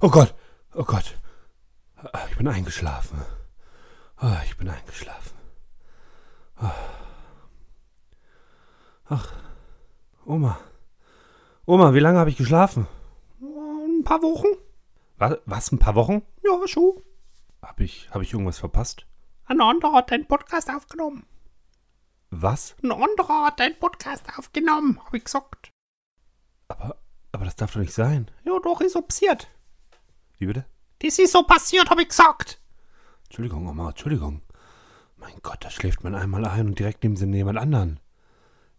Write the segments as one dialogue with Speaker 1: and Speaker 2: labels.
Speaker 1: Oh Gott, oh Gott. Ich bin eingeschlafen. Ah, Ich bin eingeschlafen. Ah. Ach, Oma. Oma, wie lange habe ich geschlafen? Ein paar Wochen. Was, was ein paar Wochen? Ja, schon. Hab ich, hab ich irgendwas verpasst?
Speaker 2: Ein anderer hat deinen Podcast aufgenommen.
Speaker 1: Was?
Speaker 2: Ein anderer hat deinen Podcast aufgenommen, hab ich gesagt.
Speaker 1: Aber, aber das darf doch nicht sein.
Speaker 2: Ja, doch, ist so passiert.
Speaker 1: Wie bitte?
Speaker 2: Das ist so passiert, hab ich gesagt.
Speaker 1: Entschuldigung, Oma, Entschuldigung. Mein Gott, da schläft man einmal ein und direkt neben sie jemand anderen.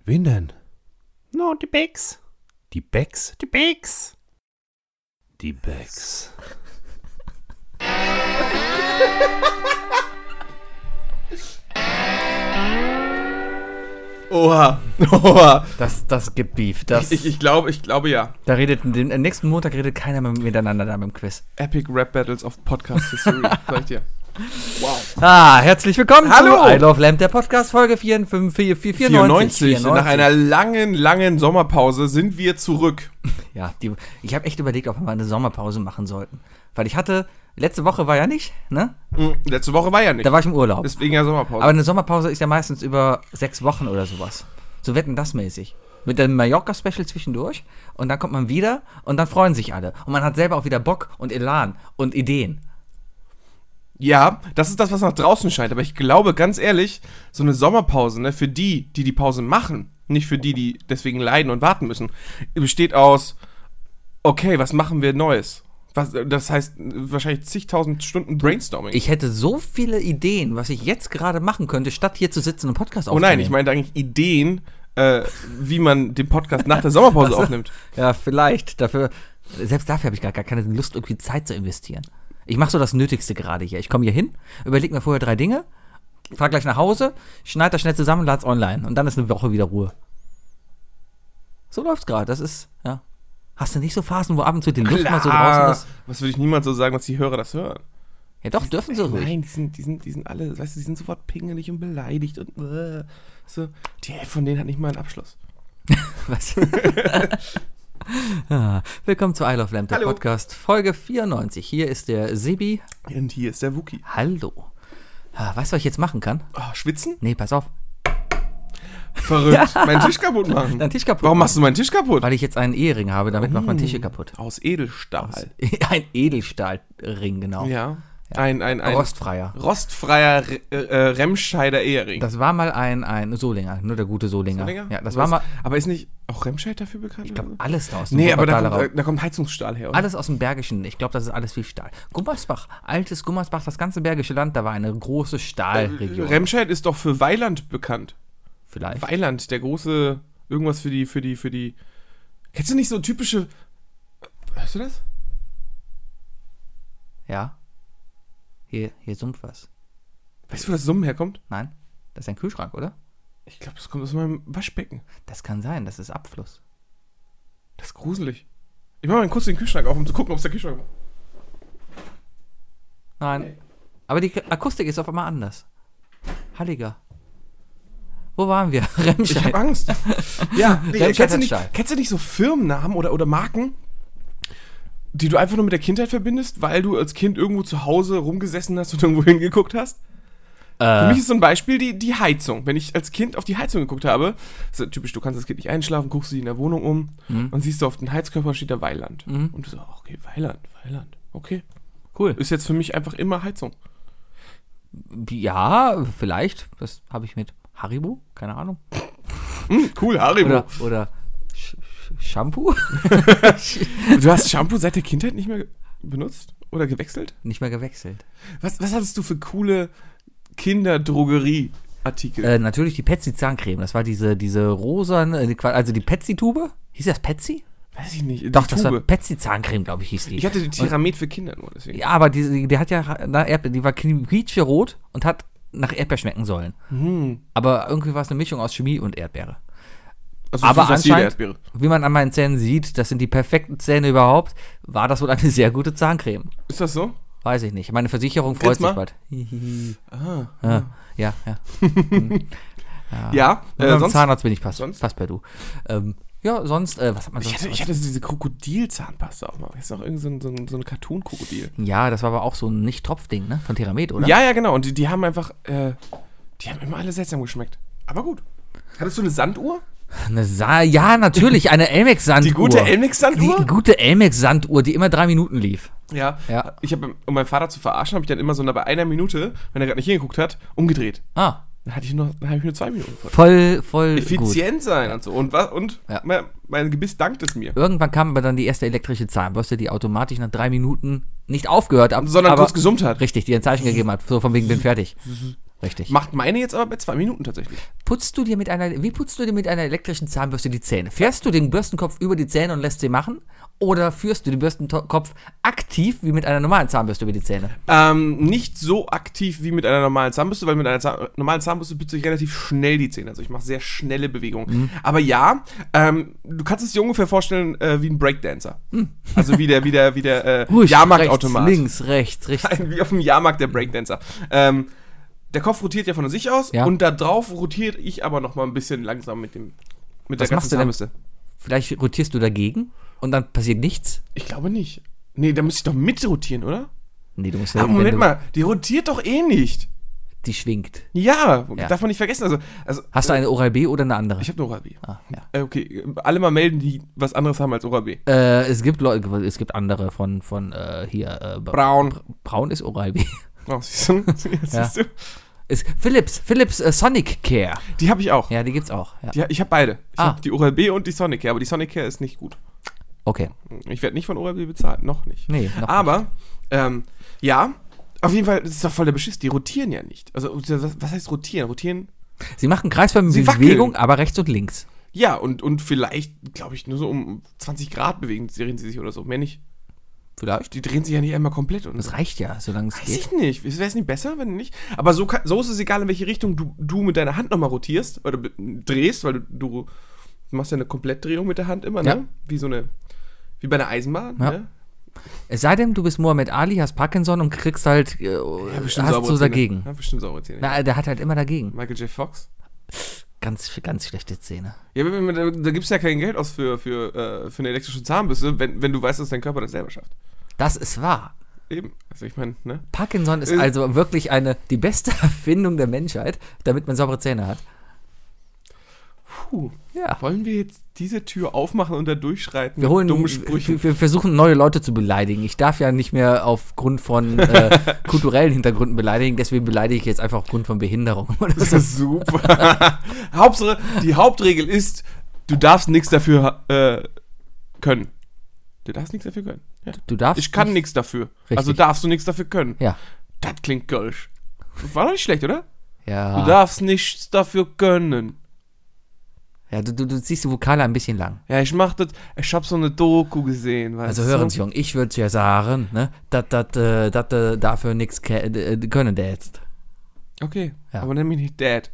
Speaker 1: Wen denn?
Speaker 2: No, die Becks.
Speaker 1: Die Becks?
Speaker 2: Die Becks.
Speaker 1: Die Becks.
Speaker 3: Oha, oha.
Speaker 4: Das, das gibt Beef. Das,
Speaker 3: Ich, ich glaube, ich glaube ja.
Speaker 4: da redet, den, am nächsten Montag redet keiner mehr miteinander da mit dem Quiz.
Speaker 3: Epic Rap Battles of Podcast History, sag ich dir. Wow.
Speaker 4: Ah, herzlich willkommen
Speaker 3: Hallo.
Speaker 4: zu I Love Lamp, der Podcast, Folge 94, 94,
Speaker 3: 94, nach einer langen, langen Sommerpause sind wir zurück.
Speaker 4: Ja, die, ich habe echt überlegt, ob wir mal eine Sommerpause machen sollten. Weil ich hatte, letzte Woche war ja nicht, ne?
Speaker 3: Hm, Letzte Woche war ja nicht.
Speaker 4: Da war ich im Urlaub.
Speaker 3: Deswegen ja Sommerpause.
Speaker 4: Aber eine Sommerpause ist ja meistens über sechs Wochen oder sowas. So wetten das mäßig. Mit dem Mallorca-Special zwischendurch und dann kommt man wieder und dann freuen sich alle. Und man hat selber auch wieder Bock und Elan und Ideen.
Speaker 3: ja, das ist das, was nach draußen scheint. Aber ich glaube, ganz ehrlich, so eine Sommerpause, ne, für die, die die Pause machen, nicht für die, die deswegen leiden und warten müssen, besteht aus, okay, was machen wir Neues? Was, das heißt, wahrscheinlich zigtausend Stunden Brainstorming.
Speaker 4: Ich hätte so viele Ideen, was ich jetzt gerade machen könnte, statt hier zu sitzen und einen Podcast
Speaker 3: oh nein, ich meinte eigentlich Ideen, äh, wie man den Podcast nach der Sommerpause aufnimmt.
Speaker 4: Ja, vielleicht. Dafür, selbst dafür habe ich gar, gar keine Lust, irgendwie Zeit zu investieren. Ich mache so das Nötigste gerade hier. Ich komme hier hin, überlege mir vorher drei Dinge, fahr gleich nach Hause, schneide das schnell zusammen, lade es online. Und dann ist eine Woche wieder Ruhe. So läuft's gerade. Das ist, ja. Hast du nicht so Phasen, wo ab und zu die Luft mal so draußen ist?
Speaker 3: Was würde ich niemals so sagen, dass die Hörer das hören?
Speaker 4: Ja, doch, dürfen sie ruhig.
Speaker 3: Nein, die sind, die, sind, die sind alle, weißt du, die sind sofort pingelig und beleidigt und äh, so. Die Hälfte von denen hat nicht mal einen Abschluss.
Speaker 4: Was? ah, willkommen zu I Love Lamp, der
Speaker 3: Hallo.
Speaker 4: Podcast, Folge 94. Hier ist der Sebi.
Speaker 3: Und hier ist der Wookie.
Speaker 4: Hallo. Ah, weißt du, was ich jetzt machen kann?
Speaker 3: Oh, schwitzen?
Speaker 4: Nee, pass auf.
Speaker 3: Verrückt. meinen Tisch kaputt machen.
Speaker 4: Deinen Tisch kaputt
Speaker 3: Warum
Speaker 4: machen.
Speaker 3: machst Oh. du meinen Tisch kaputt?
Speaker 4: Weil ich jetzt einen Ehering habe, damit macht man Tische kaputt.
Speaker 3: Aus Edelstahl.
Speaker 4: Ein Edelstahlring, genau.
Speaker 3: Ja. Ein, ein, ein
Speaker 4: Rostfreier.
Speaker 3: rostfreier Re- äh, Remscheider Ehering.
Speaker 4: Das war mal ein, ein Solinger, nur der gute Solinger.
Speaker 3: Dinger?
Speaker 4: Ja, das
Speaker 3: Was?
Speaker 4: war mal
Speaker 3: Aber ist nicht auch Remscheid dafür bekannt? Ich glaube,
Speaker 4: alles da aus dem
Speaker 3: Nee, aber da
Speaker 4: Wuppertaler
Speaker 3: kommt,
Speaker 4: Raum.
Speaker 3: äh, da kommt Heizungsstahl her. oder?
Speaker 4: Alles aus dem Bergischen. Ich glaube, das ist alles viel Stahl. Gummersbach, altes Gummersbach, das ganze Bergische Land, da war eine große Stahlregion.
Speaker 3: Remscheid ist doch für Weiland bekannt.
Speaker 4: Vielleicht.
Speaker 3: Weiland, der große irgendwas für die für die für die Kennst du nicht so typische Hörst du das?
Speaker 4: Ja. Hier, hier summt was.
Speaker 3: Weißt du, wo das Summen herkommt?
Speaker 4: Nein? Das ist ein Kühlschrank, oder?
Speaker 3: Ich glaube, das kommt aus meinem Waschbecken.
Speaker 4: Das kann sein, das ist Abfluss.
Speaker 3: Das ist gruselig. Ich mache mal kurz den Kühlschrank auf, um zu gucken, ob es der Kühlschrank war.
Speaker 4: Nein. Aber die Akustik ist auf einmal anders. Halliger. Wo waren wir?
Speaker 3: Ich
Speaker 4: Remscheid.
Speaker 3: habe Angst. ja, nee,
Speaker 4: Remscheid
Speaker 3: kennst, du
Speaker 4: hat
Speaker 3: nicht,
Speaker 4: Stahl.
Speaker 3: kennst du nicht so Firmennamen oder, oder Marken, die du einfach nur mit der Kindheit verbindest, weil du als Kind irgendwo zu Hause rumgesessen hast und irgendwo hingeguckt hast?
Speaker 4: Äh.
Speaker 3: Für mich ist so ein Beispiel die, die Heizung. Wenn ich als Kind auf die Heizung geguckt habe, ist ja typisch, du kannst als Kind nicht einschlafen, guckst du die in der Wohnung um
Speaker 4: Mhm.
Speaker 3: und siehst du auf den Heizkörper steht da Weiland. Und du so, "Ah, okay, Weiland, Weiland, okay.
Speaker 4: Cool.
Speaker 3: Ist jetzt für mich einfach immer Heizung.
Speaker 4: Ja, vielleicht. Das habe ich mit Haribo, keine Ahnung.
Speaker 3: Hm, cool, Haribo.
Speaker 4: Oder, oder Sch Sch Shampoo?
Speaker 3: Du hast Shampoo seit der Kindheit nicht mehr benutzt oder gewechselt?
Speaker 4: Nicht mehr gewechselt.
Speaker 3: Was, was hattest du für coole Kinderdrogerieartikel?
Speaker 4: Äh, natürlich die Petsy-Zahncreme. Das war diese, diese rosa, also die Petsy-Tube. Hieß das Petsy?
Speaker 3: Weiß ich nicht.
Speaker 4: Doch,
Speaker 3: die
Speaker 4: das war
Speaker 3: Tube.
Speaker 4: Petsy-Zahncreme, glaube ich, hieß die.
Speaker 3: Ich hatte die Tiramet für Kinder nur, deswegen.
Speaker 4: ja, aber die, die hat ja, na, Erdbe die war rot und hat nach Erdbeer schmecken sollen.
Speaker 3: Mhm.
Speaker 4: Aber irgendwie war es eine Mischung aus Chemie und Erdbeere.
Speaker 3: Also,
Speaker 4: Aber
Speaker 3: süß als jede
Speaker 4: anscheinend,
Speaker 3: Erdbeere.
Speaker 4: wie man an meinen Zähnen sieht, das sind die perfekten Zähne überhaupt, war das wohl eine sehr gute Zahncreme.
Speaker 3: Ist das so?
Speaker 4: Weiß ich nicht. Meine Versicherung freut
Speaker 3: Jetzt mal.
Speaker 4: sich bald.
Speaker 3: Ah.
Speaker 4: Ja, ja. ja.
Speaker 3: Ja,
Speaker 4: Äh,
Speaker 3: äh, sonst,
Speaker 4: Zahnarzt bin ich fast,
Speaker 3: sonst?
Speaker 4: fast bei du. Ähm, Ja, sonst, äh, was hat man
Speaker 3: Ich
Speaker 4: sonst?
Speaker 3: hatte, ich hatte so diese Krokodilzahnpasta auch mal. Das ist auch irgend so ein, so ein, so ein Cartoon-Krokodil.
Speaker 4: ja, das war aber auch so ein Nicht-Tropf-Ding, ne? Von Theramed, oder?
Speaker 3: Ja, ja, genau. Und die, die haben einfach, äh, die haben immer alle seltsam geschmeckt. Aber gut. Hattest du eine Sanduhr?
Speaker 4: Eine Sa ja, natürlich, eine Elmex-Sanduhr.
Speaker 3: Die gute
Speaker 4: Die
Speaker 3: Elmix-Sanduhr?
Speaker 4: gute Elmex-Sanduhr, die immer drei Minuten lief.
Speaker 3: Ja.
Speaker 4: Ja.
Speaker 3: Ich habe, um meinen Vater zu verarschen, habe ich dann immer so na, bei einer Minute, wenn er gerade nicht hingeguckt hat, umgedreht.
Speaker 4: Ah,
Speaker 3: Dann hatte ich nur, dann habe ich nur zwei Minuten. voll.
Speaker 4: voll, voll gut.
Speaker 3: Effizient sein und so. Und, wa- und
Speaker 4: Ja.
Speaker 3: mein, mein Gebiss dankt es mir.
Speaker 4: Irgendwann kam aber dann die erste elektrische Zahnbürste, die automatisch nach drei Minuten nicht aufgehört hat,
Speaker 3: Sondern
Speaker 4: aber
Speaker 3: kurz gesummt hat.
Speaker 4: richtig, die ein Zeichen gegeben hat, so von wegen bin fertig. Richtig.
Speaker 3: Macht meine jetzt aber bei zwei Minuten tatsächlich.
Speaker 4: Putzt du dir mit einer, wie putzt du dir mit einer elektrischen Zahnbürste die Zähne? Fährst du den Bürstenkopf über die Zähne und lässt sie machen? Oder führst du den Bürstenkopf aktiv wie mit einer normalen Zahnbürste über die Zähne?
Speaker 3: Ähm, nicht so aktiv wie mit einer normalen Zahnbürste, weil mit einer Zahn normalen Zahnbürste putze ich relativ schnell die Zähne. Also ich mache sehr schnelle Bewegungen.
Speaker 4: Mhm.
Speaker 3: Aber ja, ähm, du kannst es dir ungefähr vorstellen äh, wie ein Breakdancer. Also wie der, wie der, wie der äh,
Speaker 4: Husch,
Speaker 3: Jahrmarktautomat.
Speaker 4: Hm. Rechts, links, rechts, rechts.
Speaker 3: Nein, wie auf dem Jahrmarkt der Breakdancer. Ähm, der Kopf rotiert ja von sich aus
Speaker 4: Ja.
Speaker 3: und da drauf rotiere ich aber noch mal ein bisschen langsam mit dem mit
Speaker 4: Was
Speaker 3: der
Speaker 4: machst du
Speaker 3: ganzen
Speaker 4: denn?
Speaker 3: Zahnbürste.
Speaker 4: Vielleicht rotierst du dagegen und dann passiert nichts.
Speaker 3: Ich glaube nicht. Nee, da müsste ich doch mit rotieren, oder?
Speaker 4: Nee, du musst
Speaker 3: Ah,
Speaker 4: wenn
Speaker 3: Moment
Speaker 4: du,
Speaker 3: mal, die rotiert doch eh nicht.
Speaker 4: Die schwingt.
Speaker 3: Ja,
Speaker 4: Ja.
Speaker 3: darf man nicht vergessen. Also, also
Speaker 4: Hast du eine Oral-B oder eine andere?
Speaker 3: Ich habe eine Oral-B.
Speaker 4: ah, ja.
Speaker 3: Äh, Okay, alle mal melden, die was anderes haben als Oral-B.
Speaker 4: äh, es gibt Leute, es gibt andere von, von äh, hier. Äh,
Speaker 3: Braun.
Speaker 4: Braun ist Oral-B.
Speaker 3: Oh, siehst du? Jetzt
Speaker 4: Ja.
Speaker 3: siehst du?
Speaker 4: Ist Philips, Philips äh, Sonic Care.
Speaker 3: Die habe ich auch.
Speaker 4: Ja, die gibt's auch. Ja.
Speaker 3: Die, ich habe beide. Ich
Speaker 4: Ah.
Speaker 3: habe die Oral-B und die Sonicare, aber die Sonicare ist nicht gut.
Speaker 4: Okay.
Speaker 3: Ich werde nicht von Oral-B bezahlt, noch nicht.
Speaker 4: Nee, noch
Speaker 3: aber, ähm, ja, auf jeden Fall, das ist doch voll der Beschiss. Die rotieren ja nicht. Also, was, was heißt rotieren? Rotieren?
Speaker 4: Sie machen kreisförmige
Speaker 3: Sie wackeln.
Speaker 4: Bewegung, aber rechts und links.
Speaker 3: Ja, und, und vielleicht, glaube ich, nur so um 20 Grad bewegen drehen sie sich oder so. Mehr nicht.
Speaker 4: Vielleicht.
Speaker 3: Die drehen sich ja nicht einmal komplett. Und
Speaker 4: Das reicht ja, solange es
Speaker 3: Weiß
Speaker 4: geht.
Speaker 3: ich nicht. Wäre es nicht besser, wenn nicht? Aber so, kann, so ist es egal, in welche Richtung du, du mit deiner Hand nochmal rotierst oder be- drehst, weil du, du machst ja eine Komplettdrehung mit der Hand immer, ne?
Speaker 4: Ja.
Speaker 3: Wie so eine, wie bei einer Eisenbahn,
Speaker 4: Ja.
Speaker 3: ne?
Speaker 4: Es sei denn, du bist Mohammed Ali, hast Parkinson und kriegst halt, äh, hast
Speaker 3: saubere
Speaker 4: so
Speaker 3: Zähne.
Speaker 4: dagegen.
Speaker 3: Ja, bestimmt saure Zähne.
Speaker 4: Na, der hat halt immer dagegen.
Speaker 3: Michael J. Fox?
Speaker 4: Ganz, ganz schlechte Zähne.
Speaker 3: Ja, aber wenn- da, da gibst du ja kein Geld aus für, für, äh, für eine elektrische Zahnbürste, wenn, wenn du weißt, dass dein Körper das selber schafft.
Speaker 4: Das ist wahr.
Speaker 3: Eben. Also ich meine, ne?
Speaker 4: Parkinson ist
Speaker 3: Äh.
Speaker 4: also wirklich eine, die beste Erfindung der Menschheit, damit man saubere Zähne hat.
Speaker 3: Puh.
Speaker 4: Ja.
Speaker 3: Wollen wir jetzt diese Tür aufmachen und da durchschreiten?
Speaker 4: Wir holen,
Speaker 3: dumme
Speaker 4: wir,
Speaker 3: Sprüche.
Speaker 4: wir versuchen neue Leute zu beleidigen. Ich darf ja nicht mehr aufgrund von äh, kulturellen Hintergründen beleidigen, deswegen beleidige ich jetzt einfach aufgrund von Behinderung oder
Speaker 3: Das
Speaker 4: so.
Speaker 3: ist super. Hauptsache, die Hauptregel ist, du darfst nichts dafür äh, können. Du darfst nichts dafür können. Ja.
Speaker 4: Du darfst.
Speaker 3: Ich kann nichts dafür.
Speaker 4: Richtig.
Speaker 3: Also darfst du nichts dafür können.
Speaker 4: Ja.
Speaker 3: Das klingt kölsch. War doch nicht schlecht, oder?
Speaker 4: Ja.
Speaker 3: Du darfst nichts dafür können.
Speaker 4: Ja, du, du, du ziehst die Vokale ein bisschen lang.
Speaker 3: Ja, ich mach das. Ich hab so eine Doku gesehen. Weißt
Speaker 4: Also hören Sie,
Speaker 3: Sie.
Speaker 4: Jung, ich würde ja sagen, ne, dass dat, äh, dat, äh, dafür nichts äh, können der jetzt.
Speaker 3: Okay,
Speaker 4: Ja.
Speaker 3: aber nenn mich nicht Dad.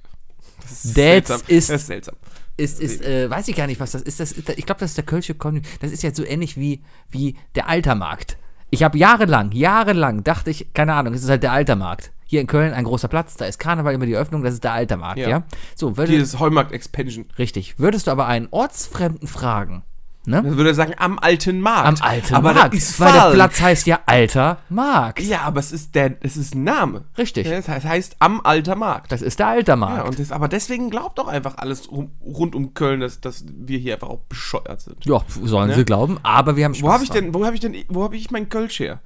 Speaker 3: Das
Speaker 4: Dad
Speaker 3: seltsam.
Speaker 4: ist-
Speaker 3: Das ist seltsam.
Speaker 4: Ist, ist, äh, weiß ich gar nicht, was das ist. Das, ist- ich glaube, das ist der Kölsche Konjunktur. Das ist ja so ähnlich wie, wie der Altermarkt. Ich habe jahrelang, jahrelang dachte ich, keine Ahnung, es ist halt der Altermarkt. Hier in Köln ein großer Platz, da ist Karneval immer die Öffnung, das ist der Altermarkt, ja?
Speaker 3: Ja.
Speaker 4: So, würde,
Speaker 3: Dieses Heumarkt-Expansion.
Speaker 4: richtig. Würdest du aber einen Ortsfremden fragen, ne?
Speaker 3: Dann würde er sagen, am alten Markt.
Speaker 4: Am Alten
Speaker 3: aber
Speaker 4: Markt,
Speaker 3: Das ist
Speaker 4: weil der
Speaker 3: falsch.
Speaker 4: Platz heißt ja Altermarkt.
Speaker 3: Ja, aber es ist der, es ist ein Name.
Speaker 4: Richtig.
Speaker 3: Ja, das heißt, heißt am alter Markt.
Speaker 4: Das ist der Altermarkt.
Speaker 3: Ja, und das, aber deswegen glaubt doch einfach alles rum, rund um Köln, dass, dass wir hier einfach auch bescheuert sind.
Speaker 4: Ja, ne? pf, sollen sie glauben, aber wir haben Spaß
Speaker 3: Wo habe ich
Speaker 4: dran.
Speaker 3: denn, wo habe ich denn, wo habe ich meinen Kölsch her?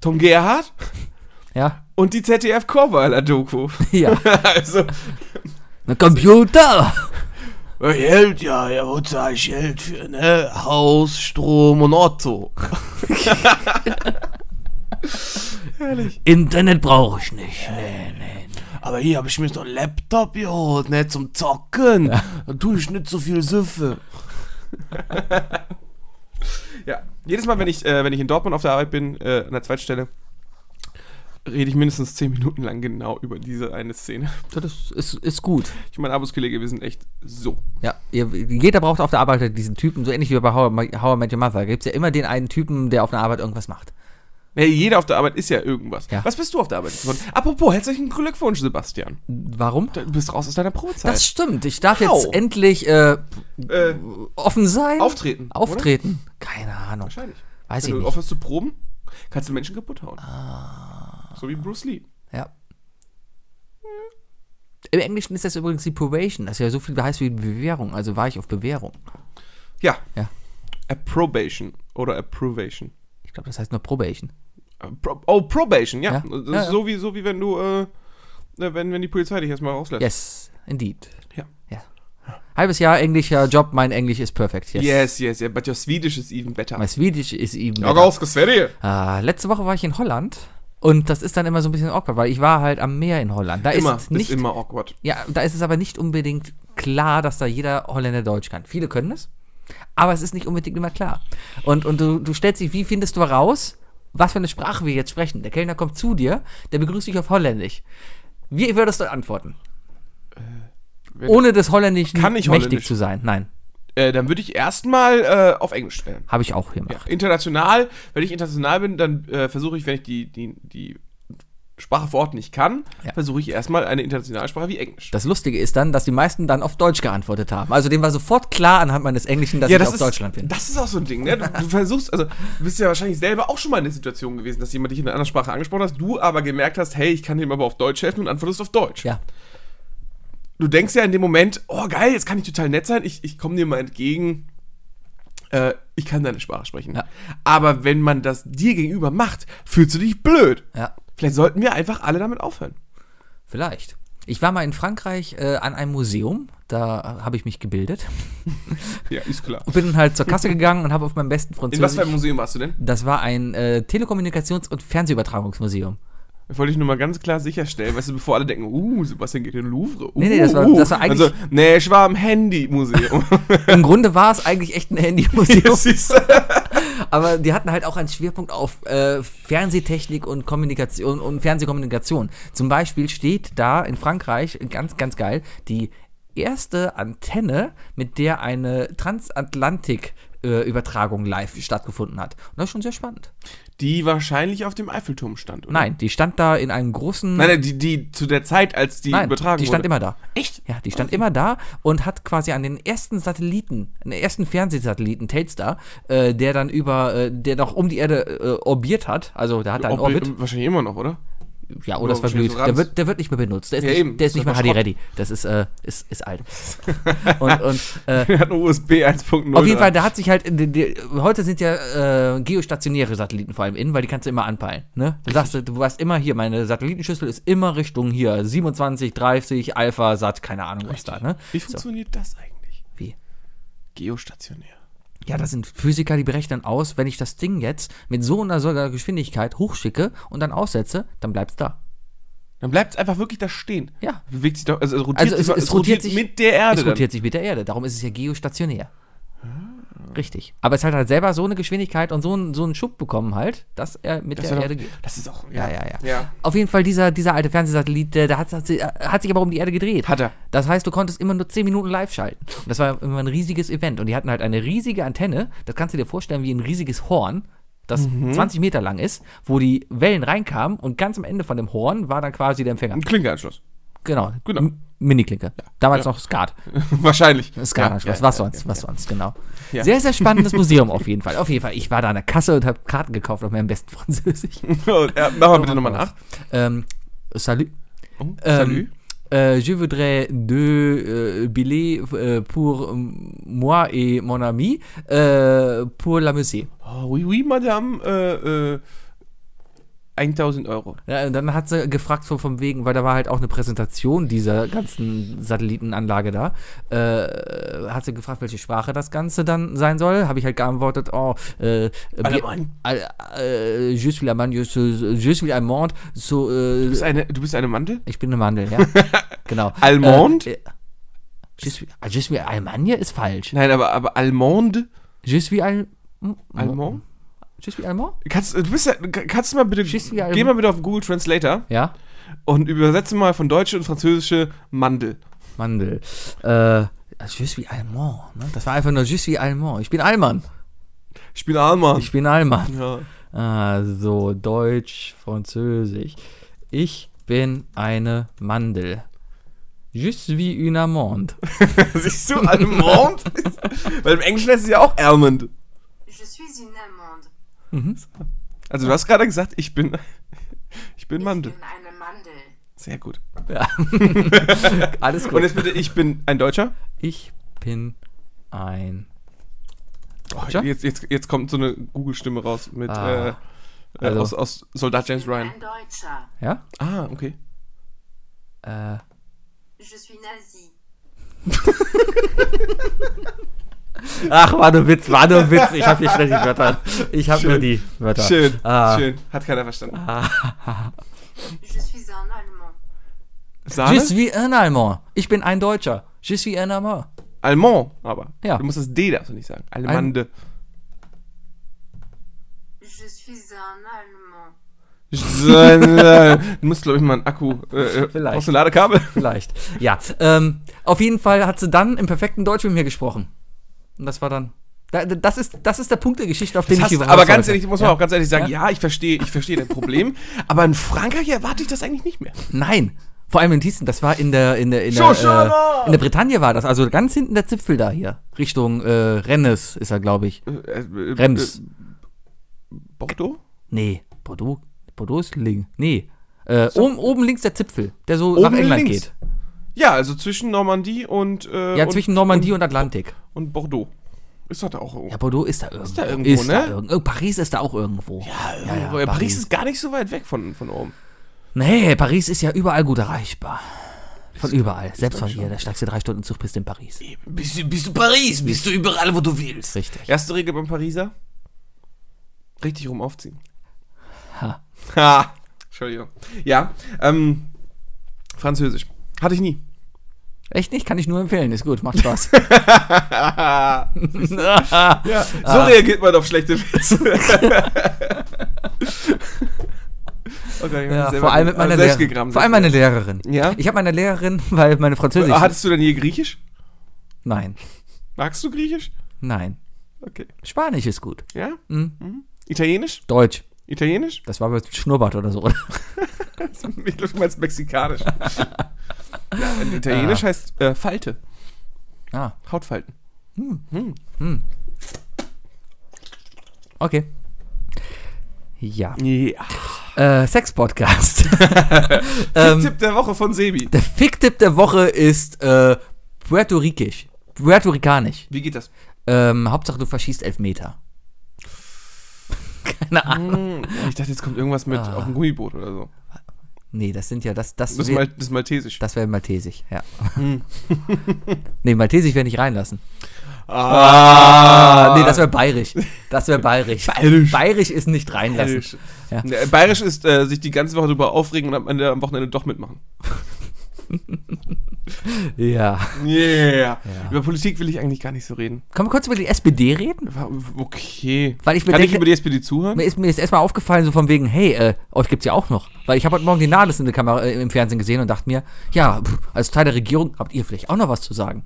Speaker 3: Tom Gerhardt
Speaker 4: Ja.
Speaker 3: und die ZDF Chorweiler Doku.
Speaker 4: Ja.
Speaker 3: also,
Speaker 4: Ein Computer!
Speaker 3: Geld, Äh, ja, ja, wo zahle ich Geld für, ne? Haus, Strom und Otto.
Speaker 4: Internet brauche ich nicht. Nee, nee.
Speaker 3: Aber hier habe ich mir so einen Laptop geholt, ne, zum Zocken. Da tue ich nicht so viel Süffe. ja, jedes Mal, wenn ich, äh, wenn ich in Dortmund auf der Arbeit bin, äh, an der Zweitstelle, rede ich mindestens 10 Minuten lang genau über diese eine Szene.
Speaker 4: Das ist, ist gut.
Speaker 3: Ich und mein Arbeitskollege, wir sind echt so.
Speaker 4: Ja, ihr, jeder braucht auf der halt Arbeit diesen Typen, so ähnlich wie bei How, I Met- How I Met Your Mother. Da gibt es ja immer den einen Typen, der auf der Arbeit irgendwas macht.
Speaker 3: Ja, jeder auf der Arbeit ist ja irgendwas.
Speaker 4: Ja.
Speaker 3: Was bist du auf der Arbeit geworden? Apropos, herzlichen Glückwunsch, Sebastian.
Speaker 4: Warum?
Speaker 3: Du bist raus aus deiner Probezeit.
Speaker 4: Das stimmt. Ich darf
Speaker 3: Wow.
Speaker 4: jetzt endlich äh,
Speaker 3: äh,
Speaker 4: offen sein.
Speaker 3: auftreten. oder?
Speaker 4: Auftreten. Keine Ahnung.
Speaker 3: Wahrscheinlich.
Speaker 4: Weiß ich
Speaker 3: Wenn du
Speaker 4: nicht.
Speaker 3: aufhörst zu proben, kannst du Menschen kaputt hauen.
Speaker 4: Ah.
Speaker 3: So wie Bruce Lee.
Speaker 4: Ja. Im Englischen ist das übrigens die Probation. Das ist ja so viel heißt wie Bewährung. Also war ich auf Bewährung.
Speaker 3: Ja.
Speaker 4: Ja.
Speaker 3: Approbation oder Approbation.
Speaker 4: Ich glaube, das heißt nur Probation.
Speaker 3: Äh, Pro oh, Probation, ja.
Speaker 4: Ja.
Speaker 3: Das
Speaker 4: Ja,
Speaker 3: ist
Speaker 4: ja.
Speaker 3: So, wie, so wie wenn du, äh, na, wenn, wenn die Polizei dich erstmal rauslässt.
Speaker 4: Yes, indeed.
Speaker 3: Ja.
Speaker 4: Ja. Halbes Jahr englischer Job, mein Englisch ist perfekt. Yes.
Speaker 3: Yes, yes, yeah, but your Swedish is even better.
Speaker 4: Mein Swedish ist eben.
Speaker 3: Ja, raus, das werde ich.
Speaker 4: Ah, letzte Woche war ich in Holland und das ist dann immer so ein bisschen awkward, weil ich war halt am Meer in Holland. Da
Speaker 3: Immer,
Speaker 4: ist nicht,
Speaker 3: ist immer awkward.
Speaker 4: ja, da ist es aber nicht unbedingt klar, dass da jeder Holländer Deutsch kann. Viele können es, aber es ist nicht unbedingt immer klar. Und, und du, du stellst dich, wie findest du raus, was für eine Sprache wir jetzt sprechen? Der Kellner kommt zu dir, der begrüßt dich auf Holländisch. Wie würdest du antworten?
Speaker 3: Äh, wenn-
Speaker 4: Ohne des Holländischen
Speaker 3: Kann ich
Speaker 4: mächtig
Speaker 3: Holländisch?
Speaker 4: zu sein. Nein,
Speaker 3: Äh, dann würde ich erstmal äh, auf Englisch stellen.
Speaker 4: habe ich auch gemacht.
Speaker 3: Ja. International, wenn ich international bin, dann äh, versuche ich, wenn ich die, die, die Sprache vor Ort nicht kann,
Speaker 4: Ja.
Speaker 3: versuche ich erstmal eine internationale Sprache wie Englisch.
Speaker 4: Das Lustige ist dann, dass die meisten dann auf Deutsch geantwortet haben. Also dem war sofort klar anhand meines Englischen, dass ich aus
Speaker 3: ist,
Speaker 4: Deutschland bin.
Speaker 3: Das ist auch so ein Ding, ne? Du, du versuchst, also du bist ja wahrscheinlich selber auch schon mal in der Situation gewesen, dass jemand dich in einer anderen Sprache angesprochen hat, du aber gemerkt hast, hey, ich kann dem aber auf Deutsch helfen und antwortest auf Deutsch.
Speaker 4: Ja,
Speaker 3: Du denkst ja in dem Moment, oh geil, jetzt kann ich total nett sein, ich, ich komme dir mal entgegen. Äh, ich kann deine Sprache sprechen.
Speaker 4: Ja.
Speaker 3: Aber wenn man das dir gegenüber macht, fühlst du dich blöd.
Speaker 4: ja,
Speaker 3: Vielleicht sollten wir einfach alle damit aufhören.
Speaker 4: vielleicht. Ich war mal in Frankreich äh, an einem Museum, da habe ich mich gebildet
Speaker 3: Ja, ist klar.
Speaker 4: und bin halt zur Kasse gegangen und habe auf meinem besten
Speaker 3: In was für
Speaker 4: Französisch.
Speaker 3: einem Museum warst du denn?
Speaker 4: Das war ein äh, Telekommunikations- und Fernsehübertragungsmuseum.
Speaker 3: Das wollte ich nur mal ganz klar sicherstellen, weißt du, bevor alle denken, uh, Sebastian geht in den Louvre. Uh,
Speaker 4: Nee, nee, das war-
Speaker 3: uh.
Speaker 4: das war eigentlich-
Speaker 3: Also, nee, ich war im Handy-Museum.
Speaker 4: Im Grunde war es eigentlich echt ein Handymuseum,
Speaker 3: Das ist- ja,
Speaker 4: aber die hatten halt auch einen Schwerpunkt auf äh, Fernsehtechnik und Kommunikation und Fernsehkommunikation. Zum Beispiel steht da in Frankreich ganz, ganz geil die erste Antenne, mit der eine Transatlantik äh, Übertragung live stattgefunden hat. Und das ist schon sehr spannend.
Speaker 3: die wahrscheinlich auf dem Eiffelturm stand, oder?
Speaker 4: Nein, die stand da in einem großen
Speaker 3: Nein, nein, die, die zu der Zeit, als die
Speaker 4: Nein,
Speaker 3: übertragen
Speaker 4: die stand
Speaker 3: wurde.
Speaker 4: immer da. Echt? Ja, die stand immer da und hat quasi an den ersten Satelliten, an den ersten Fernsehsatelliten, Telstar, äh, der dann über, äh, der noch um die Erde äh, orbiert hat, also der hat einen
Speaker 3: Ob-
Speaker 4: Orbit,
Speaker 3: Wahrscheinlich immer noch, oder?
Speaker 4: ja, oder ist verblüht,
Speaker 3: wahrscheinlich so
Speaker 4: der
Speaker 3: Rams.
Speaker 4: wird, der wird nicht mehr benutzt, der ist
Speaker 3: Ja,
Speaker 4: nicht,
Speaker 3: eben,
Speaker 4: der ist
Speaker 3: das
Speaker 4: nicht mehr
Speaker 3: ist doch
Speaker 4: HD-ready, das ist, äh, ist, ist alt. und und äh,
Speaker 3: Er hat eine USB 1.0.
Speaker 4: auf jeden Fall,
Speaker 3: dran.
Speaker 4: da hat sich halt, die, die, heute sind ja äh, geostationäre Satelliten vor allem in, weil die kannst du immer anpeilen. Ne? Du sagst, du weißt immer hier, meine Satellitenschüssel ist immer Richtung hier, 27, 30, Alpha, Sat, keine Ahnung was da. Ne?
Speaker 3: Wie
Speaker 4: So.
Speaker 3: funktioniert das eigentlich?
Speaker 4: Wie?
Speaker 3: Geostationär.
Speaker 4: Ja, das sind Physiker, die berechnen aus, wenn ich das Ding jetzt mit so einer solcher Geschwindigkeit hochschicke und dann aussetze, dann bleibt's da.
Speaker 3: Dann bleibt es einfach wirklich da stehen.
Speaker 4: Ja.
Speaker 3: Bewegt sich doch, also, rotiert
Speaker 4: Also
Speaker 3: sich
Speaker 4: es,
Speaker 3: doch-
Speaker 4: es rotiert sich
Speaker 3: mit der Erde.
Speaker 4: Es rotiert sich mit der Erde, darum ist es ja geostationär. Richtig. Aber es hat halt selber so eine Geschwindigkeit und so einen, so einen Schub bekommen halt, dass er mit
Speaker 3: dann. Das,
Speaker 4: der
Speaker 3: ist
Speaker 4: Erde
Speaker 3: doch,
Speaker 4: geht.
Speaker 3: das ist auch.
Speaker 4: Ja, ja, ja.
Speaker 3: ja.
Speaker 4: Auf jeden Fall, dieser, dieser alte Fernsehsatellit, der, der hat, hat, sich- hat sich aber um die Erde gedreht.
Speaker 3: Hat er.
Speaker 4: Das heißt, du konntest immer nur 10 Minuten live schalten. Und das war immer ein riesiges Event. Und die hatten halt eine riesige Antenne, das kannst du dir vorstellen wie ein riesiges Horn, das 20 Meter lang ist, wo die Wellen reinkamen und ganz am Ende von dem Horn war dann quasi der Empfänger.
Speaker 3: Ein Klinkeanschluss.
Speaker 4: Genau.
Speaker 3: Genau.
Speaker 4: M- Miniklinke. Damals noch Skat.
Speaker 3: Wahrscheinlich.
Speaker 4: Skat,
Speaker 3: Ja,
Speaker 4: was
Speaker 3: ja, ja,
Speaker 4: sonst, was sonst, genau.
Speaker 3: Ja.
Speaker 4: Sehr, sehr spannendes Museum auf jeden Fall. Auf jeden Fall, ich war da an der Kasse und habe Karten gekauft auf meinem besten Französisch.
Speaker 3: Und, ja, mach mal bitte nochmal nach.
Speaker 4: Ähm, salut.
Speaker 3: Oh,
Speaker 4: Ähm, äh, je voudrais deux euh, billets euh, pour euh, moi et mon ami euh, pour la musée.
Speaker 3: Oh, oui, oui, Madame. Äh, äh, 1000 Euro.
Speaker 4: Ja, und dann hat sie gefragt von, von wegen, weil da war halt auch eine Präsentation dieser ganzen Satellitenanlage da. Äh, hat sie gefragt, welche Sprache das Ganze dann sein soll. Habe ich halt geantwortet, oh, äh,
Speaker 3: Allemann.
Speaker 4: Al, äh, je suis allemand, je suis, je suis allemand, so, äh,
Speaker 3: Du bist eine, du bist eine Mandel?
Speaker 4: ich bin eine Mandel, ja. genau.
Speaker 3: Almond?
Speaker 4: Äh, äh, je suis, ah, je suis Allemagne ist falsch.
Speaker 3: Nein, aber, aber Almond?
Speaker 4: Je suis al, hm,
Speaker 3: Almond?
Speaker 4: Je suis allemand?
Speaker 3: Kannst, du bist ja, kannst du mal bitte.
Speaker 4: Schießt wie
Speaker 3: Geh
Speaker 4: Almond.
Speaker 3: mal bitte auf Google Translator
Speaker 4: Ja,
Speaker 3: und übersetze mal von Deutsche und Französische Mandel.
Speaker 4: Mandel. Äh, je suis allemand. Ne? Das war einfach nur je suis allemand. Ich bin Allmann.
Speaker 3: Ich bin Alman.
Speaker 4: Ich bin Allmann.
Speaker 3: ja.
Speaker 4: Ah, so, Deutsch, Französisch. Ich bin eine Mandel. Je suis une amande.
Speaker 3: Siehst du, Almond? Weil im Englischen heißt es ja auch Almond.
Speaker 5: Je suis une amande.
Speaker 3: Also du hast gerade gesagt, ich bin, ich bin Mandel.
Speaker 5: Ich bin eine Mandel.
Speaker 3: Sehr gut.
Speaker 4: Ja. Alles
Speaker 3: Und jetzt
Speaker 4: gut.
Speaker 3: bitte, ich bin ein Deutscher.
Speaker 4: Ich bin ein.
Speaker 3: Oh,
Speaker 4: Deutscher?
Speaker 3: jetzt, jetzt, jetzt kommt so eine Google-Stimme raus mit
Speaker 4: Ah,
Speaker 3: äh, äh,
Speaker 4: also-
Speaker 3: aus, aus Soldat James
Speaker 5: Ich bin
Speaker 3: Ryan.
Speaker 5: ein Deutscher.
Speaker 4: Ja?
Speaker 3: Ah, okay.
Speaker 4: Äh,
Speaker 5: Je suis Nazi.
Speaker 4: Ach, war nur Witz, war nur Witz. Ich habe hier schnell die Wörter. Ich habe nur die Wörter.
Speaker 3: Schön,
Speaker 4: Ah.
Speaker 3: schön. Hat keiner verstanden.
Speaker 5: Je suis un Allemand.
Speaker 4: Je
Speaker 3: Sahne?
Speaker 4: suis un Allemand. Ich bin ein Deutscher. Je suis un Allemand.
Speaker 3: Allemand, aber.
Speaker 4: Ja.
Speaker 3: Du musst das D darfst du nicht sagen. Allemande.
Speaker 5: Je suis un Allemand.
Speaker 3: du musst, glaube ich, mal einen Akku. Äh, äh,
Speaker 4: Vielleicht.
Speaker 3: Brauchst du ein Ladekabel?
Speaker 4: Vielleicht. Ja. Ähm, auf jeden Fall hat sie dann im perfekten Deutsch mit mir gesprochen. Und das war dann. Da, da- das, ist, das ist der Punkt der Geschichte, auf den
Speaker 3: Das
Speaker 4: ich
Speaker 3: hast,
Speaker 4: hier
Speaker 3: aber
Speaker 4: raus
Speaker 3: ganz
Speaker 4: wollte.
Speaker 3: ehrlich, muss man auch ganz ehrlich sagen, ja, ich verstehe, ich verstehe dein Problem, aber in Frankreich erwarte ich das eigentlich nicht mehr.
Speaker 4: Nein. Vor allem in Thiessen, das war in der in der in der,
Speaker 3: Shoshana!
Speaker 4: äh, in der Bretagne war das, also ganz hinten der Zipfel da hier, Richtung äh, Rennes ist er, glaube ich.
Speaker 3: Äh, äh,
Speaker 4: Rems.
Speaker 3: äh, Bordeaux?
Speaker 4: Nee, Bordeaux, Bordeaux ist links. Nee, äh, oben, oben links der Zipfel, der so nach England
Speaker 3: links.
Speaker 4: geht.
Speaker 3: Ja, also zwischen Normandie und äh,
Speaker 4: Ja,
Speaker 3: und,
Speaker 4: zwischen Normandie und, Atlantik.
Speaker 3: und Bordeaux. Ist doch da auch irgendwo.
Speaker 4: Ja, Bordeaux ist da irgendwo. Ist
Speaker 3: da irgendwo, ne?
Speaker 4: da irgendwo. Paris ist da auch irgendwo. Ja, ja,
Speaker 3: Aber Paris. ist gar nicht so weit weg von, von oben.
Speaker 4: Nee, Paris ist ja überall gut erreichbar. Von überall. Selbst von hier. Da steigst du drei Stunden Zug bis in Paris.
Speaker 3: Bist du, bist du Paris? Bist du überall, wo du willst?
Speaker 4: Richtig.
Speaker 3: Erste Regel beim Pariser? Richtig rum aufziehen.
Speaker 4: Ha.
Speaker 3: Ha. Entschuldigung. Ja, ähm, Französisch. Hatte ich nie.
Speaker 4: Echt nicht? Kann ich nur empfehlen. Ist gut. Macht Spaß.
Speaker 3: Ja, Ah. so reagiert man auf schlechte Witze. okay,
Speaker 4: ja, vor allem mit meiner Lehrerin.
Speaker 3: Lehrerin.
Speaker 4: Vor allem meine Lehrerin.
Speaker 3: Ja? Ah,
Speaker 4: Ich habe meine Lehrerin, weil meine Französisch.
Speaker 3: Hattest du denn hier Griechisch?
Speaker 4: Nein.
Speaker 3: Magst du Griechisch?
Speaker 4: Nein.
Speaker 3: Okay.
Speaker 4: Spanisch ist gut.
Speaker 3: Ja?
Speaker 4: Mhm.
Speaker 3: Mhm. Italienisch?
Speaker 4: Deutsch.
Speaker 3: Italienisch?
Speaker 4: Das war mit Schnurrbart oder so. Oder?
Speaker 3: Ich glaube, du meinst Mexikanisch. ja, in Italienisch heißt äh, Falte.
Speaker 4: Ah,
Speaker 3: Hautfalten.
Speaker 4: okay. Ja.
Speaker 3: Ja.
Speaker 4: Äh, Sex-Podcast. ähm,
Speaker 3: Tipp der Woche von Sebi.
Speaker 4: der Ficktipp der Woche ist äh, Puerto Rikisch. Puerto Ricanisch.
Speaker 3: Wie geht das?
Speaker 4: Ähm, Hauptsache, du verschießt elf Meter. Keine Ahnung.
Speaker 3: Hm, Ich dachte, jetzt kommt irgendwas mit auf dem Gummiboot oder so.
Speaker 4: Ah. Nee, das sind ja, das, das,
Speaker 3: Das ist,
Speaker 4: wär-
Speaker 3: mal, Hm. das ist maltesisch.
Speaker 4: das wäre Maltesig, ja. nee, Maltesig wäre nicht reinlassen. Ah, nee, das wäre bayerisch. Das wäre bayerisch. bayerisch. Bayerisch ist nicht reinlassen.
Speaker 3: Bayerisch.
Speaker 4: Ja.
Speaker 3: Ne, Bayerisch ist äh, sich die ganze Woche darüber aufregen und am Ende am Wochenende doch mitmachen.
Speaker 4: Ja.
Speaker 3: Yeah. Über Politik will ich eigentlich gar nicht so reden.
Speaker 4: Können wir kurz über die SPD reden?
Speaker 3: War- Okay.
Speaker 4: Weil ich mir
Speaker 3: Kann ich
Speaker 4: denke-
Speaker 3: über die SPD zuhören?
Speaker 4: Mir ist, mir ist erstmal aufgefallen, so von wegen, hey, äh, euch gibt's ja auch noch. Weil ich habe heute Morgen die Nahles in der Kamera, äh, im Fernsehen gesehen und dachte mir, ja, pff, als Teil der Regierung habt ihr vielleicht auch noch was zu sagen.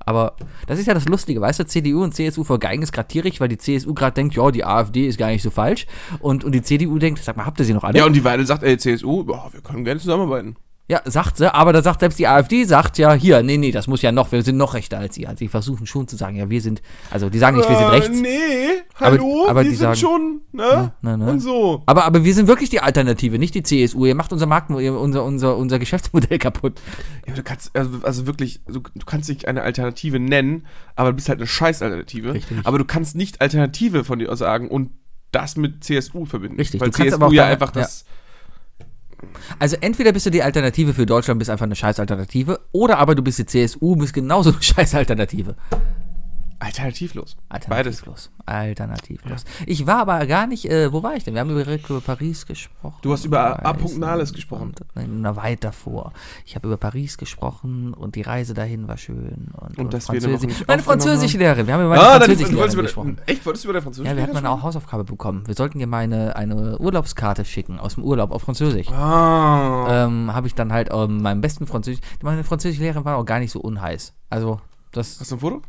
Speaker 4: Aber das ist ja das Lustige, weißt du, CDU und CSU vergeigen es gerade tierig, weil die CSU gerade denkt, ja, die AfD ist gar nicht so falsch. Und, und die CDU denkt, sag mal, habt ihr sie noch alle?
Speaker 3: Ja, und die Weidel sagt, ey, CSU, boah, wir können gerne zusammenarbeiten.
Speaker 4: Ja, sagt sie, aber da sagt selbst die AfD, sagt ja, hier, nee, nee, das muss ja noch, wir sind noch rechter als ihr. Also die versuchen schon zu sagen, ja, wir sind, also die sagen nicht, wir sind
Speaker 3: Äh,
Speaker 4: rechts.
Speaker 3: Nee,
Speaker 4: Aber-
Speaker 3: hallo,
Speaker 4: aber
Speaker 3: wir
Speaker 4: die
Speaker 3: sind
Speaker 4: sagen-
Speaker 3: schon, ne?
Speaker 4: Ne, ne, ne.
Speaker 3: Und so.
Speaker 4: Aber, aber wir sind wirklich die Alternative, nicht die CSU. Ihr macht unser Markt, ihr- unser, unser, unser Geschäftsmodell kaputt.
Speaker 3: Ja, du kannst, also, also wirklich, du, du kannst dich eine Alternative nennen, aber du bist halt eine Scheißalternative.
Speaker 4: Richtig.
Speaker 3: Aber du kannst nicht Alternative von dir aus sagen und das mit CSU verbinden.
Speaker 4: Richtig,
Speaker 3: weil
Speaker 4: du kannst
Speaker 3: CSU
Speaker 4: aber auch
Speaker 3: ja
Speaker 4: deine-
Speaker 3: einfach
Speaker 4: ja.
Speaker 3: das.
Speaker 4: Also entweder bist du die Alternative für Deutschland, bist einfach eine Scheißalternative, oder aber du bist die CSU, bist genauso eine Scheißalternative.
Speaker 3: Alternativlos. Beides.
Speaker 4: Alternativlos. Alternativlos. Ich war aber gar nicht, äh, wo war ich denn? Wir haben über, direkt über Paris gesprochen.
Speaker 3: Du hast über A- A.
Speaker 4: Reisen
Speaker 3: Nahles gesprochen.
Speaker 4: und- Nein, na, weit davor. Ich habe über Paris gesprochen und die Reise dahin war schön. Und,
Speaker 3: Und dass wir eine Woche nicht
Speaker 4: meine
Speaker 3: aufgenommen
Speaker 4: französische Lehrerin. Wir haben über meine
Speaker 3: Ah, dann,
Speaker 4: französische
Speaker 3: du wolltest
Speaker 4: Lehrerin
Speaker 3: über,
Speaker 4: gesprochen.
Speaker 3: echt, wolltest du über der Französisch
Speaker 4: Ja, wir hatten mal eine Hausaufgabe bekommen. Wir sollten ihr mal eine, eine Urlaubskarte schicken aus dem Urlaub auf Französisch.
Speaker 3: Ah.
Speaker 4: Ähm, habe ich dann halt ähm, meinem besten Französisch. Meine französische Lehrerin war auch gar nicht so unheiß. Also, das.
Speaker 3: Hast du ein Foto?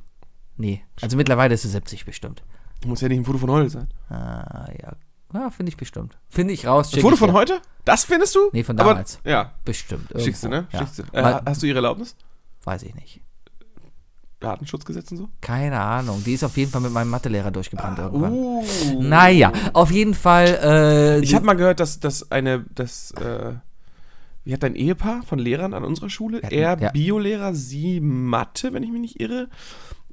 Speaker 4: Nee. Also mittlerweile ist sie 70 bestimmt.
Speaker 3: Muss ja nicht ein Foto von heute sein.
Speaker 4: Ah, ja. Ja, finde ich bestimmt. Finde ich raus.
Speaker 3: Das
Speaker 4: schick
Speaker 3: Foto
Speaker 4: ich
Speaker 3: von
Speaker 4: dir.
Speaker 3: heute? Das findest du?
Speaker 4: Nee, von
Speaker 3: Aber-
Speaker 4: damals.
Speaker 3: ja,
Speaker 4: Bestimmt.
Speaker 3: schickst du, ne?
Speaker 4: irgendwo, Ja.
Speaker 3: Schickst du. Äh,
Speaker 4: Weil-
Speaker 3: hast du ihre Erlaubnis?
Speaker 4: Weiß ich nicht.
Speaker 3: Datenschutzgesetz und so?
Speaker 4: Keine Ahnung. Die ist auf jeden Fall mit meinem Mathelehrer durchgebrannt irgendwann.
Speaker 3: Uh.
Speaker 4: Naja, auf jeden Fall. Äh,
Speaker 3: Ich habe mal gehört, dass, dass eine, dass, äh, wie hat dein Ehepaar von Lehrern an unserer Schule?
Speaker 4: hatten-
Speaker 3: er
Speaker 4: ja.
Speaker 3: Biolehrer, sie Mathe, wenn ich mich nicht irre.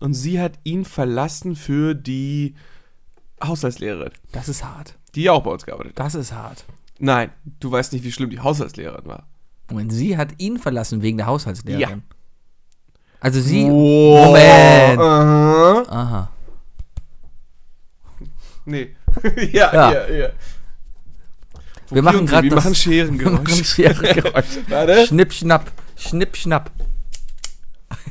Speaker 3: Und sie hat ihn verlassen für die Haushaltslehrerin,
Speaker 4: das ist hart.
Speaker 3: die ja auch bei uns gearbeitet hat.
Speaker 4: Das ist hart.
Speaker 3: Nein, du weißt nicht, wie schlimm die Haushaltslehrerin war.
Speaker 4: Moment, sie hat ihn verlassen wegen der Haushaltslehrerin.
Speaker 3: Ja.
Speaker 4: Also sie.
Speaker 3: Oh,
Speaker 4: Moment.
Speaker 3: aha.
Speaker 4: Aha.
Speaker 3: Nee. ja,
Speaker 4: Ja.
Speaker 3: ja, ja,
Speaker 4: Wir machen
Speaker 3: Jungs,
Speaker 4: gerade
Speaker 3: wir
Speaker 4: das-
Speaker 3: machen Scherengeräusch.
Speaker 4: Scherengeräusch.
Speaker 3: Warte.
Speaker 4: Schnipp, schnapp. Schnipp, schnapp.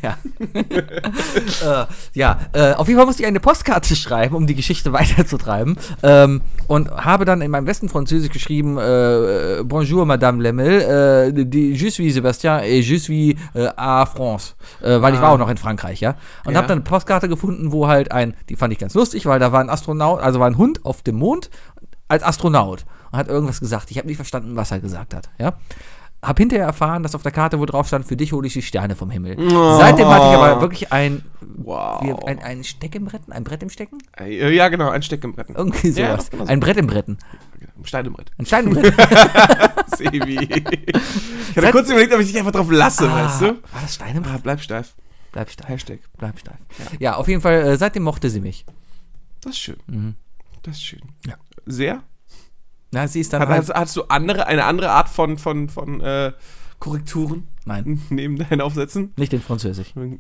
Speaker 4: Ja. äh, ja, äh, auf jeden Fall musste ich eine Postkarte schreiben, um die Geschichte weiterzutreiben. Ähm, und habe dann in meinem besten Französisch geschrieben: äh, äh, Bonjour, Madame Lemmel. Äh, die- je suis Sébastien et je suis äh, à France. Äh, weil ich war auch noch in Frankreich, ja. Und
Speaker 3: Ja.
Speaker 4: habe dann eine Postkarte gefunden, wo halt ein, die fand ich ganz lustig, weil da war ein Astronaut, also war ein Hund auf dem Mond als Astronaut und hat irgendwas gesagt. Ich habe nicht verstanden, was er gesagt hat, ja. Hab hinterher erfahren, dass auf der Karte, wo drauf stand, für dich hole ich die Sterne vom Himmel. Seitdem hatte ich aber wirklich ein
Speaker 3: Wow.
Speaker 4: wie, ein, ein Steck im Bretten? Ein Brett im Stecken?
Speaker 3: Äh, ja, genau, ein Steck im Bretten.
Speaker 4: Irgendwie
Speaker 3: Ja,
Speaker 4: sowas.
Speaker 3: doch, genau so.
Speaker 4: Ein Brett im Bretten.
Speaker 3: Ein Stein im Brett.
Speaker 4: Ein Stein im Bretten.
Speaker 3: Sebi. Ich hatte kurz überlegt, ob ich dich einfach drauf
Speaker 4: Ah.
Speaker 3: lasse, weißt du?
Speaker 4: War das Stein im Bretten?
Speaker 3: Ah, bleib steif.
Speaker 4: Bleib steif.
Speaker 3: Hashtag.
Speaker 4: Bleib steif. Ja, auf jeden Fall, äh, seitdem mochte sie mich.
Speaker 3: Das ist schön.
Speaker 4: Mhm.
Speaker 3: Das ist schön. Sehr?
Speaker 4: Na, sie ist dann
Speaker 3: Hat,
Speaker 4: halt,
Speaker 3: hast, hast du andere, eine andere Art von, von, von äh, Korrekturen
Speaker 4: Nein,
Speaker 3: neben deinen Aufsätzen?
Speaker 4: nicht in Französisch.
Speaker 3: Wurde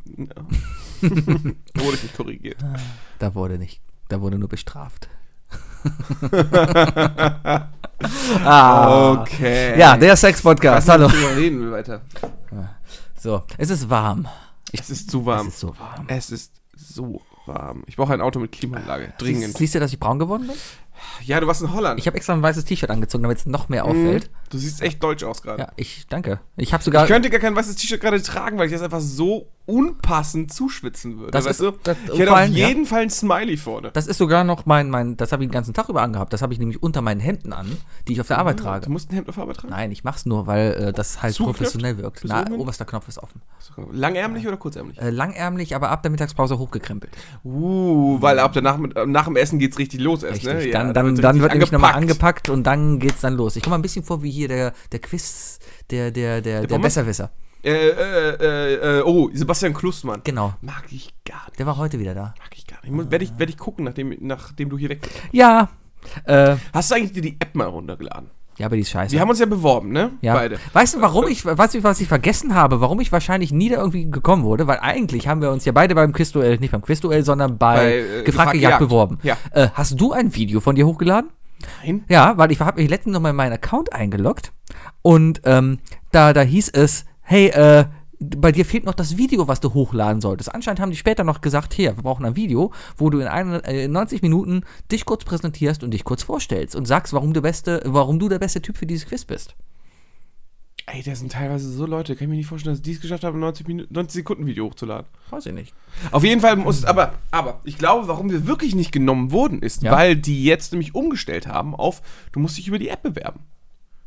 Speaker 3: ich nicht korrigiert.
Speaker 4: Da wurde nicht. Da wurde nur bestraft. ah.
Speaker 3: Okay.
Speaker 4: Ja, der Sex-Podcast. Hallo.
Speaker 3: Worüber reden wir weiter?
Speaker 4: So, es ist warm.
Speaker 3: Es ist zu
Speaker 4: Es
Speaker 3: warm.
Speaker 4: ist so warm.
Speaker 3: Es ist so warm. Ich brauche ein Auto mit Klimaanlage. Dringend.
Speaker 4: Siehst du, dass ich braun geworden bin?
Speaker 3: Ja, du warst in Holland. Hm.
Speaker 4: Ich habe extra ein weißes T-Shirt angezogen, damit es noch
Speaker 3: Mhm.
Speaker 4: mehr auffällt.
Speaker 3: Du siehst echt deutsch aus gerade.
Speaker 4: Ja, ich danke. Ich habe sogar.
Speaker 3: Ich könnte gar kein weißes T-Shirt gerade tragen, weil ich das einfach so unpassend zuschwitzen würde.
Speaker 4: Das ist-
Speaker 3: du?
Speaker 4: das-
Speaker 3: ich hätte
Speaker 4: vor
Speaker 3: auf
Speaker 4: allem, ja.
Speaker 3: jeden Fall ein Smiley vorne.
Speaker 4: das ist sogar noch mein, mein das habe ich den ganzen Tag über angehabt. Das habe ich nämlich unter meinen Hemden an, die ich auf der Arbeit
Speaker 3: Hm. Du
Speaker 4: trage.
Speaker 3: musst ein Hemd auf Arbeit tragen?
Speaker 4: Nein, ich mach's nur, weil äh, das halt
Speaker 3: Zugeknöpft?
Speaker 4: professionell wirkt.
Speaker 3: Bis
Speaker 4: Na,
Speaker 3: oben hin?
Speaker 4: oberster Knopf ist offen.
Speaker 3: Langärmlich oder kurzärmlich?
Speaker 4: Äh, langärmlich, aber ab der Mittagspause hochgekrempelt.
Speaker 3: Uh, weil ab danach mit, nach dem Essen geht's richtig los erst,
Speaker 4: Richtig.
Speaker 3: ne? Ja,
Speaker 4: dann dann,
Speaker 3: wird's
Speaker 4: dann wird
Speaker 3: richtig
Speaker 4: nämlich nochmal
Speaker 3: angepackt.
Speaker 4: angepackt und dann geht's dann los. Ich komme ein bisschen vor wie hier der, der Quiz, der, der, der, der,
Speaker 3: Pommes?
Speaker 4: Besserwisser.
Speaker 3: Äh, äh, äh, äh, oh, Sebastian Klussmann.
Speaker 4: Genau.
Speaker 3: Mag ich gar nicht.
Speaker 4: Der war heute wieder da.
Speaker 3: Mag ich gar nicht. Muss- Werd ich, werd ich gucken, nachdem, nachdem du hier weg bist.
Speaker 4: Ja. Äh,
Speaker 3: Hast du eigentlich dir die App mal runtergeladen?
Speaker 4: ja, aber die ist scheiße.
Speaker 3: Wir haben uns ja beworben, ne?
Speaker 4: Ja.
Speaker 3: Beide. Äh,
Speaker 4: Weißt du, warum ich, weißt du, was ich vergessen habe, warum ich wahrscheinlich nie da irgendwie gekommen wurde? Weil eigentlich haben wir uns ja beide beim Quizduell, nicht beim Quizduell, sondern bei,
Speaker 3: Bei, äh,
Speaker 4: Gefragt
Speaker 3: Gefragt
Speaker 4: gejagt
Speaker 3: gejagt.
Speaker 4: beworben.
Speaker 3: Ja.
Speaker 4: Äh, hast du ein Video von dir hochgeladen?
Speaker 3: Nein.
Speaker 4: Ja, weil ich habe mich letztens nochmal in meinen Account eingeloggt und ähm, da, da hieß es, hey, äh, bei dir fehlt noch das Video, was du hochladen solltest. Anscheinend haben die später noch gesagt, hier, wir brauchen ein Video, wo du in, ein, äh, in 90 Minuten dich kurz präsentierst und dich kurz vorstellst und sagst, warum du, beste, warum du der beste Typ für dieses Quiz bist.
Speaker 3: Ey, da sind teilweise so Leute, kann ich mir nicht vorstellen, dass die es geschafft haben, 90, Minuten, 90 Sekunden Video hochzuladen.
Speaker 4: Weiß ich nicht.
Speaker 3: Auf jeden Fall muss es, aber, aber ich glaube, warum wir wirklich nicht genommen wurden, ist,
Speaker 4: Ja.
Speaker 3: weil die jetzt nämlich umgestellt haben auf, du musst dich über die App bewerben.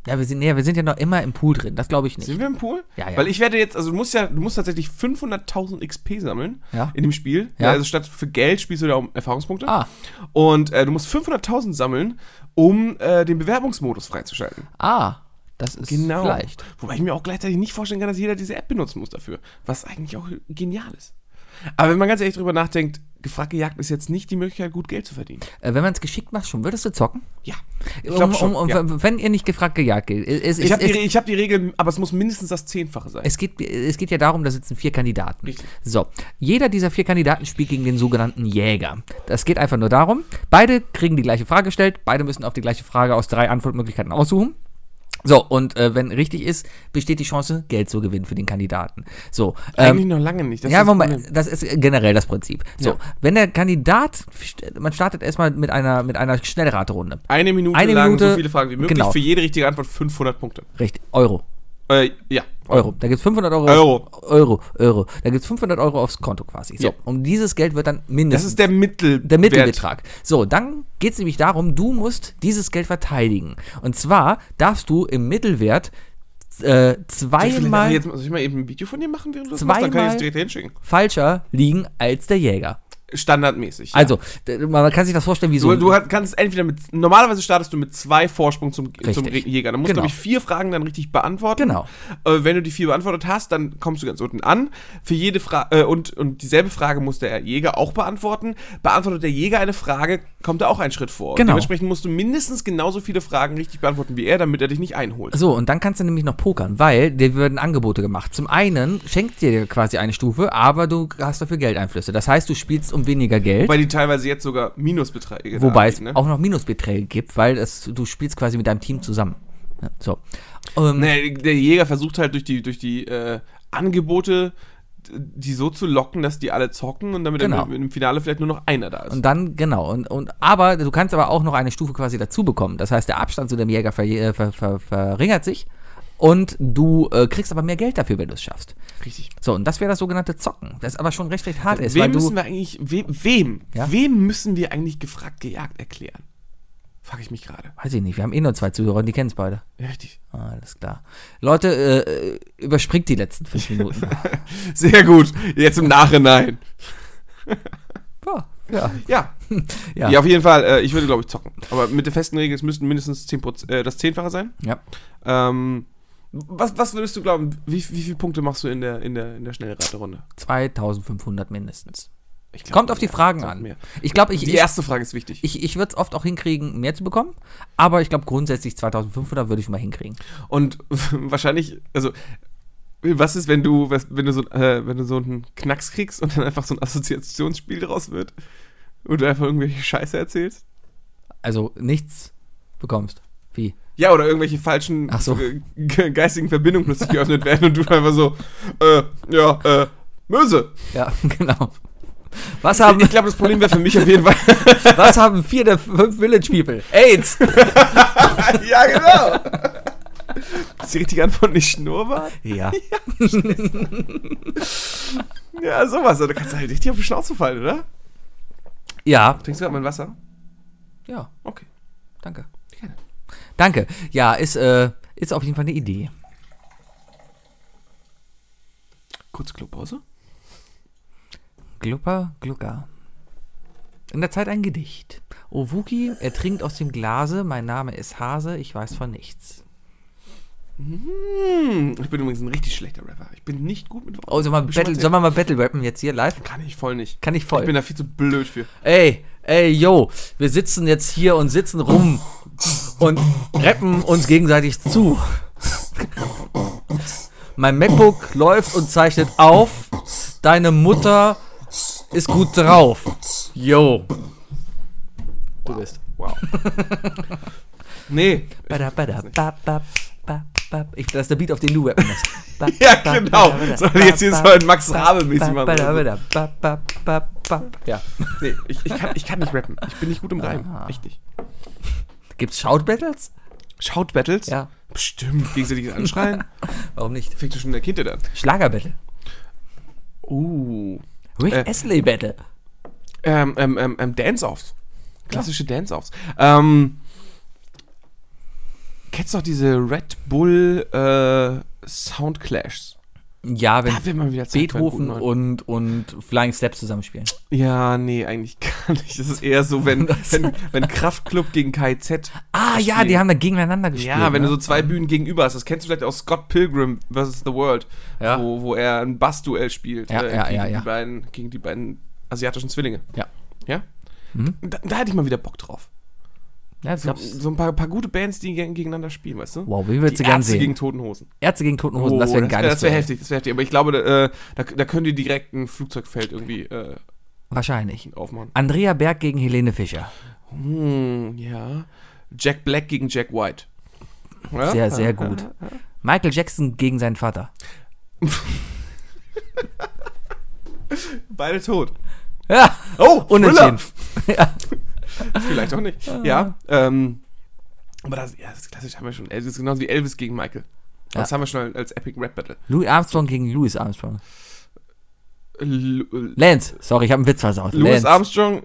Speaker 4: Ja, wir sind, nee, wir sind ja noch immer im Pool drin, das glaube ich nicht.
Speaker 3: Sind wir im Pool?
Speaker 4: Ja, ja.
Speaker 3: Weil ich werde jetzt, also du musst ja, du musst tatsächlich 500.000 XP sammeln
Speaker 4: Ja.
Speaker 3: in dem Spiel.
Speaker 4: Ja.
Speaker 3: Also statt für Geld spielst du da um Erfahrungspunkte.
Speaker 4: Ah.
Speaker 3: Und äh, du musst 500.000 sammeln, um äh, den Bewerbungsmodus freizuschalten.
Speaker 4: Ah, das ist
Speaker 3: Genau.
Speaker 4: vielleicht.
Speaker 3: Wobei ich mir auch gleichzeitig nicht vorstellen kann, dass jeder diese App benutzen muss dafür. Was eigentlich auch genial ist. Aber wenn man ganz ehrlich drüber nachdenkt, gefragt gejagt ist jetzt nicht die Möglichkeit, gut Geld zu verdienen.
Speaker 4: Äh, wenn man es geschickt macht, schon würdest du zocken?
Speaker 3: Ja. Ich glaube schon.
Speaker 4: um, um,
Speaker 3: ja.
Speaker 4: Wenn ihr nicht gefragt gejagt geht. Es,
Speaker 3: Ich
Speaker 4: es,
Speaker 3: habe die,
Speaker 4: es,
Speaker 3: Re- ich hab die Regel, aber es muss mindestens das Zehnfache sein.
Speaker 4: es, geht, es geht ja darum, da sitzen vier Kandidaten.
Speaker 3: Richtig.
Speaker 4: So, jeder dieser vier Kandidaten spielt gegen den sogenannten Jäger. Das geht einfach nur darum, beide kriegen die gleiche Frage gestellt, beide müssen auf die gleiche Frage aus drei Antwortmöglichkeiten aussuchen. So, und äh, wenn richtig ist, besteht die Chance, Geld zu gewinnen für den Kandidaten. So, ähm,
Speaker 3: Eigentlich noch lange nicht. das
Speaker 4: ja,
Speaker 3: ist das
Speaker 4: Moment,
Speaker 3: Problem.
Speaker 4: das ist generell das Prinzip. So,
Speaker 3: Ja.
Speaker 4: wenn der Kandidat, man startet erstmal mit einer, mit einer Schnellraterunde.
Speaker 3: Eine Minute
Speaker 4: Eine
Speaker 3: lang
Speaker 4: Minute-
Speaker 3: so viele Fragen wie möglich.
Speaker 4: genau.
Speaker 3: Für jede richtige Antwort 500 Punkte.
Speaker 4: Richtig, Euro.
Speaker 3: Äh, ja.
Speaker 4: Euro. Da gibt's 500 Euro.
Speaker 3: Euro.
Speaker 4: Euro. Euro. Da gibt's 500 Euro aufs Konto quasi. So.
Speaker 3: Ja.
Speaker 4: Und dieses Geld wird dann
Speaker 3: Das
Speaker 4: mindestens.
Speaker 3: ist der Mittel
Speaker 4: Der Mittelbetrag. So, dann geht es nämlich darum, du musst dieses Geld verteidigen. Und zwar darfst du im Mittelwert äh,
Speaker 3: Einmal.
Speaker 4: zweimal
Speaker 3: Jetzt, soll ich mal eben ein Video von dir machen, während du das machst? Dann kann
Speaker 4: Zweimal-
Speaker 3: ich es direkt hinschicken.
Speaker 4: falscher liegen als der Jäger.
Speaker 3: Standardmäßig. ja.
Speaker 4: Also, d- man kann sich das vorstellen wie so
Speaker 3: du, du hat- kannst entweder mit. Normalerweise startest du mit zwei Vorsprung zum, zum
Speaker 4: Richtig.
Speaker 3: Jäger. Dann musst
Speaker 4: Genau.
Speaker 3: du, glaube ich, vier Fragen dann richtig beantworten.
Speaker 4: Genau.
Speaker 3: Äh, wenn du die vier beantwortet hast, dann kommst du ganz unten an. Für jede Frage. Äh, und, und dieselbe Frage muss der Jäger auch beantworten. Beantwortet der Jäger eine Frage, kommt er auch einen Schritt vor. Und
Speaker 4: Genau.
Speaker 3: Dementsprechend musst du mindestens genauso viele Fragen richtig beantworten wie er, damit er dich nicht einholt.
Speaker 4: So, und dann kannst du nämlich noch pokern, weil dir werden Angebote gemacht. Zum einen schenkt dir quasi eine Stufe, aber du hast dafür Geldeinflüsse. Das heißt, du spielst um weniger Geld.
Speaker 3: Wobei die teilweise jetzt sogar Minusbeträge da
Speaker 4: Wobei es
Speaker 3: liegen, ne?
Speaker 4: auch noch Minusbeträge gibt, weil es, du spielst quasi mit deinem Team zusammen. Ja, so. Ähm,
Speaker 3: Naja, der Jäger versucht halt durch die, durch die äh, Angebote d- die so zu locken, dass die alle zocken und damit
Speaker 4: Genau.
Speaker 3: dann im Finale vielleicht nur noch einer da ist.
Speaker 4: Und dann, genau, und, und aber du kannst aber auch noch eine Stufe quasi dazu bekommen. Das heißt, der Abstand zu dem Jäger ver, äh, ver, ver, verringert sich und du äh, kriegst aber mehr Geld dafür, wenn du es schaffst.
Speaker 3: Richtig.
Speaker 4: So, und das wäre das sogenannte Zocken, das aber schon recht, recht hart ist,
Speaker 3: wem
Speaker 4: weil du.
Speaker 3: müssen wir eigentlich, wem, wem,
Speaker 4: Ja?
Speaker 3: wem müssen wir eigentlich gefragt gejagt erklären? Frag ich mich gerade.
Speaker 4: Weiß ich nicht, wir haben eh nur zwei Zuhörer und die kennen es beide.
Speaker 3: Ja, Richtig.
Speaker 4: Ah, Alles klar. Leute, äh, äh, überspringt die letzten fünf Minuten.
Speaker 3: Sehr gut. Jetzt im Nachhinein.
Speaker 4: ja, ja,
Speaker 3: Ja.
Speaker 4: Ja.
Speaker 3: ja. auf jeden Fall. Äh, ich würde, glaube ich, zocken. Aber mit der festen Regel, es müssten mindestens 10%, äh, das Zehnfache sein.
Speaker 4: ja.
Speaker 3: Ähm, was, was würdest du glauben, wie, wie viele Punkte machst du in der, in der, in der Schnellraterunde?
Speaker 4: 2500 mindestens.
Speaker 3: Ich glaub,
Speaker 4: Kommt auf die
Speaker 3: mehr.
Speaker 4: Fragen
Speaker 3: Kommt
Speaker 4: an.
Speaker 3: mehr.
Speaker 4: Ich glaube, ich,
Speaker 3: Die
Speaker 4: ich,
Speaker 3: erste Frage ist wichtig.
Speaker 4: ich, ich würde es oft auch hinkriegen, mehr zu bekommen, aber ich glaube, grundsätzlich 2500 würde ich mal hinkriegen.
Speaker 3: Und wahrscheinlich, also was ist, wenn du, was, wenn du so, äh, wenn du so einen Knacks kriegst und dann einfach so ein Assoziationsspiel draus wird und du einfach irgendwelche Scheiße erzählst?
Speaker 4: also nichts bekommst. Wie?
Speaker 3: Ja, oder irgendwelche falschen
Speaker 4: Ach so.
Speaker 3: ge- ge- geistigen Verbindungen plötzlich geöffnet werden und du einfach so, äh, ja, äh, Möse.
Speaker 4: Ja, genau. Was haben,
Speaker 3: Ich glaube, das Problem wäre für mich auf jeden Fall.
Speaker 4: was haben vier der fünf Village People? AIDS!
Speaker 3: ja, genau. Ist die richtige Antwort nicht Schnurrbart?
Speaker 4: Ja.
Speaker 3: Ja, sowas. Da kannst du halt richtig auf die Schnauze fallen, oder?
Speaker 4: Ja.
Speaker 3: Trinkst du gerade mein Wasser?
Speaker 4: Ja,
Speaker 3: Okay.
Speaker 4: danke.
Speaker 3: Gerne.
Speaker 4: Danke. Ja, ist, äh, ist auf jeden Fall eine Idee.
Speaker 3: Kurz Klopause.
Speaker 4: Glupper, Glucker. In der Zeit ein Gedicht. O Wookie, er trinkt aus dem Glase, mein Name ist Hase, ich weiß von nichts.
Speaker 3: Hm, Ich bin übrigens ein richtig schlechter Rapper. Ich bin nicht gut mit Worten.
Speaker 4: Oh, sollen wir,
Speaker 3: Hab ich schon
Speaker 4: battle,
Speaker 3: mal
Speaker 4: sollen wir mal Battle rappen jetzt hier live?
Speaker 3: erzählt. Kann ich voll nicht.
Speaker 4: Kann ich voll.
Speaker 3: Ich bin da viel zu blöd für.
Speaker 4: ey, ey, yo, wir sitzen jetzt hier und sitzen rum und rappen uns gegenseitig zu. Mein MacBook läuft und zeichnet auf. Deine Mutter ist gut drauf. Yo. Du bist.
Speaker 3: Wow. nee.
Speaker 4: Bada, bada, ba, ba, ba, ba. Ich, das ist der Beat, auf den du rappen musst. Ba,
Speaker 3: Ja,
Speaker 4: ba,
Speaker 3: genau.
Speaker 4: bada, bada,
Speaker 3: Soll ich jetzt hier
Speaker 4: ba,
Speaker 3: so
Speaker 4: ba,
Speaker 3: einen Max
Speaker 4: ba,
Speaker 3: Rabe-mäßig
Speaker 4: ba,
Speaker 3: machen oder
Speaker 4: bada,
Speaker 3: so?
Speaker 4: bada, ba, ba, ba, ba. Ja.
Speaker 3: Nee, ich, ich, kann, ich kann nicht rappen. Ich bin nicht gut im Reim.
Speaker 4: Ah.
Speaker 3: Echt nicht.
Speaker 4: Gibt's Shout-Battles?
Speaker 3: Shout-Battles?
Speaker 4: Ja.
Speaker 3: Bestimmt. Gegenseitiges Anschreien?
Speaker 4: Warum nicht?
Speaker 3: Fängt ja schon in der Kindheit an.
Speaker 4: Schlager-Battle.
Speaker 3: Uh.
Speaker 4: Rick
Speaker 3: Äh.
Speaker 4: Astley Battle.
Speaker 3: Ähm, ähm, ähm, ähm Dance-Offs. Klassische Dance-Offs. Ähm, kennst du noch diese Red Bull äh, Soundclashs?
Speaker 4: Ja, wenn
Speaker 3: Da wird mal wieder Zeit für einen
Speaker 4: Beethoven
Speaker 3: guten neuen-
Speaker 4: und, und Flying Steps zusammenspielen.
Speaker 3: Ja, nee, eigentlich gar nicht. Das ist eher so, wenn, wenn, wenn Kraftclub gegen KZ.
Speaker 4: Ah ja, die haben da gegeneinander gespielt.
Speaker 3: Ja, wenn
Speaker 4: ne?
Speaker 3: du so zwei Bühnen gegenüber hast. Das kennst du vielleicht aus Scott Pilgrim vs. The World,
Speaker 4: Ja.
Speaker 3: wo, wo er ein Bassduell spielt äh,
Speaker 4: Ja, ja,
Speaker 3: gegen,
Speaker 4: ja, ja.
Speaker 3: Die beiden, gegen die beiden asiatischen Zwillinge.
Speaker 4: Ja. Mhm.
Speaker 3: Ja? Da, da hätte ich mal wieder Bock drauf.
Speaker 4: Ja, das
Speaker 3: So,
Speaker 4: gab's.
Speaker 3: so ein paar, paar gute Bands, die gegen- gegeneinander spielen, weißt du?
Speaker 4: Wow, wie würdest
Speaker 3: Die
Speaker 4: du gern
Speaker 3: Ärzte
Speaker 4: sehen?
Speaker 3: gegen Toten Hosen.
Speaker 4: Ärzte gegen Toten Hosen, das wäre ein
Speaker 3: das wär,
Speaker 4: geiles
Speaker 3: das wär
Speaker 4: Duell.
Speaker 3: heftig, das wäre heftig. Aber ich glaube, da, äh, da, da können die direkt ein Flugzeugfeld irgendwie äh,
Speaker 4: Wahrscheinlich.
Speaker 3: aufmachen.
Speaker 4: Andrea Berg gegen Helene Fischer.
Speaker 3: Hm, ja. Jack Black gegen Jack White. Ja?
Speaker 4: Sehr, sehr gut. Michael Jackson gegen seinen Vater.
Speaker 3: Beide tot.
Speaker 4: Ja,
Speaker 3: Oh,
Speaker 4: unentschieden.
Speaker 3: Vielleicht auch
Speaker 4: Ah.
Speaker 3: nicht. Ja, ähm, aber das, ja, das ist klassisch, haben wir schon. Es ist genauso wie Elvis gegen Michael. Aber Das haben wir schon als Epic Rap Battle.
Speaker 4: Louis Armstrong gegen Louis Armstrong.
Speaker 3: L L-
Speaker 4: Lance, sorry, ich habe einen Witz versaut.
Speaker 3: Louis
Speaker 4: Lance.
Speaker 3: Armstrong.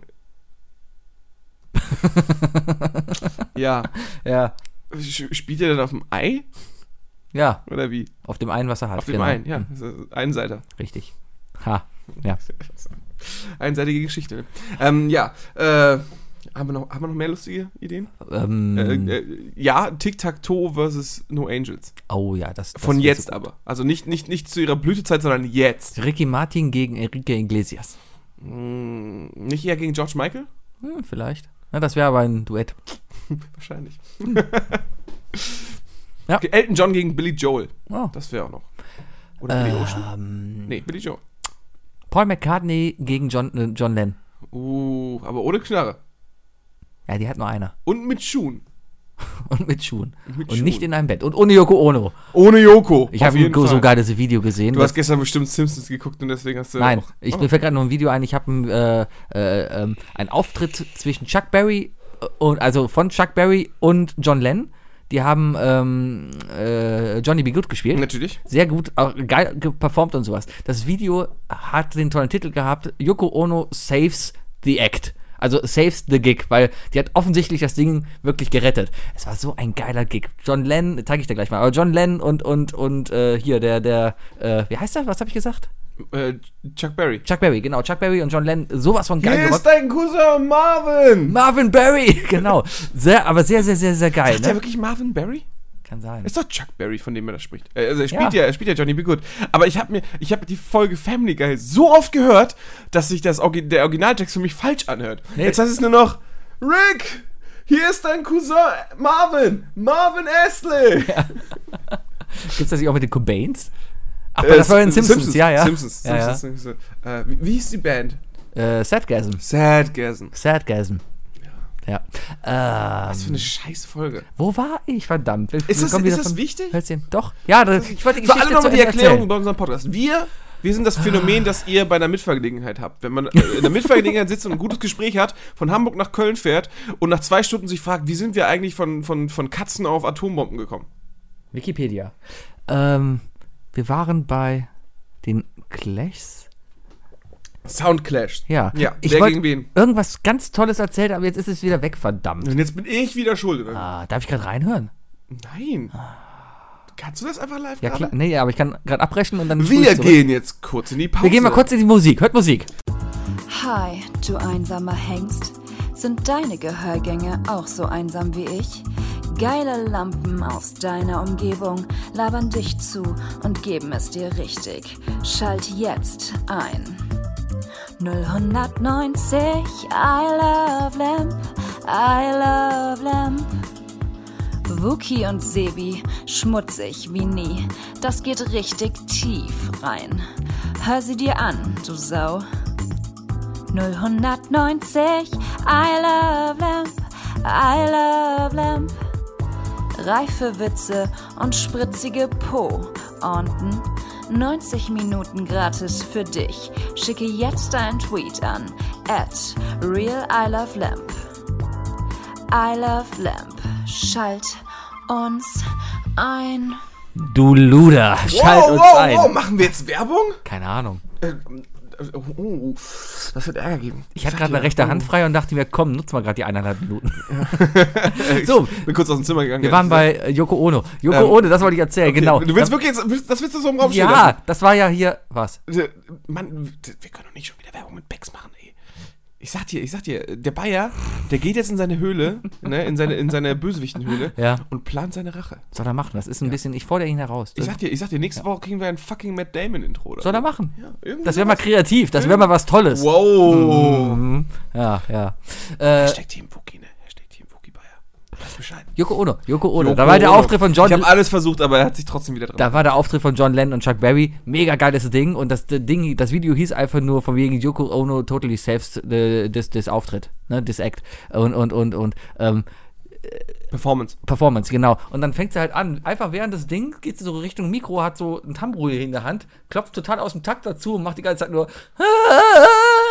Speaker 3: ja.
Speaker 4: Ja,
Speaker 3: Sch- Spielt er dann auf dem Ei?
Speaker 4: ja,
Speaker 3: Oder wie?
Speaker 4: auf dem einen, was er hat. Genau.
Speaker 3: Auf dem einen,
Speaker 4: Mhm.
Speaker 3: ja. Das ist Einseiter.
Speaker 4: Richtig. Ha, ja.
Speaker 3: Einseitige Geschichte. ne? Ähm, ja. Äh, haben, wir noch, haben wir noch mehr lustige Ideen?
Speaker 4: Ähm,
Speaker 3: Äh, äh, ja, Tic-Tac-Toe versus No Angels.
Speaker 4: oh ja, das. das
Speaker 3: Von
Speaker 4: wär
Speaker 3: jetzt
Speaker 4: super.
Speaker 3: aber. Also nicht, nicht, nicht zu ihrer Blütezeit, sondern jetzt.
Speaker 4: Ricky Martin gegen Enrique Iglesias.
Speaker 3: Hm, nicht eher gegen George Michael?
Speaker 4: Hm, vielleicht. Na, das wäre aber ein Duett.
Speaker 3: Wahrscheinlich.
Speaker 4: Ja.
Speaker 3: Okay, Elton John gegen Billy Joel.
Speaker 4: Oh.
Speaker 3: Das wäre auch noch. Oder Billy Ocean.
Speaker 4: Ähm,
Speaker 3: Nee, Billy Joel.
Speaker 4: Paul McCartney gegen John, äh, John Lennon.
Speaker 3: Uh, aber ohne Knarre.
Speaker 4: Ja, die hat nur einer.
Speaker 3: Und mit Schuhen.
Speaker 4: Und mit Schuhen.
Speaker 3: Mit
Speaker 4: und nicht
Speaker 3: Schuhen.
Speaker 4: in einem Bett. Und ohne Yoko Ono.
Speaker 3: Ohne Yoko.
Speaker 4: Ich
Speaker 3: auf
Speaker 4: habe
Speaker 3: jeden Fall.
Speaker 4: sogar das Video gesehen.
Speaker 3: Du
Speaker 4: das-
Speaker 3: hast gestern bestimmt Simpsons geguckt und deswegen hast du.
Speaker 4: Nein,
Speaker 3: auch-
Speaker 4: ich, mir fällt gerade noch ein Video ein. Ich habe äh, äh, ähm, einen Auftritt zwischen Chuck Berry und also von Chuck Berry und John Lennon. Die haben ähm, äh, Johnny B. Good gespielt.
Speaker 3: Natürlich.
Speaker 4: Sehr gut, auch geil ge- performt und sowas. Das Video hat den tollen Titel gehabt: Yoko Ono Saves the Act. Also saves the gig, weil die hat offensichtlich das Ding wirklich gerettet. Es war so ein geiler Gig. John Lennon, zeige ich dir gleich mal, aber John Lennon und und und äh, hier der der äh, wie heißt der? Was habe ich gesagt?
Speaker 3: Äh, Chuck Berry.
Speaker 4: Chuck Berry, genau. Chuck Berry und John Lennon, sowas von geil gerockt.
Speaker 3: dein Cousin Marvin.
Speaker 4: Marvin Berry, genau. Sehr, aber sehr, sehr, sehr, sehr geil.
Speaker 3: Ist der
Speaker 4: Ne?
Speaker 3: wirklich Marvin Berry?
Speaker 4: Kann sein.
Speaker 3: Ist doch Chuck Berry, von dem er da spricht. Äh, Also er spielt
Speaker 4: Ja.
Speaker 3: ja, er spielt ja Johnny B. Good. Aber ich habe mir, ich habe die Folge Family Guy so oft gehört, dass sich das Orgi der Originaltext für mich falsch anhört.
Speaker 4: Nee.
Speaker 3: Jetzt heißt es nur noch Rick. Hier ist dein Cousin Marvin. Marvin Astley. Äh,
Speaker 4: Gibt's das nicht auch mit den Cobains? Ach,
Speaker 3: Äh,
Speaker 4: das war in
Speaker 3: Sim-
Speaker 4: Simpsons, ja, ja.
Speaker 3: Simpsons.
Speaker 4: ja,
Speaker 3: Simpsons. Simpsons. Äh, wie, wie hieß die Band?
Speaker 4: ja. Äh, Sadgasm.
Speaker 3: Sadgasm.
Speaker 4: Sadgasm. Ja.
Speaker 3: Was
Speaker 4: Ähm,
Speaker 3: für eine scheiß Folge.
Speaker 4: wo war ich? Verdammt. Wir,
Speaker 3: Ist das,
Speaker 4: kommen
Speaker 3: ist
Speaker 4: wieder
Speaker 3: das
Speaker 4: von-
Speaker 3: wichtig?
Speaker 4: Hölzchen. Doch. Ja, das, ich wollte die
Speaker 3: Für alle
Speaker 4: Geschichte
Speaker 3: nochmal
Speaker 4: zu
Speaker 3: die
Speaker 4: Ende
Speaker 3: Erklärung
Speaker 4: erzählen.
Speaker 3: über unseren Podcast. Wir, wir sind das Phänomen, das ihr bei einer Mitfahrgelegenheit habt. Wenn man äh, in einer Mitfahrgelegenheit sitzt und ein gutes Gespräch hat, von Hamburg nach Köln fährt und nach zwei Stunden sich fragt, wie sind wir eigentlich von, von, von Katzen auf Atombomben gekommen?
Speaker 4: Wikipedia. Ähm, wir waren bei den Clashs.
Speaker 3: Soundclash.
Speaker 4: Ja.
Speaker 3: Ja,
Speaker 4: ich
Speaker 3: wer
Speaker 4: wollte
Speaker 3: gegen wen?
Speaker 4: irgendwas ganz Tolles erzählt, aber jetzt ist es wieder weg, verdammt.
Speaker 3: Und jetzt bin ich wieder schuld.
Speaker 4: Ah, darf ich gerade reinhören?
Speaker 3: Nein. Kannst du das einfach live
Speaker 4: Ja,
Speaker 3: gerade?
Speaker 4: klar. Nee, aber ich kann gerade abbrechen und dann. spule ich
Speaker 3: Wir
Speaker 4: zurück.
Speaker 3: gehen jetzt kurz in die Pause.
Speaker 4: Wir gehen mal kurz in die Musik. Hört Musik.
Speaker 6: Hi, du einsamer Hengst. Sind deine Gehörgänge auch so einsam wie ich? Geile Lampen aus deiner Umgebung labern dich zu und geben es dir richtig. Schalt jetzt ein. 090 I love Lamp, I love Lamp. Wookie und Sebi, schmutzig wie nie. Das geht richtig tief rein. Hör sie dir an, du Sau. 090 I love Lamp, I love Lamp. Reife Witze und spritzige Po-Onten. 90 Minuten gratis für dich. Schicke jetzt einen Tweet an. At Real I Love Lamp. I Love Lamp. Schalt uns ein.
Speaker 4: Du Luder, schalt
Speaker 3: wow,
Speaker 4: uns
Speaker 3: wow,
Speaker 4: ein.
Speaker 3: wow, machen wir jetzt Werbung?
Speaker 4: Keine Ahnung.
Speaker 3: Ähm, äh, oh, das wird Ärger geben.
Speaker 4: Ich hatte gerade eine rechte
Speaker 3: Oh.
Speaker 4: Hand frei und dachte mir, komm, nutz mal gerade die eineinhalb Minuten. so,
Speaker 3: Ich bin kurz aus dem Zimmer gegangen.
Speaker 4: wir waren bei äh, Yoko Ono. Yoko
Speaker 3: Ähm,
Speaker 4: Ono, das wollte ich erzählen, genau.
Speaker 3: Du willst wirklich jetzt, willst- das willst du so im Raum stehen
Speaker 4: ja, das war ja hier. Was?
Speaker 3: lassen? Äh, Mann, wir können doch nicht schon wieder Werbung mit Becks machen, ey. Ich sag dir, ich sag dir, der Bayer, der geht jetzt in seine Höhle, ne, in seine, in seine Bösewichtenhöhle
Speaker 4: Ja.
Speaker 3: und plant seine Rache.
Speaker 4: Soll er machen? Das ist ein bisschen, ich fordere ihn heraus.
Speaker 3: Ich sag dir, ich sag dir, nächste Woche kriegen wir ein fucking Matt Damon-Intro. oder
Speaker 4: Soll
Speaker 3: so.
Speaker 4: er machen?
Speaker 3: irgendwie
Speaker 4: das wäre mal
Speaker 3: sowas.
Speaker 4: kreativ, das wäre mal was Tolles.
Speaker 3: Wow.
Speaker 4: Mhm. Ja, ja. Äh,
Speaker 3: Hashtag Team Wookie, ne? Hashtag Team Wookie Bayer. Weiß Bescheid.
Speaker 4: Yoko Ono, Yoko Ono. da war der Auftritt von John
Speaker 3: Ich habe alles versucht, aber er hat sich trotzdem wieder dran.
Speaker 4: Da war der Auftritt von John Lennon und Chuck Berry. Mega geiles Ding. Und das Ding, das Video hieß einfach nur von wegen Yoko Ono totally saves äh, this, this Auftritt, ne, this Act. Und, und, und, und, ähm,
Speaker 3: Performance.
Speaker 4: Performance, genau. Und dann fängt sie halt an. Einfach während des Dings geht sie so Richtung Mikro, hat so ein Tambourin in der Hand, klopft total aus dem Takt dazu und macht die ganze Zeit nur.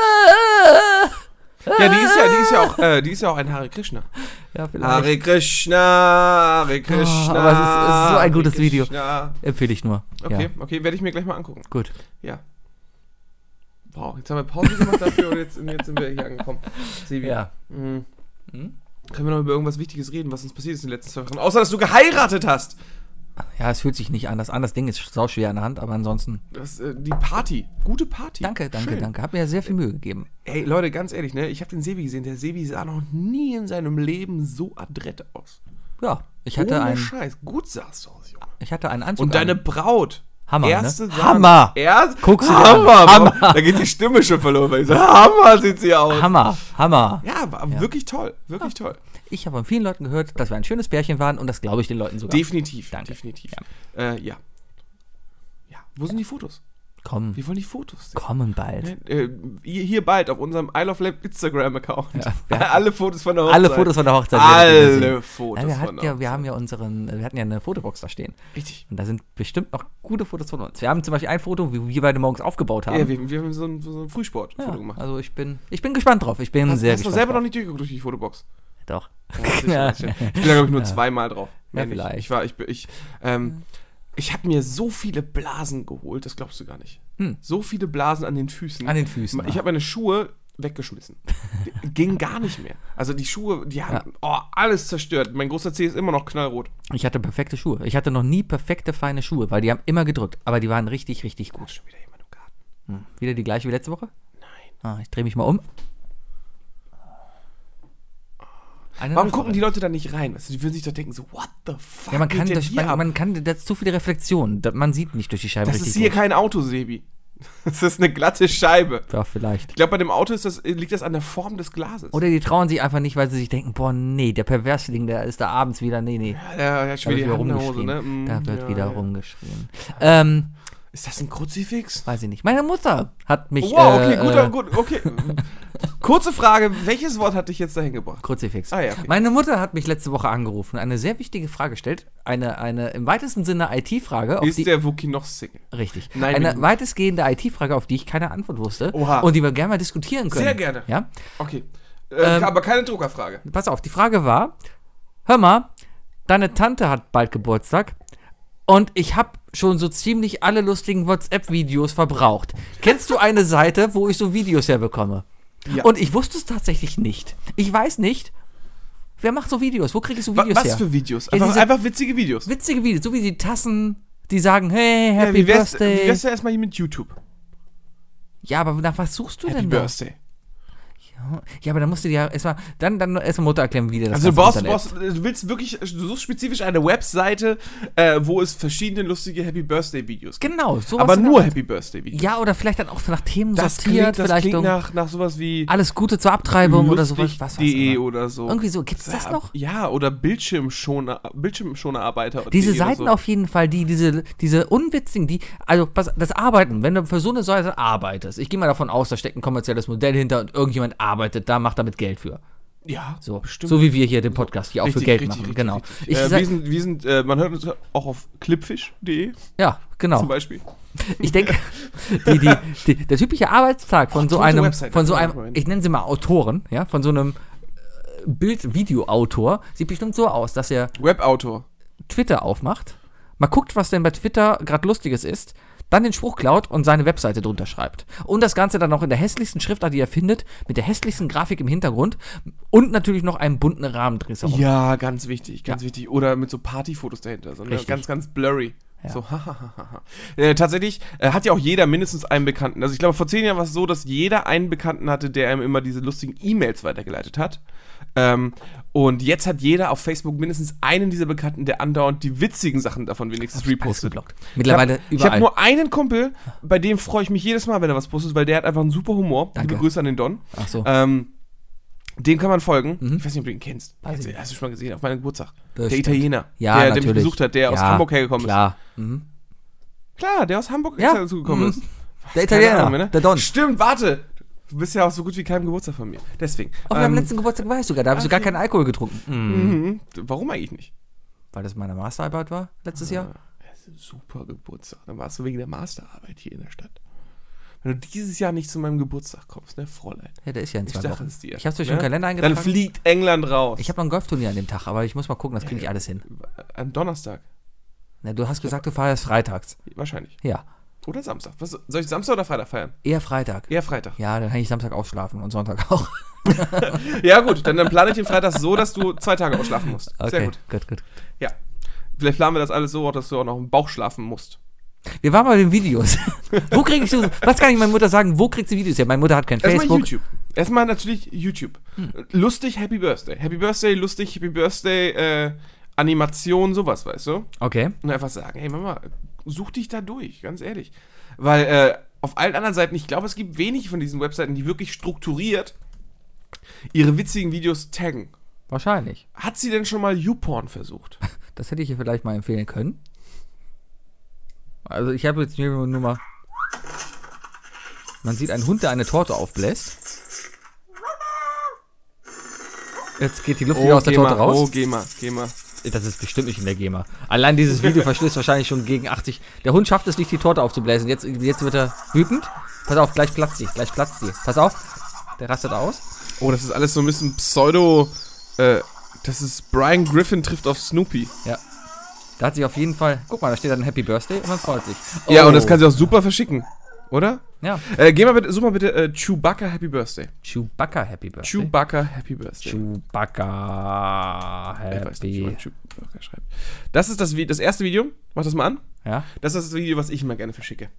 Speaker 4: Ah.
Speaker 3: Ja, die ist ja, die ist ja auch, äh, die ist ja auch ein Hare Krishna.
Speaker 4: Ja, vielleicht.
Speaker 3: Hare Krishna, Hare Krishna.
Speaker 4: Ah, aber es ist- es ist so ein
Speaker 3: Hare
Speaker 4: gutes Video.
Speaker 3: Krishna.
Speaker 4: Empfehle ich nur.
Speaker 3: Okay,
Speaker 4: Ja,
Speaker 3: okay, werde ich mir gleich mal angucken.
Speaker 4: gut.
Speaker 3: Ja. Wow, jetzt haben wir Pause gemacht dafür und jetzt, und jetzt sind wir hier angekommen. Sebi,
Speaker 4: Ja.
Speaker 3: mhm.
Speaker 4: Hm?
Speaker 3: können wir noch über irgendwas Wichtiges reden, was uns passiert ist in den letzten zwei Wochen? Außer, dass du geheiratet hast.
Speaker 4: Ja, es fühlt sich nicht anders an. Das Ding ist sauschwer in der Hand, aber ansonsten.
Speaker 3: Das, äh, die Party. Gute Party.
Speaker 4: Danke, danke,
Speaker 3: Schön.
Speaker 4: danke. Hat mir ja sehr viel Mühe gegeben.
Speaker 3: Ey, Leute, ganz ehrlich, ne? Ich habe den Sebi gesehen. Der Sebi sah noch nie in seinem Leben so adrett aus.
Speaker 4: Ja, ich hatte, einen,
Speaker 3: Scheiß. Gut sahst du aus, Junge.
Speaker 4: ich hatte einen Anzug.
Speaker 3: Und deine
Speaker 4: an.
Speaker 3: Braut.
Speaker 4: Hammer, ne?
Speaker 3: Erste Sahne.
Speaker 4: Hammer.
Speaker 3: Erst,
Speaker 4: Guckst du dir an.
Speaker 3: Hammer,
Speaker 4: Hammer.
Speaker 3: Hammer. Da geht die Stimme schon verloren. Weil ich so, Hammer sieht sie aus.
Speaker 4: Hammer, Hammer.
Speaker 3: Ja, war wirklich toll. Wirklich toll.
Speaker 4: Ich habe von vielen Leuten gehört, dass wir ein schönes Pärchen waren und das glaube ich den Leuten sogar.
Speaker 3: Definitiv.
Speaker 4: Danke.
Speaker 3: Definitiv. Ja. Äh, ja. Ja. Wo sind die Fotos?
Speaker 4: Komm,
Speaker 3: Wir wollen die Fotos sehen.
Speaker 4: kommen bald.
Speaker 3: Äh, hier, hier bald auf unserem Isle of Lamp Instagram-Account.
Speaker 4: wir hatten-
Speaker 3: alle Fotos von der Hochzeit.
Speaker 4: Alle Fotos von der Hochzeit. werdet ihr
Speaker 3: Alle
Speaker 4: sehen.
Speaker 3: Fotos
Speaker 4: Ja, wir,
Speaker 3: von
Speaker 4: hatten
Speaker 3: der
Speaker 4: ja, wir haben ja unseren, wir hatten ja eine Fotobox da stehen.
Speaker 3: Richtig.
Speaker 4: Und da sind bestimmt noch gute Fotos von uns. Wir haben zum Beispiel ein Foto, wie wir beide morgens aufgebaut haben.
Speaker 3: Ja, wir, wir haben so ein, so ein Frühsportfoto
Speaker 4: Ja,
Speaker 3: gemacht.
Speaker 4: also ich bin, ich bin gespannt drauf. Ich bin sehr
Speaker 3: hast du
Speaker 4: gespannt.
Speaker 3: selber noch
Speaker 4: drauf.
Speaker 3: nicht durchgeguckt durch die Fotobox?
Speaker 4: Doch.
Speaker 3: Ja, sicher, sicher. Ich bin da, glaube ich, nur zweimal drauf.
Speaker 4: Ja,
Speaker 3: Mehr nicht.
Speaker 4: vielleicht.
Speaker 3: Ich war, ich, bin- ich, ähm, ich habe mir so viele Blasen geholt, das glaubst du gar nicht.
Speaker 4: Hm.
Speaker 3: So viele Blasen an den Füßen.
Speaker 4: An den Füßen,
Speaker 3: Ich
Speaker 4: ja.
Speaker 3: habe meine Schuhe weggeschmissen. Die- Ging gar nicht mehr. Also die Schuhe, die haben oh, alles zerstört. Mein großer Zeh ist immer noch knallrot.
Speaker 4: Ich hatte perfekte Schuhe. Ich hatte noch nie perfekte feine Schuhe, weil die haben immer gedrückt. Aber die waren richtig, richtig gut.
Speaker 3: Schon wieder jemand im Garten.
Speaker 4: Wieder die gleiche wie letzte Woche?
Speaker 3: Nein.
Speaker 4: Ah, ich drehe mich mal um. Eine
Speaker 3: Warum
Speaker 4: noch
Speaker 3: gucken
Speaker 4: vorbei.
Speaker 3: die Leute da nicht rein? Weißt du, die würden sich doch denken so, what the fuck
Speaker 4: Ja, man kann,
Speaker 3: denn
Speaker 4: durch,
Speaker 3: hier
Speaker 4: man,
Speaker 3: ab?
Speaker 4: man kann, da ist zu viele Reflexionen. Da- Man sieht nicht durch die Scheibe
Speaker 3: Das
Speaker 4: richtig.
Speaker 3: ist hier
Speaker 4: gut.
Speaker 3: kein Auto, Sebi. Das ist eine glatte Scheibe.
Speaker 4: ja, vielleicht.
Speaker 3: Ich glaube, bei dem Auto ist das, liegt das an der Form des Glases.
Speaker 4: Oder die trauen sich einfach nicht, weil sie sich denken, boah, nee, der Perversling, der ist da abends wieder, nee, nee.
Speaker 3: Ja, ja, ja, schon
Speaker 4: Da wird
Speaker 3: wieder die
Speaker 4: wieder
Speaker 3: Hand in der
Speaker 4: rumgeschrien.
Speaker 3: Hose, ne? Mm,
Speaker 4: da wird
Speaker 3: ja,
Speaker 4: wieder
Speaker 3: ja.
Speaker 4: rumgeschrien. Ähm,
Speaker 3: Ist das ein Kruzifix?
Speaker 4: weiß ich nicht. Meine Mutter hat mich.
Speaker 3: Oh, Wow, okay,
Speaker 4: äh,
Speaker 3: guter,
Speaker 4: äh,
Speaker 3: gut, okay. Kurze Frage, welches Wort hat dich jetzt dahin gebracht?
Speaker 4: Kruzifix.
Speaker 3: Ah ja, okay.
Speaker 4: Meine Mutter hat mich letzte Woche angerufen und eine sehr wichtige Frage gestellt. Eine, eine im weitesten Sinne IT-Frage, auf
Speaker 3: Ist
Speaker 4: die.
Speaker 3: der Wookie noch Single?
Speaker 4: Richtig.
Speaker 3: Nein,
Speaker 4: eine
Speaker 3: wegen-
Speaker 4: weitestgehende IT-Frage, auf die ich keine Antwort wusste
Speaker 3: Oha.
Speaker 4: und die wir gerne mal diskutieren können.
Speaker 3: Sehr gerne.
Speaker 4: Ja?
Speaker 3: Okay. Äh,
Speaker 4: Ähm,
Speaker 3: aber keine Druckerfrage.
Speaker 4: Pass auf, die Frage war: Hör mal, deine Tante hat bald Geburtstag und ich habe schon so ziemlich alle lustigen WhatsApp-Videos verbraucht. Kennst du eine Seite, wo ich so Videos herbekomme?
Speaker 3: Ja.
Speaker 4: Und ich wusste es tatsächlich nicht. Ich weiß nicht, wer macht so Videos? Wo kriege ich so
Speaker 3: Wa-
Speaker 4: Videos
Speaker 3: Was
Speaker 4: her?
Speaker 3: für Videos?
Speaker 4: Ja,
Speaker 3: Einfach,
Speaker 4: diese-
Speaker 3: einfach witzige Videos.
Speaker 4: witzige Videos, so wie die Tassen, die sagen, hey,
Speaker 3: Ja,
Speaker 4: Happy
Speaker 3: wie wär's,
Speaker 4: Birthday.
Speaker 3: Wie wär's denn erstmal hier mit YouTube?
Speaker 4: ja, aber nach was suchst du
Speaker 3: Happy
Speaker 4: denn da?
Speaker 3: Birthday.
Speaker 4: Ja, aber dann musst du dir ja erstmal, dann, dann erstmal Mutter erklären, wie der das
Speaker 3: Also du,
Speaker 4: ganze
Speaker 3: brauchst, du,
Speaker 4: Internet-
Speaker 3: brauchst, du willst wirklich, äh, du suchst spezifisch eine Webseite, äh, wo es verschiedene lustige Happy Birthday Videos gibt.
Speaker 4: Genau, sowas
Speaker 3: Aber
Speaker 4: in
Speaker 3: nur
Speaker 4: der Art.
Speaker 3: Happy Birthday Videos.
Speaker 4: Ja, oder vielleicht dann auch nach Themen
Speaker 3: Das
Speaker 4: sortiert,
Speaker 3: klingt, das
Speaker 4: vielleicht
Speaker 3: klingt
Speaker 4: um
Speaker 3: nach, nach sowas wie
Speaker 4: alles Gute zur Abtreibung oder sowas. Was weiß
Speaker 3: lustig.de
Speaker 4: ich.
Speaker 3: oder so.
Speaker 4: Irgendwie so, gibt's das noch?
Speaker 3: Ja, oder Bildschirmschoner, Bildschirmschonerarbeiter.
Speaker 4: Diese
Speaker 3: E oder
Speaker 4: Seiten
Speaker 3: so.
Speaker 4: auf jeden Fall, die diese, diese unwitzigen, die, also pass, das Arbeiten, wenn du für so eine Seite arbeitest, ich gehe mal davon aus, da steckt ein kommerzielles Modell hinter und irgendjemand arbeitet da, macht damit Geld für.
Speaker 3: Ja,
Speaker 4: So,
Speaker 3: bestimmt.
Speaker 4: so wie wir hier den Podcast hier auch für
Speaker 3: Richtig,
Speaker 4: Geld
Speaker 3: richtig,
Speaker 4: machen.
Speaker 3: richtig,
Speaker 4: genau.
Speaker 3: richtig.
Speaker 4: Ich
Speaker 3: äh,
Speaker 4: sag-
Speaker 3: wir sind, wir sind äh, man hört uns auch auf clipfish.de
Speaker 4: ja, genau.
Speaker 3: zum Beispiel.
Speaker 4: Ich denke, die, die, die, der typische Arbeitstag von so
Speaker 3: tote
Speaker 4: einem,
Speaker 3: Website,
Speaker 4: von so
Speaker 3: ja,
Speaker 4: einem,
Speaker 3: Moment.
Speaker 4: ich nenne sie mal Autoren, ja, von so einem äh, Bild-Video-Autor sieht bestimmt so aus, dass er
Speaker 3: Webautor.
Speaker 4: Twitter aufmacht, mal guckt, was denn bei Twitter gerade Lustiges ist, dann den Spruch klaut und seine Webseite drunter schreibt. Und das Ganze dann noch in der hässlichsten Schriftart, die er findet, mit der hässlichsten Grafik im Hintergrund und natürlich noch einem bunten Rahmen ringsherum.
Speaker 3: Ja, ganz wichtig, ganz wichtig. Oder mit so Partyfotos dahinter, so ne?
Speaker 4: Richtig.
Speaker 3: ganz, ganz blurry. So, hahaha. äh, tatsächlich äh, hat ja auch jeder mindestens einen Bekannten. Also ich glaube, vor zehn Jahren war es so, dass jeder einen Bekannten hatte, der einem immer diese lustigen E-Mails weitergeleitet hat. Ähm, und jetzt hat jeder auf Facebook mindestens einen dieser Bekannten, der andauernd die witzigen Sachen davon wenigstens
Speaker 4: Alles
Speaker 3: repostet.
Speaker 4: geblockt. Mittlerweile
Speaker 3: ich
Speaker 4: überall.
Speaker 3: habe hab nur einen Kumpel, bei dem freue ich mich jedes Mal, wenn er was postet, weil der hat einfach einen super Humor.
Speaker 4: Danke.
Speaker 3: Liebe Grüße an den Don.
Speaker 4: Ach so.
Speaker 3: Ähm, dem kann man folgen. Ich weiß nicht, ob du ihn kennst.
Speaker 4: Mhm. Weiß
Speaker 3: Hast,
Speaker 4: ich nicht.
Speaker 3: hast du schon mal gesehen, auf meinem Geburtstag.
Speaker 4: Das
Speaker 3: der
Speaker 4: stimmt.
Speaker 3: Italiener,
Speaker 4: ja,
Speaker 3: der, der
Speaker 4: natürlich.
Speaker 3: mich besucht hat, der aus
Speaker 4: Ja,
Speaker 3: Hamburg hergekommen
Speaker 4: klar. Mhm.
Speaker 3: ist. Klar, der aus Hamburg
Speaker 4: Ja.
Speaker 3: dazu gekommen
Speaker 4: Mhm.
Speaker 3: ist.
Speaker 4: Der
Speaker 3: Keine
Speaker 4: Italiener,
Speaker 3: Ahnung, ne?
Speaker 4: der Don.
Speaker 3: Stimmt, warte. Du bist ja auch so gut wie keinem Geburtstag von mir. Deswegen.
Speaker 4: Auf meinem
Speaker 3: Ähm,
Speaker 4: letzten Geburtstag war ich sogar, da habe ich sogar keinen Alkohol getrunken. Hm.
Speaker 3: mhm. Warum eigentlich nicht?
Speaker 4: Weil das meine Masterarbeit war
Speaker 3: Äh,
Speaker 4: letztes Jahr.
Speaker 3: Super Geburtstag. Dann warst du wegen der Masterarbeit hier in der Stadt. wenn du dieses Jahr nicht zu meinem Geburtstag kommst, ne, Fräulein?
Speaker 4: Ja, der ist ja in
Speaker 3: Ich
Speaker 4: zwei
Speaker 3: sag
Speaker 4: Wochen.
Speaker 3: es dir.
Speaker 4: Ich hab's mir schon
Speaker 3: ne?
Speaker 4: im Kalender
Speaker 3: Dann
Speaker 4: eingetragen.
Speaker 3: fliegt England raus.
Speaker 4: ich habe noch ein Golfturnier an dem Tag, aber ich muss mal gucken, das kriege ich alles hin.
Speaker 3: Am Donnerstag,
Speaker 4: Na, du hast gesagt, du feierst freitags.
Speaker 3: wahrscheinlich.
Speaker 4: Ja,
Speaker 3: Oder Samstag. Was, soll ich Samstag oder Freitag feiern?
Speaker 4: eher Freitag.
Speaker 3: Eher Freitag.
Speaker 4: Ja, dann kann ich Samstag ausschlafen und Sonntag auch.
Speaker 3: Ja, gut, dann, dann plane ich den Freitag so, dass du zwei Tage ausschlafen musst.
Speaker 4: Okay,
Speaker 3: Sehr gut.
Speaker 4: gut, gut.
Speaker 3: Ja. Vielleicht planen wir das alles so, dass du auch noch im Bauch schlafen musst.
Speaker 4: Wir waren bei den Videos. wo kriege ich so, was kann ich meiner Mutter sagen? Wo kriegt sie Videos her? Meine Mutter hat kein
Speaker 3: Erstmal
Speaker 4: Facebook. Hm.
Speaker 3: YouTube. Erstmal natürlich YouTube. Lustig, Happy Birthday. Happy Birthday, lustig, Happy Birthday, äh, Animation, sowas, weißt du?
Speaker 4: Okay.
Speaker 3: Und einfach sagen, hey Mama, such dich da durch, ganz ehrlich. Weil äh, auf allen anderen Seiten, ich glaube, es gibt wenig von diesen Webseiten, die wirklich strukturiert ihre witzigen Videos taggen.
Speaker 4: Wahrscheinlich.
Speaker 3: Hat sie denn schon mal YouPorn versucht?
Speaker 4: Das hätte ich ihr vielleicht mal empfehlen können. Also ich habe jetzt nur nur mal. Man sieht einen Hund, der eine Torte aufbläst. Jetzt geht die Luft wieder aus der
Speaker 3: GEMA,
Speaker 4: Torte raus.
Speaker 3: Oh, geh mal, geh mal.
Speaker 4: oh, Das ist bestimmt nicht in der GEMA. Allein dieses Video verstößt wahrscheinlich schon gegen 80. Der Hund schafft es nicht, die Torte aufzubläsen. Jetzt, jetzt wird er wütend. Pass auf, gleich platzt die. Gleich platzt die. Pass auf. Der rastet aus.
Speaker 3: Oh, das ist alles so ein bisschen Pseudo. Äh, das ist Brian Griffin trifft auf Snoopy.
Speaker 4: Ja. Da hat sich auf jeden Fall. Guck mal, da steht dann Happy Birthday und man freut sich.
Speaker 3: Ja,
Speaker 4: Oh.
Speaker 3: und das kann sie auch super verschicken, oder?
Speaker 4: Ja.
Speaker 3: Äh, geh mal bitte, such mal bitte äh, Chewbacca Happy Birthday.
Speaker 4: Chewbacca Happy Birthday.
Speaker 3: Chewbacca Happy Birthday.
Speaker 4: Chewbacca
Speaker 3: ich weiß nicht, wie
Speaker 4: Happy.
Speaker 3: man Chewbacca schreibt. Das ist das, Vi- das erste Video. Mach das mal an.
Speaker 4: Ja.
Speaker 3: Das ist das Video, was ich immer gerne verschicke.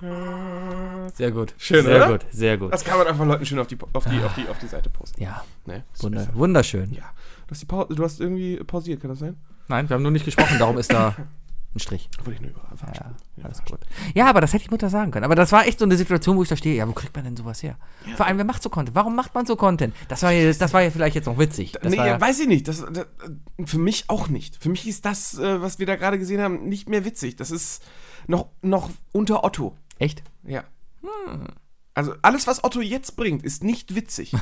Speaker 4: Sehr gut.
Speaker 3: Schön,
Speaker 4: sehr
Speaker 3: oder?
Speaker 4: gut, sehr gut.
Speaker 3: Das kann man einfach Leuten schön auf die, auf die, auf die, auf die Seite posten.
Speaker 4: Ja,
Speaker 3: Ne?
Speaker 4: wunder, wunderschön.
Speaker 3: Ja. Du hast, die Pause, du hast irgendwie pausiert, kann das sein?
Speaker 4: Nein, wir haben nur nicht gesprochen, darum ist da ein Strich.
Speaker 3: Wollte ich nur über
Speaker 4: Ja,
Speaker 3: verarschen.
Speaker 4: alles gut. Ja, aber das hätte ich Mutter sagen können. Aber das war echt so eine Situation, wo ich da stehe, ja, wo kriegt man denn sowas her? Vor allem, wer macht so Content? Warum macht man so Content? Das war, ja- das war ja vielleicht jetzt noch witzig. Das
Speaker 3: nee,
Speaker 4: war, ja-
Speaker 3: weiß ich nicht. Das, das, für mich auch nicht. Für mich ist das, äh, was wir da gerade gesehen haben, nicht mehr witzig. Das ist noch, noch unter Otto.
Speaker 4: echt?
Speaker 3: Ja.
Speaker 4: Hm.
Speaker 3: Also alles, was Otto jetzt bringt, ist nicht witzig.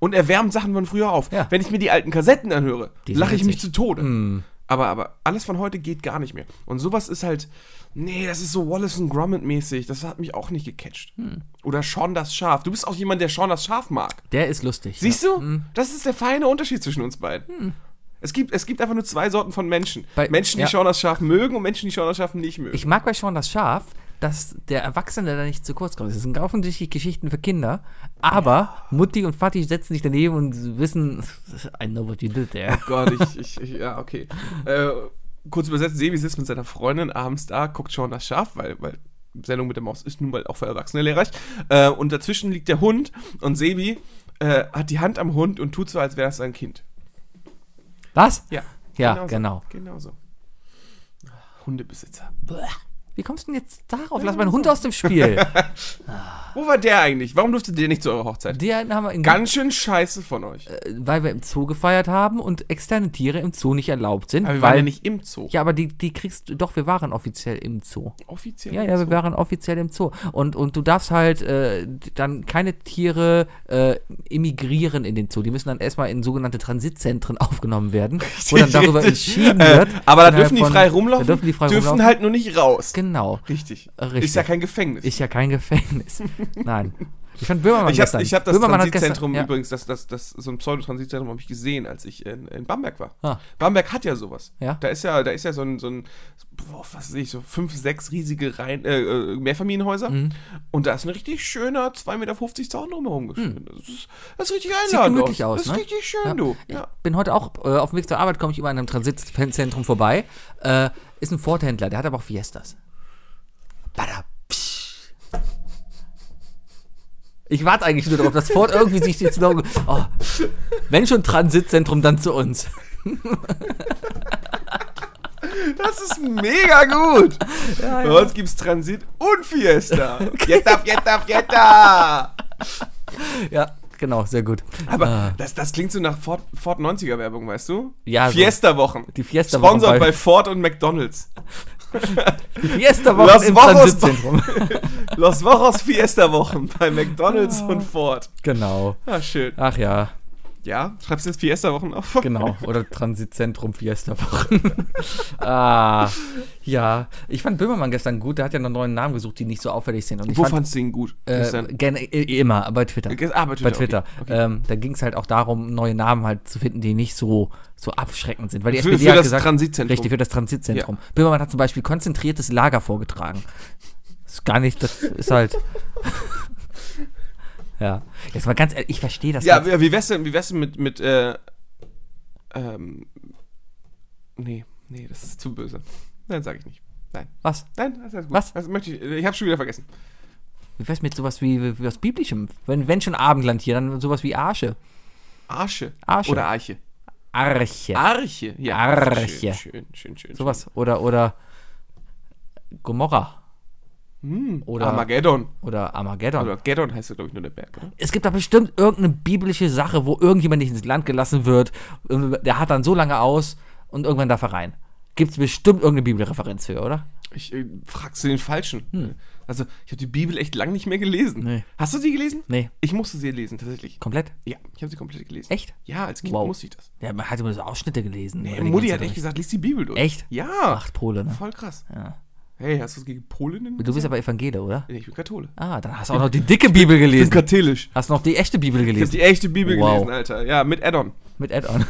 Speaker 3: Und er wärmt Sachen von früher auf.
Speaker 4: Ja.
Speaker 3: Wenn ich mir die alten Kassetten anhöre,
Speaker 4: sind
Speaker 3: lache ich mich zu
Speaker 4: witzig. Hm.
Speaker 3: Tode. Aber, aber alles von heute geht gar nicht mehr. Und sowas ist halt, nee, das ist so Wallace und Gromit mäßig. Das hat mich auch nicht gecatcht.
Speaker 4: Hm.
Speaker 3: Oder Sean das Schaf. Du bist auch jemand, der Sean das Schaf mag.
Speaker 4: Der ist lustig.
Speaker 3: Siehst du?
Speaker 4: Mhm.
Speaker 3: Das ist der feine Unterschied zwischen uns beiden. Es, gibt, es gibt einfach nur zwei Sorten von Menschen.
Speaker 4: Hm. Bei-
Speaker 3: Menschen, die
Speaker 4: ja.
Speaker 3: Sean das Schaf mögen und Menschen, die Sean das Schaf nicht mögen.
Speaker 4: Ich mag bei Sean das Schaf, dass der Erwachsene da nicht zu kurz kommt. Das sind offensichtlich Geschichten für Kinder, aber Mutti und Vati setzen sich daneben und wissen, I know what you did there.
Speaker 3: Oh Gott, ich, ich, ich ja, okay. Äh, kurz übersetzt, Sebi sitzt mit seiner Freundin abends da, guckt schon das Schaf, weil, weil Sendung mit der Maus ist nun mal auch für Erwachsene lehrreich. Äh, und dazwischen liegt der Hund und Sebi äh, hat die Hand am Hund und tut so, als wäre es sein Kind.
Speaker 4: Was?
Speaker 3: Ja.
Speaker 4: Ja, genau.
Speaker 3: So. Genau so. Hundebesitzer.
Speaker 4: Wie kommst du denn jetzt darauf? Lass meinen Hund aus dem Spiel.
Speaker 3: Wo war der eigentlich? Warum durfte der nicht zu eurer Hochzeit?
Speaker 4: Den haben wir in
Speaker 3: Ganz schön scheiße von euch.
Speaker 4: weil wir im Zoo gefeiert haben und externe Tiere im Zoo nicht erlaubt sind.
Speaker 3: Aber wir
Speaker 4: weil,
Speaker 3: waren ja nicht im Zoo.
Speaker 4: Ja, aber die, die kriegst du, doch, wir waren offiziell im Zoo.
Speaker 3: Offiziell.
Speaker 4: Ja, ja, wir waren offiziell im Zoo. Und, und du darfst halt äh, dann keine Tiere äh, emigrieren in den Zoo. Die müssen dann erstmal in sogenannte Transitzentren aufgenommen werden, wo dann darüber
Speaker 3: Richtig.
Speaker 4: entschieden
Speaker 3: Äh,
Speaker 4: wird.
Speaker 3: aber da
Speaker 4: innerhalb
Speaker 3: dürfen die
Speaker 4: von-
Speaker 3: frei rumlaufen.
Speaker 4: Da dürfen die frei rumlaufen.
Speaker 3: halt nur nicht raus.
Speaker 4: Genau.
Speaker 3: Richtig.
Speaker 4: Richtig.
Speaker 3: Ist ja kein Gefängnis.
Speaker 4: Ist ja kein Gefängnis. Nein. Ich fand Böhmermann
Speaker 3: Ich habe
Speaker 4: gestern.
Speaker 3: ich hab das
Speaker 4: Böhmermann hat
Speaker 3: Transitzentrum
Speaker 4: gestern,
Speaker 3: übrigens, das, das, das, so ein Pseudo-Transitzentrum habe ich gesehen, als ich in, in Bamberg war.
Speaker 4: Ah.
Speaker 3: Bamberg hat ja sowas.
Speaker 4: Ja.
Speaker 3: Da ist ja, da ist ja so ein, so ein boah, was weiß ich, so fünf, sechs riesige Reihen, äh, äh, Mehrfamilienhäuser.
Speaker 4: Mhm.
Speaker 3: Und da ist ein richtig schöner 2,50 Meter Zaun drumherum geschnitten. Das, ist, das ist richtig
Speaker 4: Hm. Sieht
Speaker 3: einladend.
Speaker 4: gemütlich aus,
Speaker 3: Das ist
Speaker 4: ne?
Speaker 3: richtig schön,
Speaker 4: Ja.
Speaker 3: du. Ja.
Speaker 4: Ich bin heute auch äh, auf dem Weg zur Arbeit, komme ich über an einem Transitzentrum vorbei. Äh, ist ein Ford-Händler, der hat aber auch Fiestas. Bada, psch. Ich warte eigentlich nur darauf, dass Ford irgendwie sich jetzt noch. Oh, wenn schon Transitzentrum, dann zu uns.
Speaker 3: Das ist mega gut. Bei uns gibt es Transit und Fiesta. Jetta, Jetta, Jetta.
Speaker 4: Ja, genau, sehr gut.
Speaker 3: Aber das, das klingt so nach Ford, Ford 90er Werbung, weißt du?
Speaker 4: Ah. Ja, so.
Speaker 3: Fiesta Wochen.
Speaker 4: Die Fiesta-Wochen
Speaker 3: Sponsored
Speaker 4: bei-
Speaker 3: bei Ford und McDonald's.
Speaker 4: Fiesta Wochen
Speaker 3: Las
Speaker 4: im
Speaker 3: Wochen-
Speaker 4: Transitzentrum.
Speaker 3: Los Wochos Fiesta-Wochen bei McDonalds und Ford.
Speaker 4: genau.
Speaker 3: Ah, schön.
Speaker 4: Ach ja,
Speaker 3: Ja, schreibst du jetzt Fiesta-Wochen auf?
Speaker 4: genau. Oder Transitzentrum Fiesta Wochen. ah, ja. Ich fand Böhmermann gestern gut. Der hat ja noch neuen Namen gesucht, die nicht so auffällig sind. Und ich
Speaker 3: Wo
Speaker 4: fand,
Speaker 3: fandst du ihn gut?
Speaker 4: äh, gerne, i- immer, bei Twitter.
Speaker 3: Äh, ah, bei Twitter,
Speaker 4: Bei Twitter.
Speaker 3: okay, okay.
Speaker 4: Ähm, da ging es halt auch darum, neue Namen halt zu finden, die nicht so, so abschreckend sind. Weil die
Speaker 3: Für-
Speaker 4: SPD
Speaker 3: für
Speaker 4: hat
Speaker 3: das
Speaker 4: gesagt,
Speaker 3: Transitzentrum.
Speaker 4: Richtig, für das Transitzentrum. Böhmermann hat zum Beispiel konzentriertes Lager vorgetragen. Ist gar nicht, das ist halt. ja. Jetzt mal ganz ehrlich, ich verstehe das
Speaker 3: Ja,
Speaker 4: ganz,
Speaker 3: wie, wie wär's denn, wie wär's denn mit, mit, äh, ähm, nee, nee, das ist zu böse. Nein, sage ich nicht. Nein,
Speaker 4: Was?
Speaker 3: nein, das ist alles gut.
Speaker 4: Was?
Speaker 3: Das möchte ich, ich hab's schon wieder vergessen.
Speaker 4: Wie wär's mit sowas wie, wie, wie was Biblischem? Wenn, wenn schon Abendland hier, dann sowas wie Arsche.
Speaker 3: Arsche.
Speaker 4: Arsche.
Speaker 3: Oder Arche.
Speaker 4: Arche.
Speaker 3: Arche. Ja.
Speaker 4: Arche.
Speaker 3: Schön, schön, schön. schön
Speaker 4: sowas. Oder, oder Gomorra.
Speaker 3: Oder Hm.
Speaker 4: Oder,
Speaker 3: Armageddon.
Speaker 4: oder Armageddon.
Speaker 3: Oder Geddon heißt ja, glaube ich, nur der Berg, oder?
Speaker 4: es gibt da bestimmt irgendeine biblische Sache, wo irgendjemand nicht ins Land gelassen wird. Und Der hat dann so lange aus und irgendwann darf er rein. Gibt es bestimmt irgendeine Bibelreferenz für, oder?
Speaker 3: Ich äh, fragst du den Falschen. Also, ich habe die Bibel echt lang nicht mehr gelesen.
Speaker 4: Hm. Nee.
Speaker 3: Hast du sie gelesen?
Speaker 4: Nee.
Speaker 3: Ich musste sie lesen, tatsächlich.
Speaker 4: Komplett?
Speaker 3: Ja, ich habe sie komplett gelesen.
Speaker 4: Echt?
Speaker 3: Ja, als Kind
Speaker 4: Wow.
Speaker 3: musste ich das.
Speaker 4: Ja, man hat immer so Ausschnitte gelesen.
Speaker 3: Nee,
Speaker 4: Oder die
Speaker 3: Mutti
Speaker 4: ganze
Speaker 3: hat
Speaker 4: Zeit
Speaker 3: echt gesagt, lies die Bibel durch.
Speaker 4: Echt?
Speaker 3: Ja.
Speaker 4: Acht Pole, ne?
Speaker 3: Voll krass.
Speaker 4: Ja.
Speaker 3: Hey, hast du es gegen Polen denn?
Speaker 4: Du bist aber Evangele, oder?
Speaker 3: Nee, ich bin Kathole.
Speaker 4: Ah, dann hast du auch noch die dicke Bibel gelesen.
Speaker 3: katholisch.
Speaker 4: Hast noch die echte Bibel
Speaker 3: Ich habe
Speaker 4: gelesen.
Speaker 3: die echte Bibel
Speaker 4: Wow.
Speaker 3: gelesen, Alter. Ja, mit Add-on.
Speaker 4: Mit Add-on.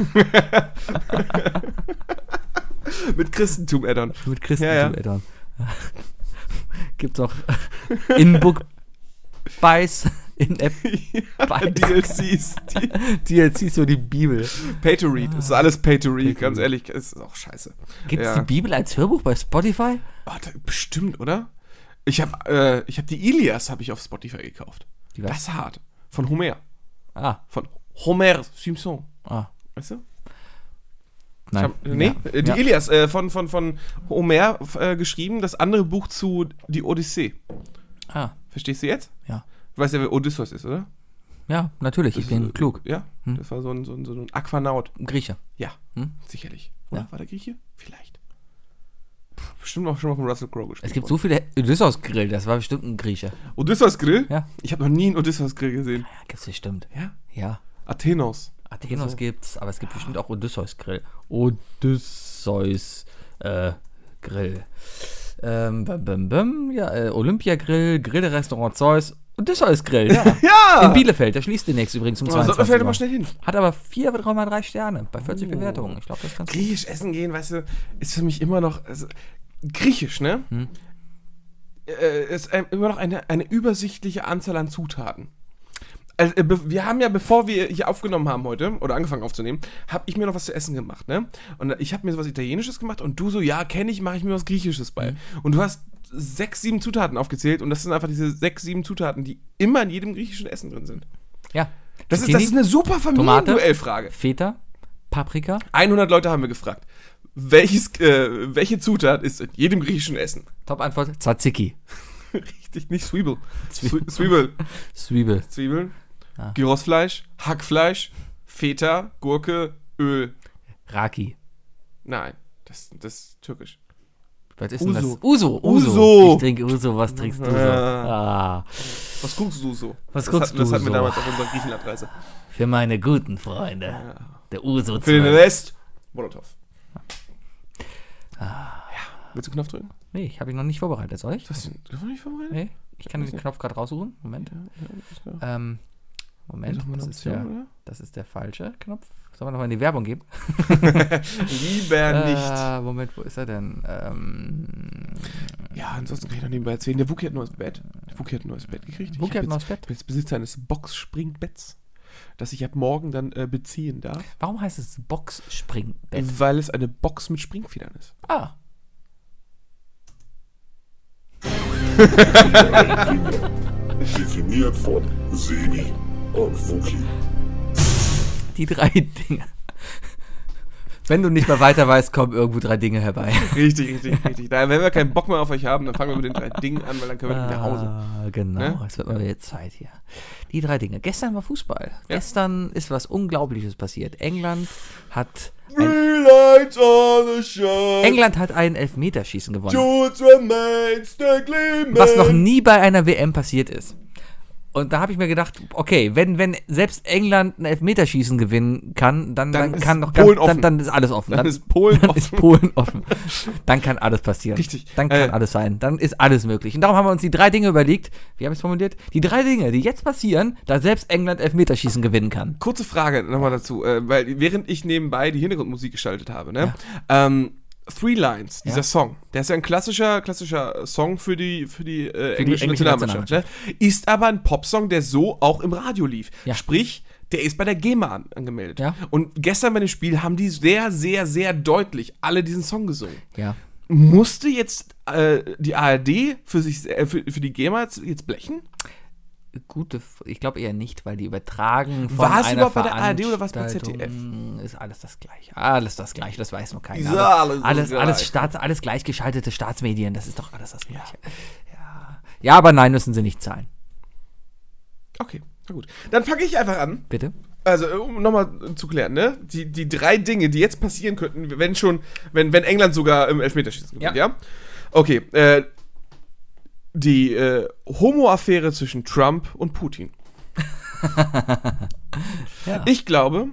Speaker 3: Mit Christentum-Add-on.
Speaker 4: Mit
Speaker 3: Ja, ja.
Speaker 4: Christentum Add-on. Gibt's noch Inbook Buys in App
Speaker 3: DLCs. Die
Speaker 4: DLCs so die Bibel.
Speaker 3: Pay to
Speaker 4: Ah.
Speaker 3: read. Es ist alles Pay to read, ganz ehrlich. Es ist auch scheiße.
Speaker 4: Gibt es
Speaker 3: Ja.
Speaker 4: die Bibel als Hörbuch bei Spotify?
Speaker 3: Oh, da, bestimmt, oder? Ich habe äh, ich hab die Ilias hab ich auf Spotify gekauft.
Speaker 4: Die was?
Speaker 3: das ist hart. Von Homer.
Speaker 4: Ah,
Speaker 3: Von Homer Simpson.
Speaker 4: ah.
Speaker 3: Weißt du? Ich
Speaker 4: Nein.
Speaker 3: hab, nee, äh, die
Speaker 4: ja.
Speaker 3: Ilias äh, von, von, von Homer f- äh, geschrieben, das andere Buch zu Die Odyssee.
Speaker 4: Ah,
Speaker 3: Verstehst du jetzt?
Speaker 4: ja.
Speaker 3: Du weißt ja, wer Odysseus ist, oder?
Speaker 4: Ja, natürlich, ich bin klug.
Speaker 3: Ja, das war so ein, so ein, so ein Aquanaut.
Speaker 4: Grieche.
Speaker 3: Ja,
Speaker 4: Hm?
Speaker 3: sicherlich. Oder?
Speaker 4: Ja.
Speaker 3: War der Grieche? Vielleicht. Puh, Bestimmt auch schon mal von Russell Crowe gespielt.
Speaker 4: Es gibt
Speaker 3: worden.
Speaker 4: so viele Odysseus Grill, das war bestimmt ein Grieche.
Speaker 3: Odysseus Grill?
Speaker 4: Ja.
Speaker 3: Ich habe noch nie einen Odysseus Grill gesehen.
Speaker 4: Ja, gibt's bestimmt.
Speaker 3: Ja.
Speaker 4: Ja.
Speaker 3: Athenos.
Speaker 4: Athenos gibt's, aber es
Speaker 3: Ah.
Speaker 4: gibt bestimmt auch Odysseus Grill. Odysseus äh, Grill. Ähm, bam, bam, bam, ja, äh, Olympia Grill, Grill Restaurant Zeus, Odysseus Grill, ja.
Speaker 3: Ja!
Speaker 4: In Bielefeld, da schließt demnächst übrigens um
Speaker 3: Oh, sollten wir
Speaker 4: 22
Speaker 3: vielleicht
Speaker 4: Uhr.
Speaker 3: mal schnell Oh. hin.
Speaker 4: Hat aber 4,3 Sterne bei 40 Bewertungen. Ich glaube, das kannst du.
Speaker 3: Griechisch essen gehen, weißt du, ist für mich immer noch. Also, Griechisch, ne?
Speaker 4: Hm.
Speaker 3: Äh, ist ein, immer noch eine, eine übersichtliche Anzahl an Zutaten. Also, äh, be- wir haben ja, bevor wir hier aufgenommen haben heute, oder angefangen aufzunehmen, habe ich mir noch was zu essen gemacht, ne? Und ich habe mir so was Italienisches gemacht und du so, ja, kenne ich, mache ich mir was Griechisches bei.
Speaker 4: Hm.
Speaker 3: Und du hast sechs, sieben Zutaten aufgezählt und das sind einfach diese sechs, sieben Zutaten, die immer in jedem griechischen Essen drin sind.
Speaker 4: Ja.
Speaker 3: Das ist, das
Speaker 4: Zucchini,
Speaker 3: ist eine super
Speaker 4: Tomate?
Speaker 3: Familienduellfrage.
Speaker 4: Feta, Paprika,
Speaker 3: 100 Leute haben wir gefragt, welches, äh, welche Zutat ist in jedem griechischen Essen?
Speaker 4: Top-Antwort, Tzatziki,
Speaker 3: Richtig, nicht Zwiebel.
Speaker 4: Zwiebel. Ah.
Speaker 3: Zwiebel.
Speaker 4: Zwiebel.
Speaker 3: Zwiebel. Zwiebeln, Gyrosfleisch, Hackfleisch, Feta, Gurke, Öl.
Speaker 4: Raki.
Speaker 3: Nein, das, das ist türkisch.
Speaker 4: Was ist
Speaker 3: Uso.
Speaker 4: denn das? Uso,
Speaker 3: Uso.
Speaker 4: Ich trinke Uso, was trinkst du so? Ah,
Speaker 3: Was guckst du so?
Speaker 4: Was
Speaker 3: das
Speaker 4: guckst
Speaker 3: hatten, das
Speaker 4: du
Speaker 3: hatten
Speaker 4: so?
Speaker 3: wir damals auf unserer Griechenlandreise. Ah.
Speaker 4: für meine guten Freunde. Der Uso
Speaker 3: Für den
Speaker 4: 12.
Speaker 3: Rest, Molotow.
Speaker 4: Ah.
Speaker 3: Ja. Willst du Knopf drücken?
Speaker 4: Nee, ich habe ihn noch nicht vorbereitet, soll ich?
Speaker 3: Was denn? Dürfen wir nicht Also vorbereiten?
Speaker 4: Nee, ich kann den Knopf gerade raussuchen. Moment. Ähm, Moment,
Speaker 3: Doch mal
Speaker 4: das
Speaker 3: eine
Speaker 4: ist,
Speaker 3: Option,
Speaker 4: der,
Speaker 3: oder?
Speaker 4: das ist der falsche Knopf. Sollen wir nochmal in die Werbung gehen?
Speaker 3: Lieber nicht.
Speaker 4: Äh, Moment, wo ist er denn? Ähm,
Speaker 3: Ja, ansonsten kann ich noch nebenbei erzählen. Der Wookie hat ein neues Bett. Der Wookie hat ein neues Bett gekriegt.
Speaker 4: Wookie
Speaker 3: Ich hab
Speaker 4: hat ein neues
Speaker 3: jetzt-
Speaker 4: Bett?
Speaker 3: Ich bin jetzt Besitzer eines Boxspringbetts, das ich ab morgen dann äh, beziehen darf,
Speaker 4: warum heißt es Boxspringbett?
Speaker 3: weil es eine Box mit Springfedern ist.
Speaker 4: Ah.
Speaker 7: Definiert von Semi und Wookie.
Speaker 4: Die drei Dinge. Wenn du nicht mehr weiter weißt, kommen irgendwo drei Dinge herbei.
Speaker 3: Richtig, richtig, richtig. Daher, wenn wir keinen Bock mehr auf euch haben, dann fangen wir mit den drei Dingen an, weil dann können wir nicht nach Hause.
Speaker 4: Ah, genau,
Speaker 3: Ne?
Speaker 4: es wird mal wieder Zeit hier. Die drei Dinge. Gestern war Fußball. Gestern ist was Unglaubliches passiert. England hat ein
Speaker 8: lights on the shore.
Speaker 4: England hat ein Elfmeterschießen gewonnen,
Speaker 8: Jules remains the gleaming.
Speaker 4: was noch nie bei einer WM passiert ist. Und da habe ich mir gedacht, okay, wenn, wenn selbst England ein Elfmeterschießen gewinnen kann, dann,
Speaker 3: Dann
Speaker 4: dann,
Speaker 3: ist
Speaker 4: kann noch
Speaker 3: Polen
Speaker 4: dann,
Speaker 3: offen.
Speaker 4: dann ist alles offen.
Speaker 3: Dann ist Polen
Speaker 4: dann
Speaker 3: offen.
Speaker 4: Ist Polen offen. Dann kann alles passieren.
Speaker 3: Richtig.
Speaker 4: Dann kann
Speaker 3: Äh.
Speaker 4: alles sein. Dann ist alles möglich. Und darum haben wir uns die drei Dinge überlegt. Wie haben wir es formuliert? Die drei Dinge, die jetzt passieren, da selbst England Elfmeterschießen gewinnen kann.
Speaker 3: Kurze Frage nochmal dazu, äh, weil während ich nebenbei die Hintergrundmusik geschaltet habe, ne? Ähm, Three Lines, dieser
Speaker 4: Ja.
Speaker 3: Song, der ist ja ein klassischer, klassischer Song für die, für die, äh,
Speaker 4: die
Speaker 3: englische
Speaker 4: englische
Speaker 3: Nationalmannschaft, Ne? Ist aber ein Popsong, der so auch im Radio lief.
Speaker 4: Ja.
Speaker 3: Sprich, der ist bei der GEMA an, angemeldet.
Speaker 4: Ja.
Speaker 3: Und gestern bei dem Spiel haben die sehr, sehr, sehr deutlich alle diesen Song gesungen.
Speaker 4: Ja.
Speaker 3: Musste jetzt äh, die ARD für, sich, äh, für, für die GEMA jetzt, jetzt blechen?
Speaker 4: Gute, F- ich glaube eher nicht, weil die übertragen von
Speaker 3: War es
Speaker 4: einer
Speaker 3: überhaupt bei der ARD oder war es bei
Speaker 4: Veranstaltung Ist alles das gleiche. Alles das gleiche, das weiß nur keiner.
Speaker 8: Ist
Speaker 4: Aber
Speaker 8: alles das
Speaker 4: alles, alles,
Speaker 8: Gleiche.
Speaker 4: Staats, alles gleichgeschaltete Staatsmedien, das ist doch alles das gleiche. Ja, ja aber nein, müssen sie nicht zahlen.
Speaker 3: Okay, na gut. Dann fange ich einfach an.
Speaker 4: Bitte?
Speaker 3: Also, äh, um nochmal zu klären, ne? Die, die drei Dinge, die jetzt passieren könnten, wenn schon, wenn, wenn England sogar im Elfmeterschießen gewinnt, ja? Okay, äh, die äh, Homo-Affäre zwischen Trump und Putin. Ich glaube,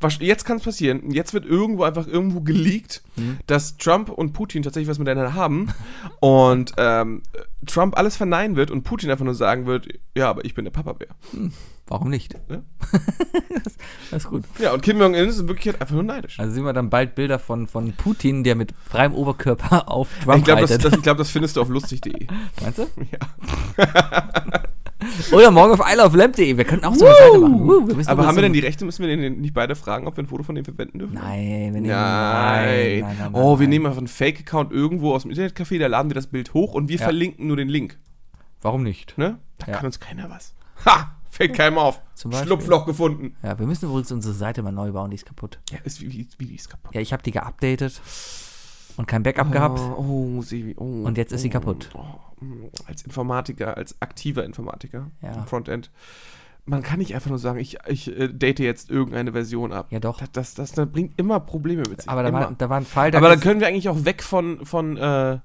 Speaker 3: wasch- jetzt kann es passieren, jetzt wird irgendwo einfach irgendwo geleakt, dass Trump und Putin tatsächlich was miteinander haben und ähm, Trump alles verneinen wird und Putin einfach nur sagen wird, ja, aber ich bin der Papa-Bär.
Speaker 4: Warum nicht?
Speaker 3: Ja.
Speaker 4: das, das ist gut.
Speaker 3: Ja, und Kim Jong-un ist in Wirklichkeit einfach nur neidisch.
Speaker 4: Also sehen wir dann bald Bilder von, von Putin, der mit freiem Oberkörper auf Trump
Speaker 3: Ich glaube, das,
Speaker 4: reitet.
Speaker 3: das, ich glaub, das findest du auf lustig.de.
Speaker 4: Meinst du? Oder morgen auf isleoflamp.de. Wir könnten auch so eine
Speaker 3: Woo!
Speaker 4: Seite machen. Woo, wir müssen
Speaker 3: Aber
Speaker 4: nur
Speaker 3: haben wir
Speaker 4: so-
Speaker 3: denn die Rechte? Müssen wir denn nicht beide fragen, ob wir ein Foto von dem verwenden dürfen?
Speaker 4: Nein, wir nehmen
Speaker 3: Nein.
Speaker 4: nein, nein, nein,
Speaker 3: oh, wir
Speaker 4: nein.
Speaker 3: nehmen einfach einen Fake-Account irgendwo aus dem Internetcafé, da laden wir das Bild hoch und wir
Speaker 4: Ja.
Speaker 3: verlinken nur den Link.
Speaker 4: Warum nicht?
Speaker 3: Ne? Da
Speaker 4: Ja.
Speaker 3: kann uns keiner was. Ha! Fällt keinem auf.
Speaker 4: Zum Beispiel.
Speaker 3: Schlupfloch gefunden.
Speaker 4: Ja, wir müssen übrigens unsere Seite mal neu bauen, die ist kaputt.
Speaker 3: Ja, ist wie, wie, wie die ist kaputt.
Speaker 4: Ja, ich habe die geupdatet und kein Backup gehabt.
Speaker 3: Oh, oh, Sevi, oh,
Speaker 4: Und jetzt ist sie
Speaker 3: oh,
Speaker 4: kaputt.
Speaker 3: Oh, mm, als Informatiker, als aktiver Informatiker
Speaker 4: Ja.
Speaker 3: im Frontend. Man kann nicht einfach nur sagen, ich, ich äh, date jetzt irgendeine Version ab.
Speaker 4: Ja, doch.
Speaker 3: Das, das, das, das bringt immer Probleme mit sich.
Speaker 4: Aber da
Speaker 3: immer.
Speaker 4: war, da war ein Fall, da
Speaker 3: Aber dann
Speaker 4: kannst-
Speaker 3: können wir eigentlich auch weg von, von, äh,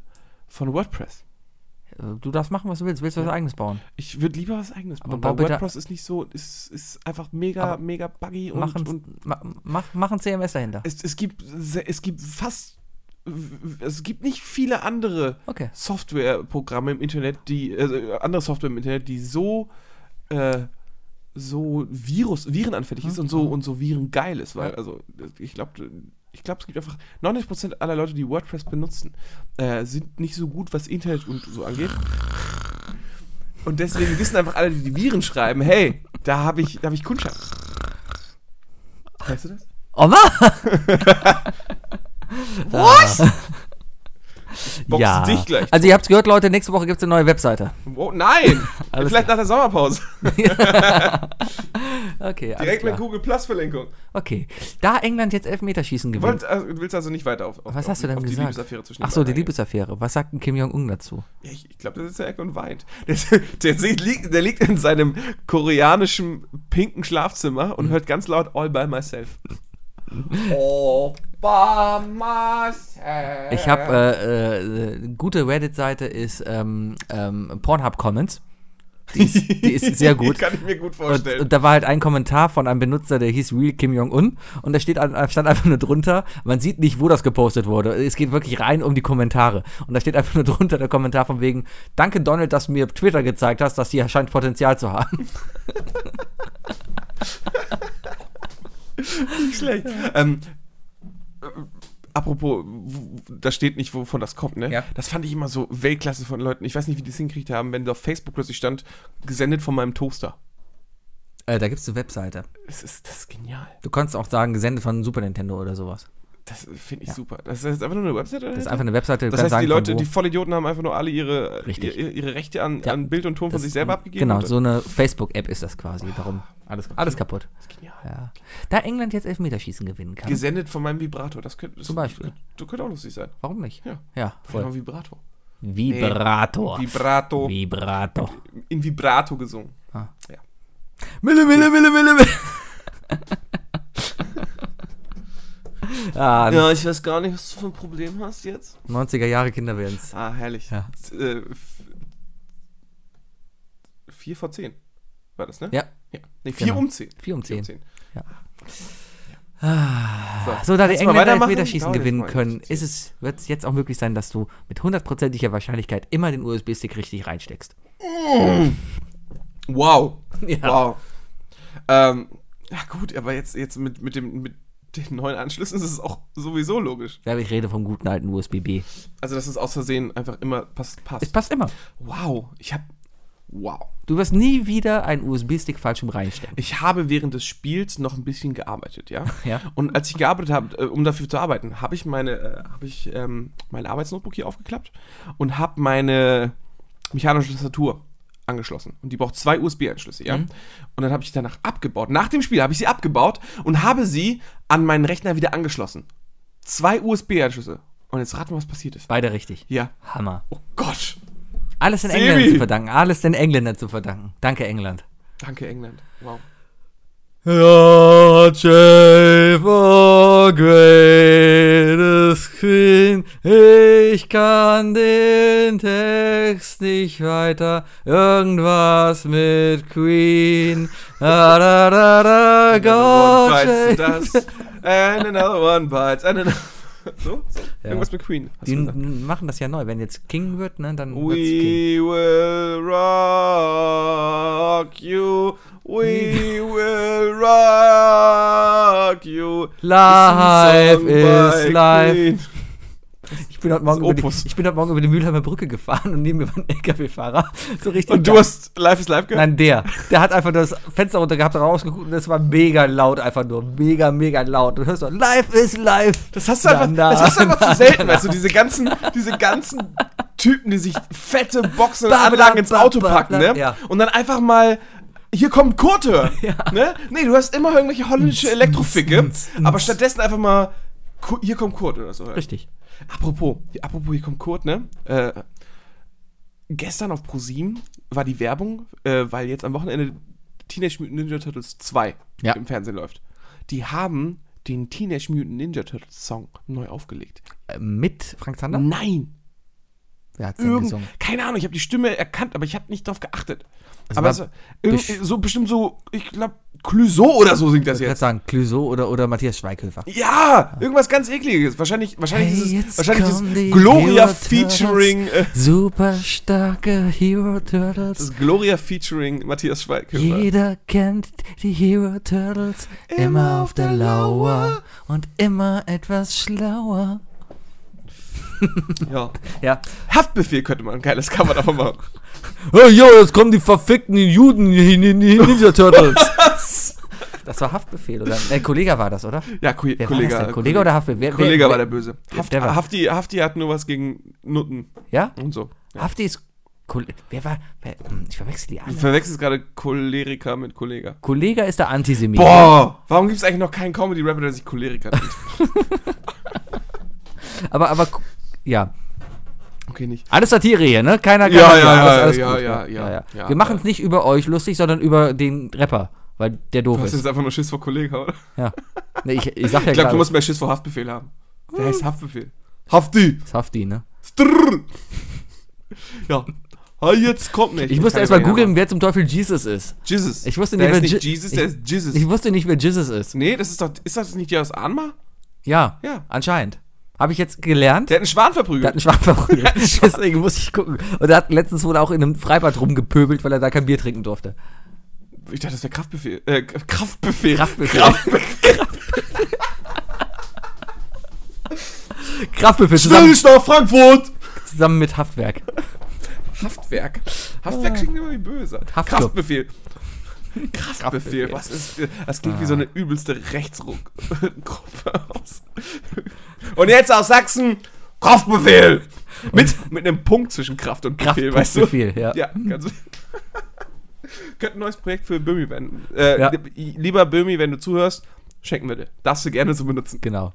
Speaker 3: von WordPress.
Speaker 4: Äh, du darfst machen, was du willst. Willst du was eigenes bauen?
Speaker 3: Ich würde lieber was eigenes machen.
Speaker 4: bau
Speaker 3: Aber
Speaker 4: bitte-
Speaker 3: WordPress ist nicht so, ist, ist einfach mega,
Speaker 4: Aber
Speaker 3: mega buggy
Speaker 4: Mach ein,
Speaker 3: und, und
Speaker 4: ma, mach, mach ein CMS dahinter.
Speaker 3: es, es gibt se- es gibt fast es gibt nicht viele andere
Speaker 4: Okay.
Speaker 3: Softwareprogramme im Internet, die also andere Software im Internet, die so äh, so Virus virenanfällig ist und so und so virengeil ist,
Speaker 4: Mhm.
Speaker 3: weil
Speaker 4: Ja.
Speaker 3: also ich glaube ich glaube, es gibt einfach 90% aller Leute, die WordPress benutzen, äh, sind nicht so gut, was Internet und so angeht. Und deswegen wissen einfach alle, die die Viren schreiben, hey, da habe ich, da hab ich Kundschaft. Weißt du das?
Speaker 4: Oh Mann! Was?
Speaker 3: Box
Speaker 4: ja.
Speaker 3: dich gleich.
Speaker 4: Also ihr habt's gehört, Leute, nächste Woche gibt's eine neue Webseite.
Speaker 3: Oh, nein!
Speaker 4: Alles
Speaker 3: Vielleicht nach der Sommerpause.
Speaker 4: Okay, alles
Speaker 3: Direkt mit
Speaker 4: klar.
Speaker 3: Google Plus Verlinkung.
Speaker 4: Okay. Da England jetzt Elfmeterschießen
Speaker 3: Du
Speaker 4: gewinnt.
Speaker 3: wolltest, also, du willst also nicht weiter auf, auf
Speaker 4: Was
Speaker 3: auf,
Speaker 4: hast du denn
Speaker 3: auf
Speaker 4: gesagt?
Speaker 3: die Liebesaffäre zwischen
Speaker 4: Ach so, die
Speaker 3: den beiden
Speaker 4: Liebesaffäre. Was sagt denn Kim Jong-un dazu?
Speaker 3: eingehen? Ja, ich ich glaube, das ist der Eck und weint. Der, der, sieht- liegt, der liegt in seinem koreanischen pinken Schlafzimmer
Speaker 4: Mhm.
Speaker 3: und hört ganz laut All by Myself. All by myself.
Speaker 4: Ich habe äh, äh, gute Reddit-Seite ist ähm, ähm, Pornhub Comments. Die ist, die ist sehr gut.
Speaker 3: Kann ich mir gut
Speaker 4: Und,
Speaker 3: vorstellen.
Speaker 4: und da war halt ein Kommentar von einem Benutzer, der hieß Real Kim Jong-un. Und da steht, an- stand einfach nur drunter, man sieht nicht, wo das gepostet wurde. Es geht wirklich rein um die Kommentare. Und da steht einfach nur drunter der Kommentar von wegen, danke Donald, dass du mir auf Twitter gezeigt hast, dass hier scheint Potenzial zu haben.
Speaker 3: Nicht schlecht. Ähm, äh, apropos, w- w- da steht nicht, wovon das kommt, ne?
Speaker 4: Ja.
Speaker 3: Das fand ich immer so Weltklasse von Leuten. Ich weiß nicht, wie die es hingekriegt haben, wenn da auf Facebook plötzlich stand, gesendet von meinem Toaster.
Speaker 4: Äh, da gibt's eine Webseite.
Speaker 3: Das ist, das ist genial.
Speaker 4: Du kannst auch sagen, gesendet von Super Nintendo oder sowas.
Speaker 3: Das finde ich super. Das ist einfach nur eine Webseite, oder?
Speaker 4: Das ist einfach eine Webseite, du
Speaker 3: das heißt,
Speaker 4: sagen,
Speaker 3: die Leute,
Speaker 4: von wo.
Speaker 3: die Vollidioten haben einfach nur alle ihre,
Speaker 4: Richtig.
Speaker 3: ihre, ihre Rechte an,
Speaker 4: Ja.
Speaker 3: an Bild und Ton von
Speaker 4: Das-
Speaker 3: sich selber abgegeben.
Speaker 4: Genau,
Speaker 3: und-
Speaker 4: so eine Facebook-App ist das quasi. Darum alles, alles kaputt.
Speaker 3: Das ist genial.
Speaker 4: Ja. Da England jetzt Elfmeterschießen gewinnen kann.
Speaker 3: Gesendet von meinem Vibrator. Das könnte, das
Speaker 4: Zum Beispiel.
Speaker 3: Könnte, das könnte auch lustig sein.
Speaker 4: Warum nicht?
Speaker 3: Ja. Von
Speaker 4: voll.
Speaker 3: einem Vibrator.
Speaker 4: Vibrator.
Speaker 3: Vibrato.
Speaker 4: Vibrator.
Speaker 3: In Vibrato gesungen.
Speaker 4: Mille, Mille, Mille, Mille, Mille. Ah,
Speaker 3: Ja, ich weiß gar nicht, was du für ein Problem hast jetzt.
Speaker 4: 90er Jahre Kinder werden's.
Speaker 3: Ah, herrlich.
Speaker 4: Ja.
Speaker 3: Äh, f- vier vor zehn war das, ne?
Speaker 4: Ja,
Speaker 3: ja. Nee, vier
Speaker 4: Genau.
Speaker 3: um zehn.
Speaker 4: Vier um zehn.
Speaker 3: zehn.
Speaker 4: So, da die
Speaker 3: Kannst du mal
Speaker 4: Engländer
Speaker 3: weitermachen?
Speaker 4: Elfmeterschießen
Speaker 3: Dauert jetzt
Speaker 4: gewinnen
Speaker 3: mal
Speaker 4: können,
Speaker 3: jetzt.
Speaker 4: ist es, wird es jetzt auch möglich sein, dass du mit hundertprozentiger Wahrscheinlichkeit immer den USB-Stick richtig reinsteckst.
Speaker 3: Wow.
Speaker 4: Ja.
Speaker 3: Wow. Ähm, ja gut, aber jetzt, jetzt mit, mit, dem, mit den neuen Anschlüssen ist es auch sowieso logisch.
Speaker 4: Ja, aber ich rede vom guten alten USB-B.
Speaker 3: Also, dass es aus Versehen einfach immer pass,
Speaker 4: Es
Speaker 3: passt.
Speaker 4: passt immer.
Speaker 3: Wow, ich habe... Wow.
Speaker 4: Du wirst nie wieder einen USB-Stick falsch im reinstecken.
Speaker 3: Ich habe während des Spiels noch ein bisschen gearbeitet, ja.
Speaker 4: Ja.
Speaker 3: Und als ich gearbeitet habe, äh, um dafür zu arbeiten, habe ich meine, äh, habe ich ähm, mein Arbeitsnotebook hier aufgeklappt und habe meine mechanische Tastatur angeschlossen. Und die braucht zwei USB-Anschlüsse, ja. Und dann habe ich danach abgebaut. Nach dem Spiel habe ich sie abgebaut und habe sie an meinen Rechner wieder angeschlossen. Zwei USB-Anschlüsse. Und jetzt raten wir, was passiert ist.
Speaker 4: Beide richtig.
Speaker 3: Ja.
Speaker 4: Hammer.
Speaker 3: Oh Gott.
Speaker 4: Alles den
Speaker 3: Sebi.
Speaker 4: Engländern zu verdanken. Alles den Engländern zu verdanken. Danke, England.
Speaker 3: Danke, England. Wow.
Speaker 4: Ja, Jeff, oh greatest Queen, ich kann den Text nicht weiter, irgendwas mit Queen, da da da da,
Speaker 3: One
Speaker 4: God
Speaker 3: bites
Speaker 4: Save-
Speaker 3: the dust, and another one bites, and another. So? so. Irgendwas mit Queen. Hast
Speaker 4: Die
Speaker 3: du gesagt.
Speaker 4: n- machen das ja neu, wenn jetzt King wird, ne, dann wird's King.
Speaker 3: We will rock you. We will rock you.
Speaker 4: Ah, Life
Speaker 3: This is a song
Speaker 4: is
Speaker 3: by
Speaker 4: life.
Speaker 3: Queen.
Speaker 4: Ich bin, heute morgen über die,
Speaker 3: Opus.
Speaker 4: ich bin heute Morgen über die Mühlheimer Brücke gefahren und neben mir war ein LKW-Fahrer, so richtig
Speaker 3: Und du hast Life is Life gehört?
Speaker 4: Nein, der. Der hat einfach das Fenster runter gehabt, rausgeguckt und das war mega laut, einfach nur. Mega, mega laut. Du hörst so, live is live.
Speaker 3: Das hast du einfach, das hast du einfach zu selten, weißt du, diese ganzen, diese ganzen Typen, die sich fette Boxen und
Speaker 4: Ba, ba,
Speaker 3: Anlagen ins
Speaker 4: ba,
Speaker 3: Auto
Speaker 4: ba,
Speaker 3: packen,
Speaker 4: ba,
Speaker 3: ne?
Speaker 4: ja.
Speaker 3: Und dann einfach mal, hier kommt Kurte, ne? Nee, du hast immer irgendwelche holländische Elektroficke, aber stattdessen einfach mal, Ku- hier kommt Kurt oder so. hören.
Speaker 4: Richtig.
Speaker 3: Apropos, apropos, hier kommt Kurt, ne? Äh, gestern auf ProSieben war die Werbung, äh, weil jetzt am Wochenende Teenage Mutant Ninja Turtles 2
Speaker 4: Ja.
Speaker 3: im Fernsehen läuft. Die haben den Teenage Mutant Ninja Turtles Song neu aufgelegt.
Speaker 4: Äh, Mit Frank Zander?
Speaker 3: Nein,
Speaker 4: Wer hat's denn
Speaker 3: irgend,
Speaker 4: gesungen?
Speaker 3: keine Ahnung, ich habe die Stimme erkannt, aber ich habe nicht drauf geachtet.
Speaker 4: Also war
Speaker 3: aber es, war irgend- so bestimmt so, ich glaube, Clouseau oder so singt das
Speaker 4: Ich würde
Speaker 3: jetzt.
Speaker 4: sagen, Clouseau oder, oder Matthias Schweighöfer.
Speaker 3: Ja, irgendwas ganz ekliges. Wahrscheinlich, wahrscheinlich
Speaker 4: Hey,
Speaker 3: ist
Speaker 4: jetzt
Speaker 3: es wahrscheinlich ist
Speaker 4: kommen die
Speaker 3: es Gloria
Speaker 4: Hero Turtles.
Speaker 3: featuring äh,
Speaker 4: Super starke Hero
Speaker 3: Das
Speaker 4: Turtles.
Speaker 3: ist Gloria featuring Matthias Schweighöfer.
Speaker 4: Jeder kennt die Hero Turtles. Immer auf der Lauer und immer etwas schlauer.
Speaker 3: Ja.
Speaker 4: Ja.
Speaker 3: Haftbefehl könnte man ein geiles Cover davon machen.
Speaker 4: Hey, yo, jetzt kommen die verfickten Juden, die Ninja Turtles. Das war Haftbefehl, oder? Äh, Kollege war das, oder?
Speaker 3: Ja, Ko
Speaker 4: Wer
Speaker 3: Kollege.
Speaker 4: war das denn? Kollege oder Haftbefehl? Wer,
Speaker 3: Kollege
Speaker 4: wer,
Speaker 3: war der Böse. Haft,
Speaker 4: der war-
Speaker 3: Hafti, Hafti hat nur was gegen Nutten
Speaker 4: Ja?
Speaker 3: und so.
Speaker 4: Hafti ist. Kol wer war. Wer, hm, ich verwechsel die
Speaker 3: Du
Speaker 4: alle.
Speaker 3: verwechselst gerade Choleriker mit Kollega.
Speaker 4: Kollege ist der Antisemit.
Speaker 3: Boah, warum gibt es eigentlich noch keinen Comedy-Rapper, der sich Choleriker nennt?
Speaker 4: Aber, aber. Ko- Ja.
Speaker 3: Okay, nicht.
Speaker 4: Alles Satire hier, ne? Keiner
Speaker 3: Ja,
Speaker 4: keiner-
Speaker 3: ja, ja,
Speaker 4: alles, alles
Speaker 3: ja,
Speaker 4: gut, ne?
Speaker 3: ja, ja, ja.
Speaker 4: Wir machen es nicht über euch lustig, sondern über den Rapper, weil der
Speaker 3: Du
Speaker 4: doof
Speaker 3: hast
Speaker 4: ist.
Speaker 3: jetzt einfach nur Schiss vor Kollega, oder?
Speaker 4: Ja. Nee, ich, ich sag ja
Speaker 3: Ich glaube,
Speaker 4: gerade.
Speaker 3: du musst mehr Schiss vor Haftbefehl haben. Der heißt Haftbefehl. Hafti!
Speaker 4: das ist Hafti, ne?
Speaker 3: Strrr. Ja. Ah, jetzt kommt nicht.
Speaker 4: Ich musste
Speaker 3: Keine
Speaker 4: erstmal
Speaker 3: Ahnung.
Speaker 4: googeln, wer zum Teufel Jesus ist.
Speaker 3: Jesus.
Speaker 4: Ich wusste
Speaker 3: der
Speaker 4: nicht,
Speaker 3: ist
Speaker 4: wer
Speaker 3: nicht
Speaker 4: Je-
Speaker 3: Jesus, der
Speaker 4: ich-
Speaker 3: ist Jesus.
Speaker 4: Ich wusste nicht, wer Jesus ist.
Speaker 3: Nee, das ist doch. Ist das nicht die aus Anma?
Speaker 4: Ja,
Speaker 3: Ja.
Speaker 4: anscheinend. Habe ich jetzt gelernt.
Speaker 3: Der hat einen Schwan
Speaker 4: Der hat einen
Speaker 3: verprügelt.
Speaker 4: Schwamm verprügelt. Deswegen muss ich gucken. Und er hat letztens wohl auch in einem Freibad rumgepöbelt, weil er da kein Bier trinken durfte.
Speaker 3: Ich dachte, das wäre Kraftbefehl. Äh, Kraftbefehl.
Speaker 4: Kraftbefehl. Kraftbefehl zusammen,
Speaker 3: nach Frankfurt!
Speaker 4: zusammen mit Haftwerk.
Speaker 3: Haftwerk. Haftwerk klingt immer wie böse.
Speaker 4: Ah. Haftclub.
Speaker 3: Kraftbefehl. Kraftbefehl. Was ist. Das klingt
Speaker 4: Ah.
Speaker 3: wie so eine übelste Rechtsgruppe aus. Und jetzt aus Sachsen. Kraftbefehl! Mit, mit einem Punkt zwischen Kraft und Befehl,
Speaker 4: Kraftbefehl,
Speaker 3: weißt du?
Speaker 4: ja.
Speaker 3: Ja, ganz Könnte ein neues Projekt für Böhmi werden. Äh,
Speaker 4: Ja.
Speaker 3: li- Lieber Böhmi, wenn du zuhörst, schenken wir dir. Darfst du gerne so benutzen.
Speaker 4: Genau.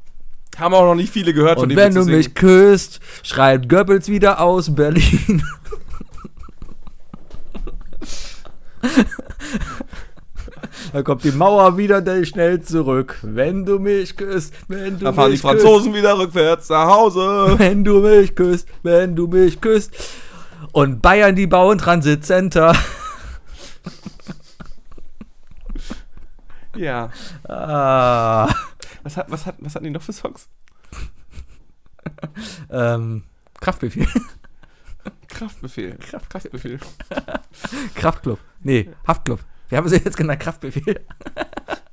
Speaker 3: Haben auch noch nicht viele gehört
Speaker 4: Und
Speaker 3: dem
Speaker 4: wenn
Speaker 3: Lied
Speaker 4: du
Speaker 3: zu
Speaker 4: mich
Speaker 3: singen.
Speaker 4: küsst, schreit Goebbels wieder aus Berlin. Dann kommt die Mauer wieder dann schnell zurück. Wenn du mich küsst, wenn du
Speaker 3: Da fahren die
Speaker 4: mich
Speaker 3: Franzosen wieder rückwärts nach Hause.
Speaker 4: küsst, wenn du mich küsst, wenn du mich küsst. Und Bayern, die bauen Transitcenter.
Speaker 3: Ja.
Speaker 4: Ah,
Speaker 3: Was, hat, was, hat, was hatten die noch für Songs?
Speaker 4: ähm, Kraftbefehl.
Speaker 3: Kraftbefehl. Kraftbefehl.
Speaker 4: Kraftclub. Nee, Haftclub. Wir haben sie jetzt genannt, Kraftbefehl.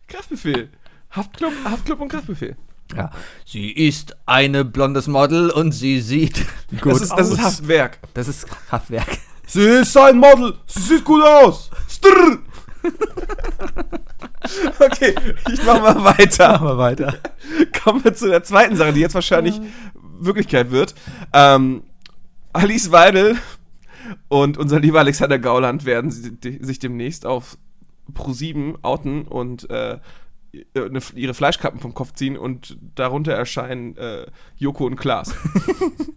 Speaker 3: Kraftbefehl. Haftclub, Haftclub und Kraftbefehl.
Speaker 4: Ja. Sie ist eine blondes Model und sie sieht gut
Speaker 3: das, ist, das ist Haftwerk.
Speaker 4: das ist Haftwerk.
Speaker 3: Sie ist ein Model. Sie sieht gut aus. Strrr. okay, ich mach mal weiter.
Speaker 4: Aber weiter.
Speaker 3: Kommen wir zu der zweiten Sache, die jetzt wahrscheinlich Wirklichkeit wird. Ähm, Alice Weidel und unser lieber Alexander Gauland werden si- di- sich demnächst auf Pro7 outen und äh, eine- ihre Fleischkappen vom Kopf ziehen und darunter erscheinen äh, Joko und Klaas.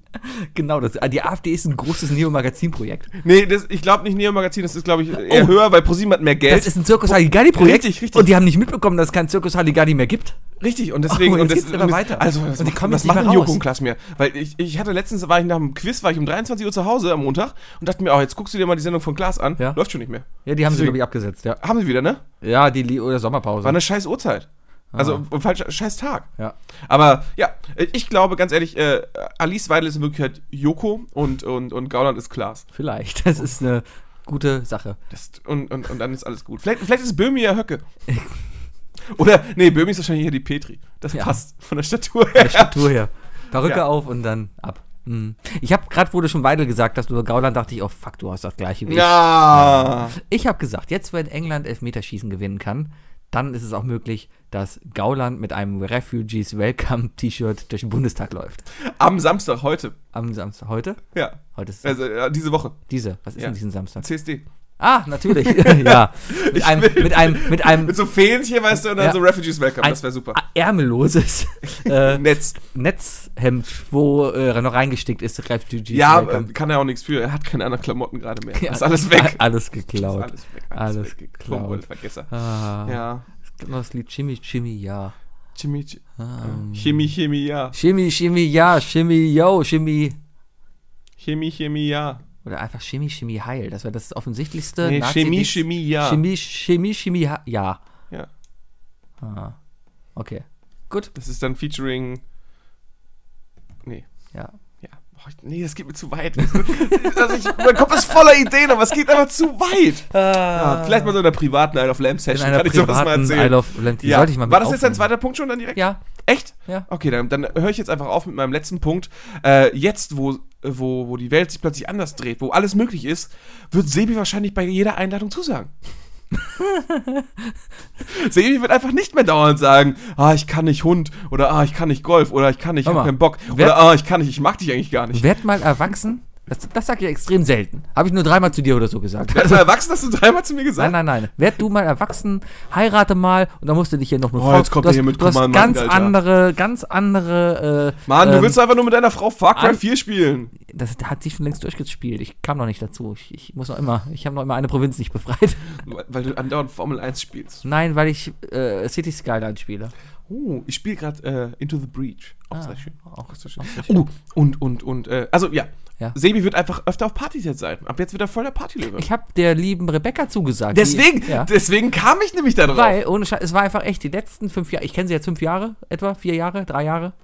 Speaker 4: Genau, das, die AfD ist ein großes Neo-Magazin-Projekt.
Speaker 3: nee, das, ich glaube nicht Neo Magazin, das ist glaube ich eher
Speaker 4: Oh.
Speaker 3: höher, weil Pro7 hat mehr Geld.
Speaker 4: Das ist ein Zirkus Halligalli-Projekt.
Speaker 3: Richtig, richtig.
Speaker 4: Und die haben nicht mitbekommen, dass es keinen Zirkus Halligalli mehr gibt.
Speaker 3: Richtig, und deswegen.
Speaker 4: Oh, jetzt
Speaker 3: und
Speaker 4: geht's aber
Speaker 3: und
Speaker 4: weiter.
Speaker 3: Also, was,
Speaker 4: Und die
Speaker 3: macht-
Speaker 4: kommen
Speaker 3: was
Speaker 4: jetzt nicht
Speaker 3: machen
Speaker 4: mehr
Speaker 3: Joko
Speaker 4: raus.
Speaker 3: und Klaas mir? Weil ich, ich hatte letztens, war ich nach dem Quiz, war ich um 23 Uhr zu Hause am Montag und dachte mir, oh, jetzt guckst du dir mal die Sendung von Klaas an.
Speaker 4: Ja.
Speaker 3: Läuft schon nicht mehr.
Speaker 4: Ja, die haben sie,
Speaker 3: Deswegen-
Speaker 4: glaube ich, abgesetzt, ja.
Speaker 3: Haben sie wieder, ne?
Speaker 4: Ja, die Li- oder Sommerpause.
Speaker 3: War eine scheiß Uhrzeit. Also, ah. falscher scheiß Tag.
Speaker 4: ja.
Speaker 3: Aber ja, ich glaube, ganz ehrlich, äh, Alice Weidel ist in Wirklichkeit Joko und, und, und Gauland ist Klaas.
Speaker 4: Vielleicht. Das ist eine gute Sache.
Speaker 3: Das, und, und, und dann ist alles gut. Vielleicht, vielleicht ist Böhmi ja Höcke. Oder, nee, Böhmi ist wahrscheinlich hier die Petri. Das
Speaker 4: Ja.
Speaker 3: passt von der Statur her.
Speaker 4: Struktur her. Perücke
Speaker 3: Ja.
Speaker 4: auf und dann ab. Hm. Ich habe gerade, wo du schon Weidel gesagt hast, über Gauland dachte ich, oh fuck, du hast das gleiche wie ich.
Speaker 3: Ja.
Speaker 4: Ich habe gesagt, jetzt, wenn England Elfmeterschießen gewinnen kann, dann ist es auch möglich, dass Gauland mit einem Refugees Welcome T-Shirt durch den Bundestag läuft.
Speaker 3: Am Samstag, heute.
Speaker 4: Am Samstag. Heute?
Speaker 3: Ja.
Speaker 4: Heute ist
Speaker 3: Also äh, diese Woche.
Speaker 4: diese. Was ist
Speaker 3: ja.
Speaker 4: denn diesen Samstag?
Speaker 3: CSD.
Speaker 4: Ah, natürlich. ja. Mit einem, mit einem, mit einem
Speaker 3: Mit so Fähnchen, weißt du, und dann
Speaker 4: Ja.
Speaker 3: so Refugees Welcome.
Speaker 4: ein
Speaker 3: das wäre super.
Speaker 4: ärmelloses äh,
Speaker 3: Netz.
Speaker 4: Netzhemd, wo äh, noch reingestickt ist, Refugees
Speaker 3: Ja,
Speaker 4: Welcome.
Speaker 3: äh, kann er auch nichts für. Er hat keine anderen Klamotten gerade mehr.
Speaker 4: Ja,
Speaker 3: ist alles weg.
Speaker 4: a- Alles geklaut.
Speaker 3: alles weg.
Speaker 4: Alles geklaut.
Speaker 3: Komm, vergesser.
Speaker 4: Ah,
Speaker 3: Ja.
Speaker 4: Es gibt noch das Lied Chimmy Chimmy Ja.
Speaker 3: Chimie, Ch-
Speaker 4: Ähm,
Speaker 3: Chemie, Chemie, ja.
Speaker 4: Chimmy Chimmy Ja, Chimmy Yo, Chimmy.
Speaker 3: Chemie, Chemie, ja.
Speaker 4: Oder einfach Chemie, Chemie, Heil. Das wäre das offensichtlichste.
Speaker 3: Nee,
Speaker 4: Nazi-
Speaker 3: Chemie,
Speaker 4: Dies-
Speaker 3: Chemie, ja.
Speaker 4: Chemie, Chemie, Chemie, Ha- ja.
Speaker 3: Ja.
Speaker 4: Ah. Okay.
Speaker 3: Das ist dann featuring. Nee.
Speaker 4: Ja.
Speaker 3: Ja. Oh, ich- Nee, das geht mir zu weit. also ich, mein Kopf ist voller Ideen, aber es geht einfach zu weit. Ah, vielleicht mal so in einer privaten Isle of Lamb
Speaker 4: In
Speaker 3: Session.
Speaker 4: einer
Speaker 3: Kann ich sowas mal
Speaker 4: privaten I
Speaker 3: erzählen?
Speaker 4: Love Lamp, die
Speaker 3: Ja.
Speaker 4: sollte ich mal
Speaker 3: War das jetzt dein
Speaker 4: ein
Speaker 3: zweiter Punkt schon dann direkt?
Speaker 4: Ja,
Speaker 3: Echt?
Speaker 4: ja.
Speaker 3: Okay, dann, dann höre ich jetzt einfach auf mit meinem letzten Punkt. Äh, jetzt, wo, wo, wo die Welt sich plötzlich anders dreht, wo alles möglich ist, wird Sebi wahrscheinlich bei jeder Einladung zusagen. Sebi wird einfach nicht mehr dauernd sagen, ah, ich kann nicht Hund oder ah, ich kann nicht Golf oder ich kann nicht, ich
Speaker 4: Hör
Speaker 3: hab
Speaker 4: mal,
Speaker 3: keinen Bock
Speaker 4: wer-
Speaker 3: oder ah, ich kann nicht, ich mag dich eigentlich gar nicht.
Speaker 4: Werd mal erwachsen. Das, das sag ich ja extrem selten. Habe ich nur dreimal zu dir oder so gesagt.
Speaker 3: Als Erwachsen hast du dreimal zu mir gesagt.
Speaker 4: Nein, nein, nein. Werd du mal erwachsen, heirate mal und dann musst du dich hier noch eine
Speaker 3: Oh, jetzt kommt
Speaker 4: du
Speaker 3: er
Speaker 4: hast,
Speaker 3: hier mit
Speaker 4: du hast
Speaker 3: Command
Speaker 4: ganz
Speaker 3: Alter.
Speaker 4: andere, ganz andere. Äh,
Speaker 3: Mann, du
Speaker 4: ähm,
Speaker 3: willst doch einfach nur mit deiner Frau Far Cry
Speaker 4: an-
Speaker 3: 4 spielen.
Speaker 4: Das hat sich schon längst durchgespielt. Ich kam noch nicht dazu. Ich, ich muss noch immer. Ich habe noch immer eine Provinz nicht befreit.
Speaker 3: Weil du andauernd Formel 1 spielst.
Speaker 4: Nein, weil ich äh, City Skyline spiele.
Speaker 3: Oh, ich spiele gerade äh, Into the Breach. Auch sehr schön.
Speaker 4: Ah, Auch
Speaker 3: sehr schön. Oh, und, und, und, äh, also ja.
Speaker 4: Ja.
Speaker 3: Sebi wird einfach öfter auf Partys jetzt sein. Ab jetzt wird er voll der Partylöwe.
Speaker 4: Ich habe der lieben Rebecca zugesagt.
Speaker 3: Deswegen,
Speaker 4: Die, ja.
Speaker 3: deswegen kam ich nämlich da drauf.
Speaker 4: Weil, ohne Scheiß, es war einfach echt die letzten fünf Jahre. Ich kenne sie jetzt fünf Jahre etwa, vier Jahre, drei Jahre.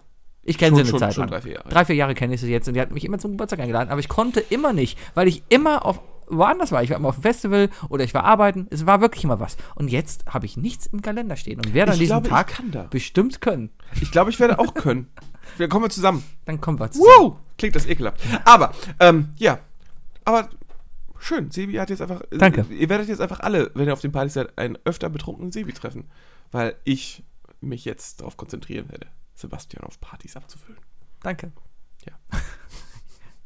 Speaker 4: Ich kenne sie
Speaker 3: Schon-
Speaker 4: eine
Speaker 3: schon-
Speaker 4: Zeit
Speaker 3: schon
Speaker 4: lang.
Speaker 3: drei, vier Jahre.
Speaker 4: Drei, vier Jahre kenne ich sie jetzt und die hat mich immer zum Geburtstag eingeladen, aber ich konnte immer nicht, weil ich immer auf woanders war. Ich war immer auf dem Festival oder ich war arbeiten. Es war wirklich immer was. Und jetzt habe ich nichts im Kalender stehen und werde an
Speaker 3: Ich
Speaker 4: diesem
Speaker 3: glaube, ich
Speaker 4: Tag
Speaker 3: kann da.
Speaker 4: bestimmt können.
Speaker 3: Ich glaube, ich werde auch können. Dann kommen wir zusammen.
Speaker 4: Dann kommen wir zusammen.
Speaker 3: Wow! Klingt das ekelhaft. Aber, ähm, ja. Aber schön. Sebi hat jetzt einfach. äh,
Speaker 4: Danke.
Speaker 3: Ihr werdet jetzt einfach alle, wenn ihr auf den Partys seid, einen öfter betrunkenen Sebi treffen. Weil ich mich jetzt darauf konzentrieren werde, Sebastian auf Partys abzufüllen.
Speaker 4: Danke.
Speaker 3: Ja.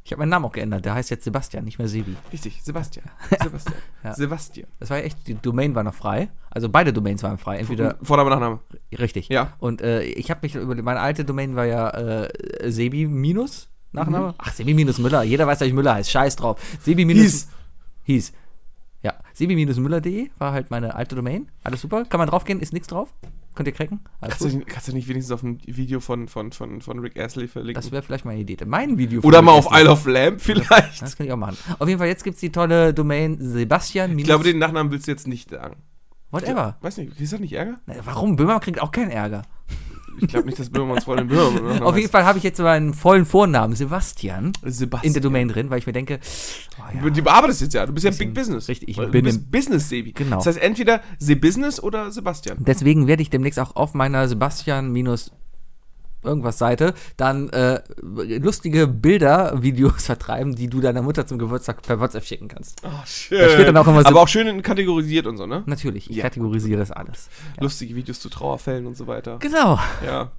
Speaker 4: Ich habe meinen Namen auch geändert. Der heißt jetzt Sebastian, nicht mehr Sebi.
Speaker 3: Richtig, Sebastian. Sebastian.
Speaker 4: Ja.
Speaker 3: Sebastian.
Speaker 4: Das war ja echt, die Domain war noch frei. Also beide Domains waren frei. Entweder
Speaker 3: Vorname, Nachname.
Speaker 4: Richtig.
Speaker 3: Ja.
Speaker 4: Und äh, ich habe mich über meine alte Domain war ja äh, Sebi minus
Speaker 3: Mhm.
Speaker 4: Nachname. Ach Sebi minus Müller. Jeder weiß, dass ich Müller heißt. Scheiß drauf. Sebi minus
Speaker 3: Hieß.
Speaker 4: hieß. Ja. sebi-müller.de war halt meine alte Domain. Alles super. Kann man draufgehen, ist nichts drauf. Könnt ihr cracken. Alles
Speaker 3: Kannst du,
Speaker 4: gut.
Speaker 3: nicht- kannst du nicht wenigstens auf ein Video von, von, von, von Rick Astley verlinken?
Speaker 4: Das wäre vielleicht mal eine Idee. Mein Video.
Speaker 3: Oder mal auf
Speaker 4: alle.
Speaker 3: Isle of Lamp vielleicht?
Speaker 4: Das kann ich auch machen. Auf jeden Fall, jetzt gibt es die tolle Domain Sebastian.
Speaker 3: Ich glaube, den Nachnamen willst du jetzt nicht sagen.
Speaker 4: Whatever.
Speaker 3: Weiß nicht, kriegst du das nicht Ärger?
Speaker 4: Na, Warum? Böhmer kriegt auch keinen Ärger.
Speaker 3: Ich glaube nicht, dass Böhmermanns Freundin Böhmermann Nachnamen
Speaker 4: Auf jeden Fall habe ich jetzt meinen vollen Vornamen, Sebastian,
Speaker 3: heißt. Sebastian.
Speaker 4: in der Domain drin, weil ich mir denke, oh ja,
Speaker 3: Die bearbeitest jetzt ja. Du bist ja Big Business.
Speaker 4: richtig, ich
Speaker 3: Weil
Speaker 4: bin
Speaker 3: du bist
Speaker 4: im-
Speaker 3: Business Sebi.
Speaker 4: Genau.
Speaker 3: Das heißt entweder Se Business oder Sebastian.
Speaker 4: deswegen werde ich demnächst auch auf meiner Sebastian minus irgendwas Seite dann äh, lustige Bilder, Videos vertreiben, die du deiner Mutter zum Geburtstag per WhatsApp schicken kannst.
Speaker 3: Oh, schön.
Speaker 4: steht dann auch immer so-
Speaker 3: Aber auch schön in- kategorisiert und so, ne?
Speaker 4: Natürlich, ich
Speaker 3: Ja.
Speaker 4: kategorisiere das alles.
Speaker 3: Lustige Videos zu Trauerfällen und so weiter.
Speaker 4: Genau.
Speaker 3: Ja.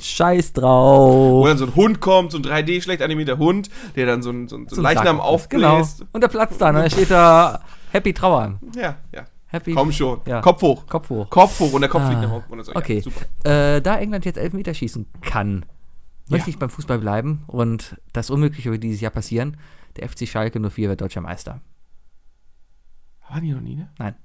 Speaker 4: Scheiß
Speaker 3: Wo
Speaker 4: drauf.
Speaker 3: dann so ein Hund kommt, so ein 3D schlecht animierter Hund, der dann so ein, so ein, so
Speaker 4: So
Speaker 3: ein
Speaker 4: ein
Speaker 3: Leichnam
Speaker 4: Sack.
Speaker 3: aufbläst.
Speaker 4: Genau. Und der platzt dann, da steht da Happy Trauern.
Speaker 3: Ja, ja.
Speaker 4: Genau. Happy
Speaker 3: Komm schon.
Speaker 4: Ja.
Speaker 3: Kopf hoch.
Speaker 4: Kopf hoch.
Speaker 3: Kopf hoch und der Kopf fliegt
Speaker 4: Ah,
Speaker 3: nach oben oder so.
Speaker 4: Okay.
Speaker 3: Ja, super.
Speaker 4: äh, da England jetzt Elfmeter schießen kann, möchte ich beim Fußball bleiben und das Unmögliche wird dieses Jahr passieren. Der FC Schalke 04 wird deutscher Meister.
Speaker 3: Waren die noch nie, ne?
Speaker 4: Nein.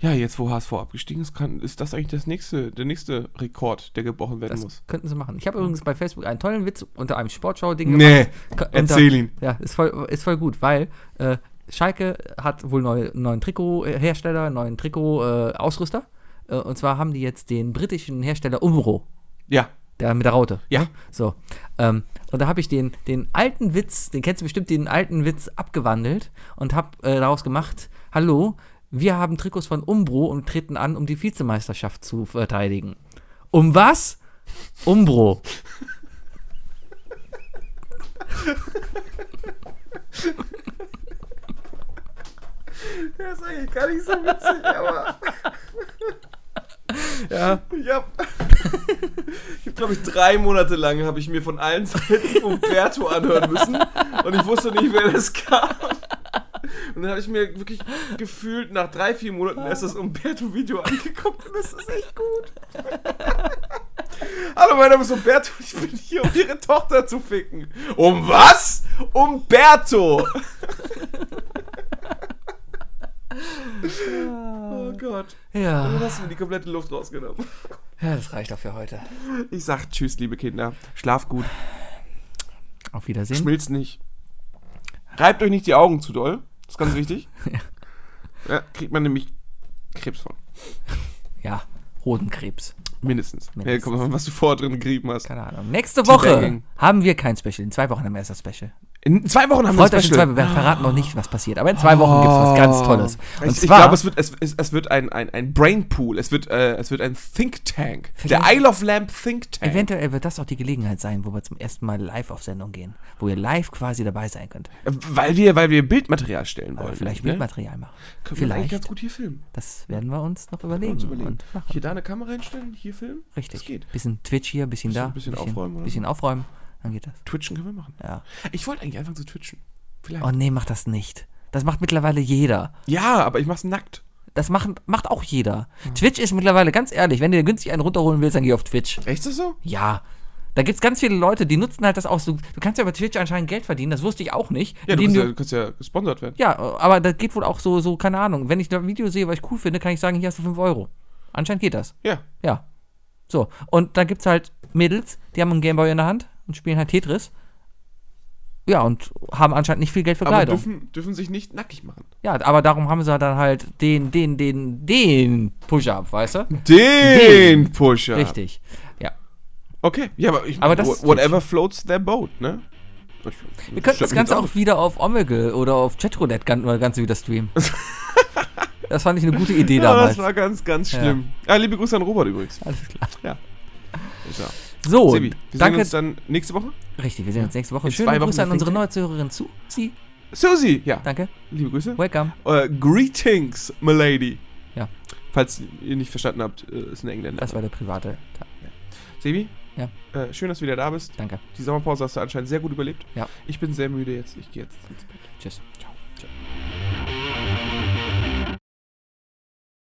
Speaker 3: Ja, jetzt wo HSV abgestiegen ist, kann, ist das eigentlich das nächste, der nächste Rekord, der gebrochen werden
Speaker 4: Das
Speaker 3: muss.
Speaker 4: könnten sie machen. Ich habe übrigens bei Facebook einen tollen Witz unter einem Sportschau-Ding
Speaker 3: Nee,
Speaker 4: Ka- unter-
Speaker 3: erzähl ihn.
Speaker 4: Ja, ist voll, ist voll gut, weil äh, Schalke hat wohl neu, neuen Trikothersteller, neuen Trikot-Ausrüster. Äh, und zwar haben die jetzt den britischen Hersteller Umbro,
Speaker 3: Ja,
Speaker 4: der mit der Raute.
Speaker 3: ja.
Speaker 4: So. Ähm, und da habe ich den, den alten Witz, den kennst du bestimmt, den alten Witz abgewandelt und habe äh, daraus gemacht, hallo, wir haben Trikots von Umbro und treten an, um die Vizemeisterschaft zu verteidigen. Um was? Umbro.
Speaker 3: Das ist eigentlich gar nicht so witzig, aber. ja. Ich hab. Ich hab, glaube ich, drei Monate lang habe ich mir von allen Seiten Umberto anhören müssen und ich wusste nicht, wer das kam. Und dann habe ich mir wirklich gefühlt nach drei, vier Monaten erst das Umberto-Video angeguckt und das ist echt gut. Hallo, mein Name ist Umberto und ich bin hier, um ihre Tochter zu ficken. Um was? Umberto! Oh Gott. Du
Speaker 4: Ja.
Speaker 3: hast mir die komplette Luft rausgenommen.
Speaker 4: ja, das reicht auch für heute.
Speaker 3: Ich sag Tschüss, liebe Kinder. Schlaf gut.
Speaker 4: Auf Wiedersehen.
Speaker 3: Schmilzt nicht. Reibt euch nicht die Augen zu doll. Das ist ganz wichtig. ja. kriegt man nämlich Krebs von.
Speaker 4: Ja, Hodenkrebs.
Speaker 3: Mindestens. Ja,
Speaker 4: Mindestens.
Speaker 3: kommt drauf an, was du vorher drin gerieben hast.
Speaker 4: Keine Ahnung. Nächste Woche
Speaker 3: Teabagging.
Speaker 4: haben wir kein Special. In zwei Wochen haben wir erst das Special.
Speaker 3: In zwei Wochen haben
Speaker 4: Freut
Speaker 3: wir ein
Speaker 4: euch in zwei
Speaker 3: Special.
Speaker 4: Wochen. Wir verraten noch nicht, was passiert. Aber in zwei Wochen gibt es was ganz Tolles.
Speaker 3: Ich,
Speaker 4: Und
Speaker 3: ich
Speaker 4: zwar,
Speaker 3: glaube, es wird, es, es, es wird ein, ein, ein Brainpool. Es wird, äh, es wird ein Think Tank. Der Isle of Lamp Think Tank.
Speaker 4: Eventuell wird das auch die Gelegenheit sein, wo wir zum ersten Mal live auf Sendung gehen, wo ihr live quasi dabei sein könnt.
Speaker 3: Äh, Weil wir, weil wir Bildmaterial stellen wollen.
Speaker 4: vielleicht
Speaker 3: ne?
Speaker 4: Bildmaterial machen.
Speaker 3: Können wir eigentlich
Speaker 4: Vielleicht.
Speaker 3: ganz gut hier filmen.
Speaker 4: Das werden wir uns noch überlegen.
Speaker 3: Uns überlegen.
Speaker 4: Und machen.
Speaker 3: Hier da eine Kamera hinstellen, hier filmen. Das
Speaker 4: Richtig.
Speaker 3: geht.
Speaker 4: Bisschen Twitch hier, bisschen,
Speaker 3: Bisschen-
Speaker 4: da.
Speaker 3: bisschen aufräumen oder
Speaker 4: bisschen aufräumen. Dann geht das.
Speaker 3: Twitchen können wir machen.
Speaker 4: Ja.
Speaker 3: Ich wollte eigentlich anfangen zu twitchen. Vielleicht.
Speaker 4: Oh nee, mach das nicht. Das macht mittlerweile jeder.
Speaker 3: ja, aber ich mach's nackt.
Speaker 4: Das machen, macht auch jeder.
Speaker 3: Hm.
Speaker 4: Twitch ist mittlerweile, ganz ehrlich, wenn du dir günstig einen runterholen willst, dann geh auf Twitch.
Speaker 3: Echt ist das so?
Speaker 4: Ja. Da gibt's ganz viele Leute, die nutzen halt das auch so. Du kannst ja über Twitch anscheinend Geld verdienen, das wusste ich auch nicht.
Speaker 3: Ja, du
Speaker 4: indem
Speaker 3: kannst ja, kannst ja gesponsert werden.
Speaker 4: Ja, aber das geht wohl auch so, so, keine Ahnung. Wenn ich da ein Video sehe, was ich cool finde, kann ich sagen, hier hast du 5 Euro. Anscheinend geht das.
Speaker 3: Ja.
Speaker 4: Ja. So. Und da gibt's halt Mädels, die haben einen Gameboy in der Hand und spielen halt Tetris. Ja, und haben anscheinend nicht viel Geld für
Speaker 3: Aber
Speaker 4: Kleidung.
Speaker 3: dürfen, dürfen sich nicht nackig machen.
Speaker 4: ja, aber darum haben sie dann halt den, den, den, den Push-Up, weißt du?
Speaker 3: Den, Pusher.
Speaker 4: Richtig. Ja.
Speaker 3: Okay. Ja, aber ich
Speaker 4: Aber das ist
Speaker 3: whatever floats their boat, ne? Ich-
Speaker 4: Wir könnten das
Speaker 3: stört mich
Speaker 4: Ganze
Speaker 3: jetzt
Speaker 4: auch wieder auf Omegle oder auf Chatroulette gan- das Ganze wieder streamen. das fand ich eine gute Idee
Speaker 3: Ja,
Speaker 4: damals.
Speaker 3: das war ganz, ganz schlimm. Ah, liebe Grüße an Robert übrigens.
Speaker 4: Alles klar.
Speaker 3: Ist er.
Speaker 4: So,
Speaker 3: Sebi, wir sehen
Speaker 4: danke
Speaker 3: uns dann nächste Woche.
Speaker 4: Richtig, wir sehen uns nächste Woche.
Speaker 3: In
Speaker 4: Schöne
Speaker 3: zwei Wochen
Speaker 4: Grüße an
Speaker 3: fängt
Speaker 4: unsere
Speaker 3: er-
Speaker 4: neue Zuhörerin zu. Sie,
Speaker 3: Susi, ja.
Speaker 4: danke.
Speaker 3: Liebe Grüße.
Speaker 4: Welcome.
Speaker 3: Äh, greetings, milady.
Speaker 4: Ja.
Speaker 3: Falls ihr nicht verstanden habt, äh, ist ein Engländer.
Speaker 4: Das war der private Teil.
Speaker 3: Sebi?
Speaker 4: Ja.
Speaker 3: Äh, schön, dass du wieder da bist.
Speaker 4: Danke.
Speaker 3: Die Sommerpause hast du anscheinend sehr gut überlebt.
Speaker 4: Ja.
Speaker 3: Ich bin sehr müde jetzt. Ich gehe jetzt ins Bett.
Speaker 4: Tschüss.
Speaker 3: Ciao.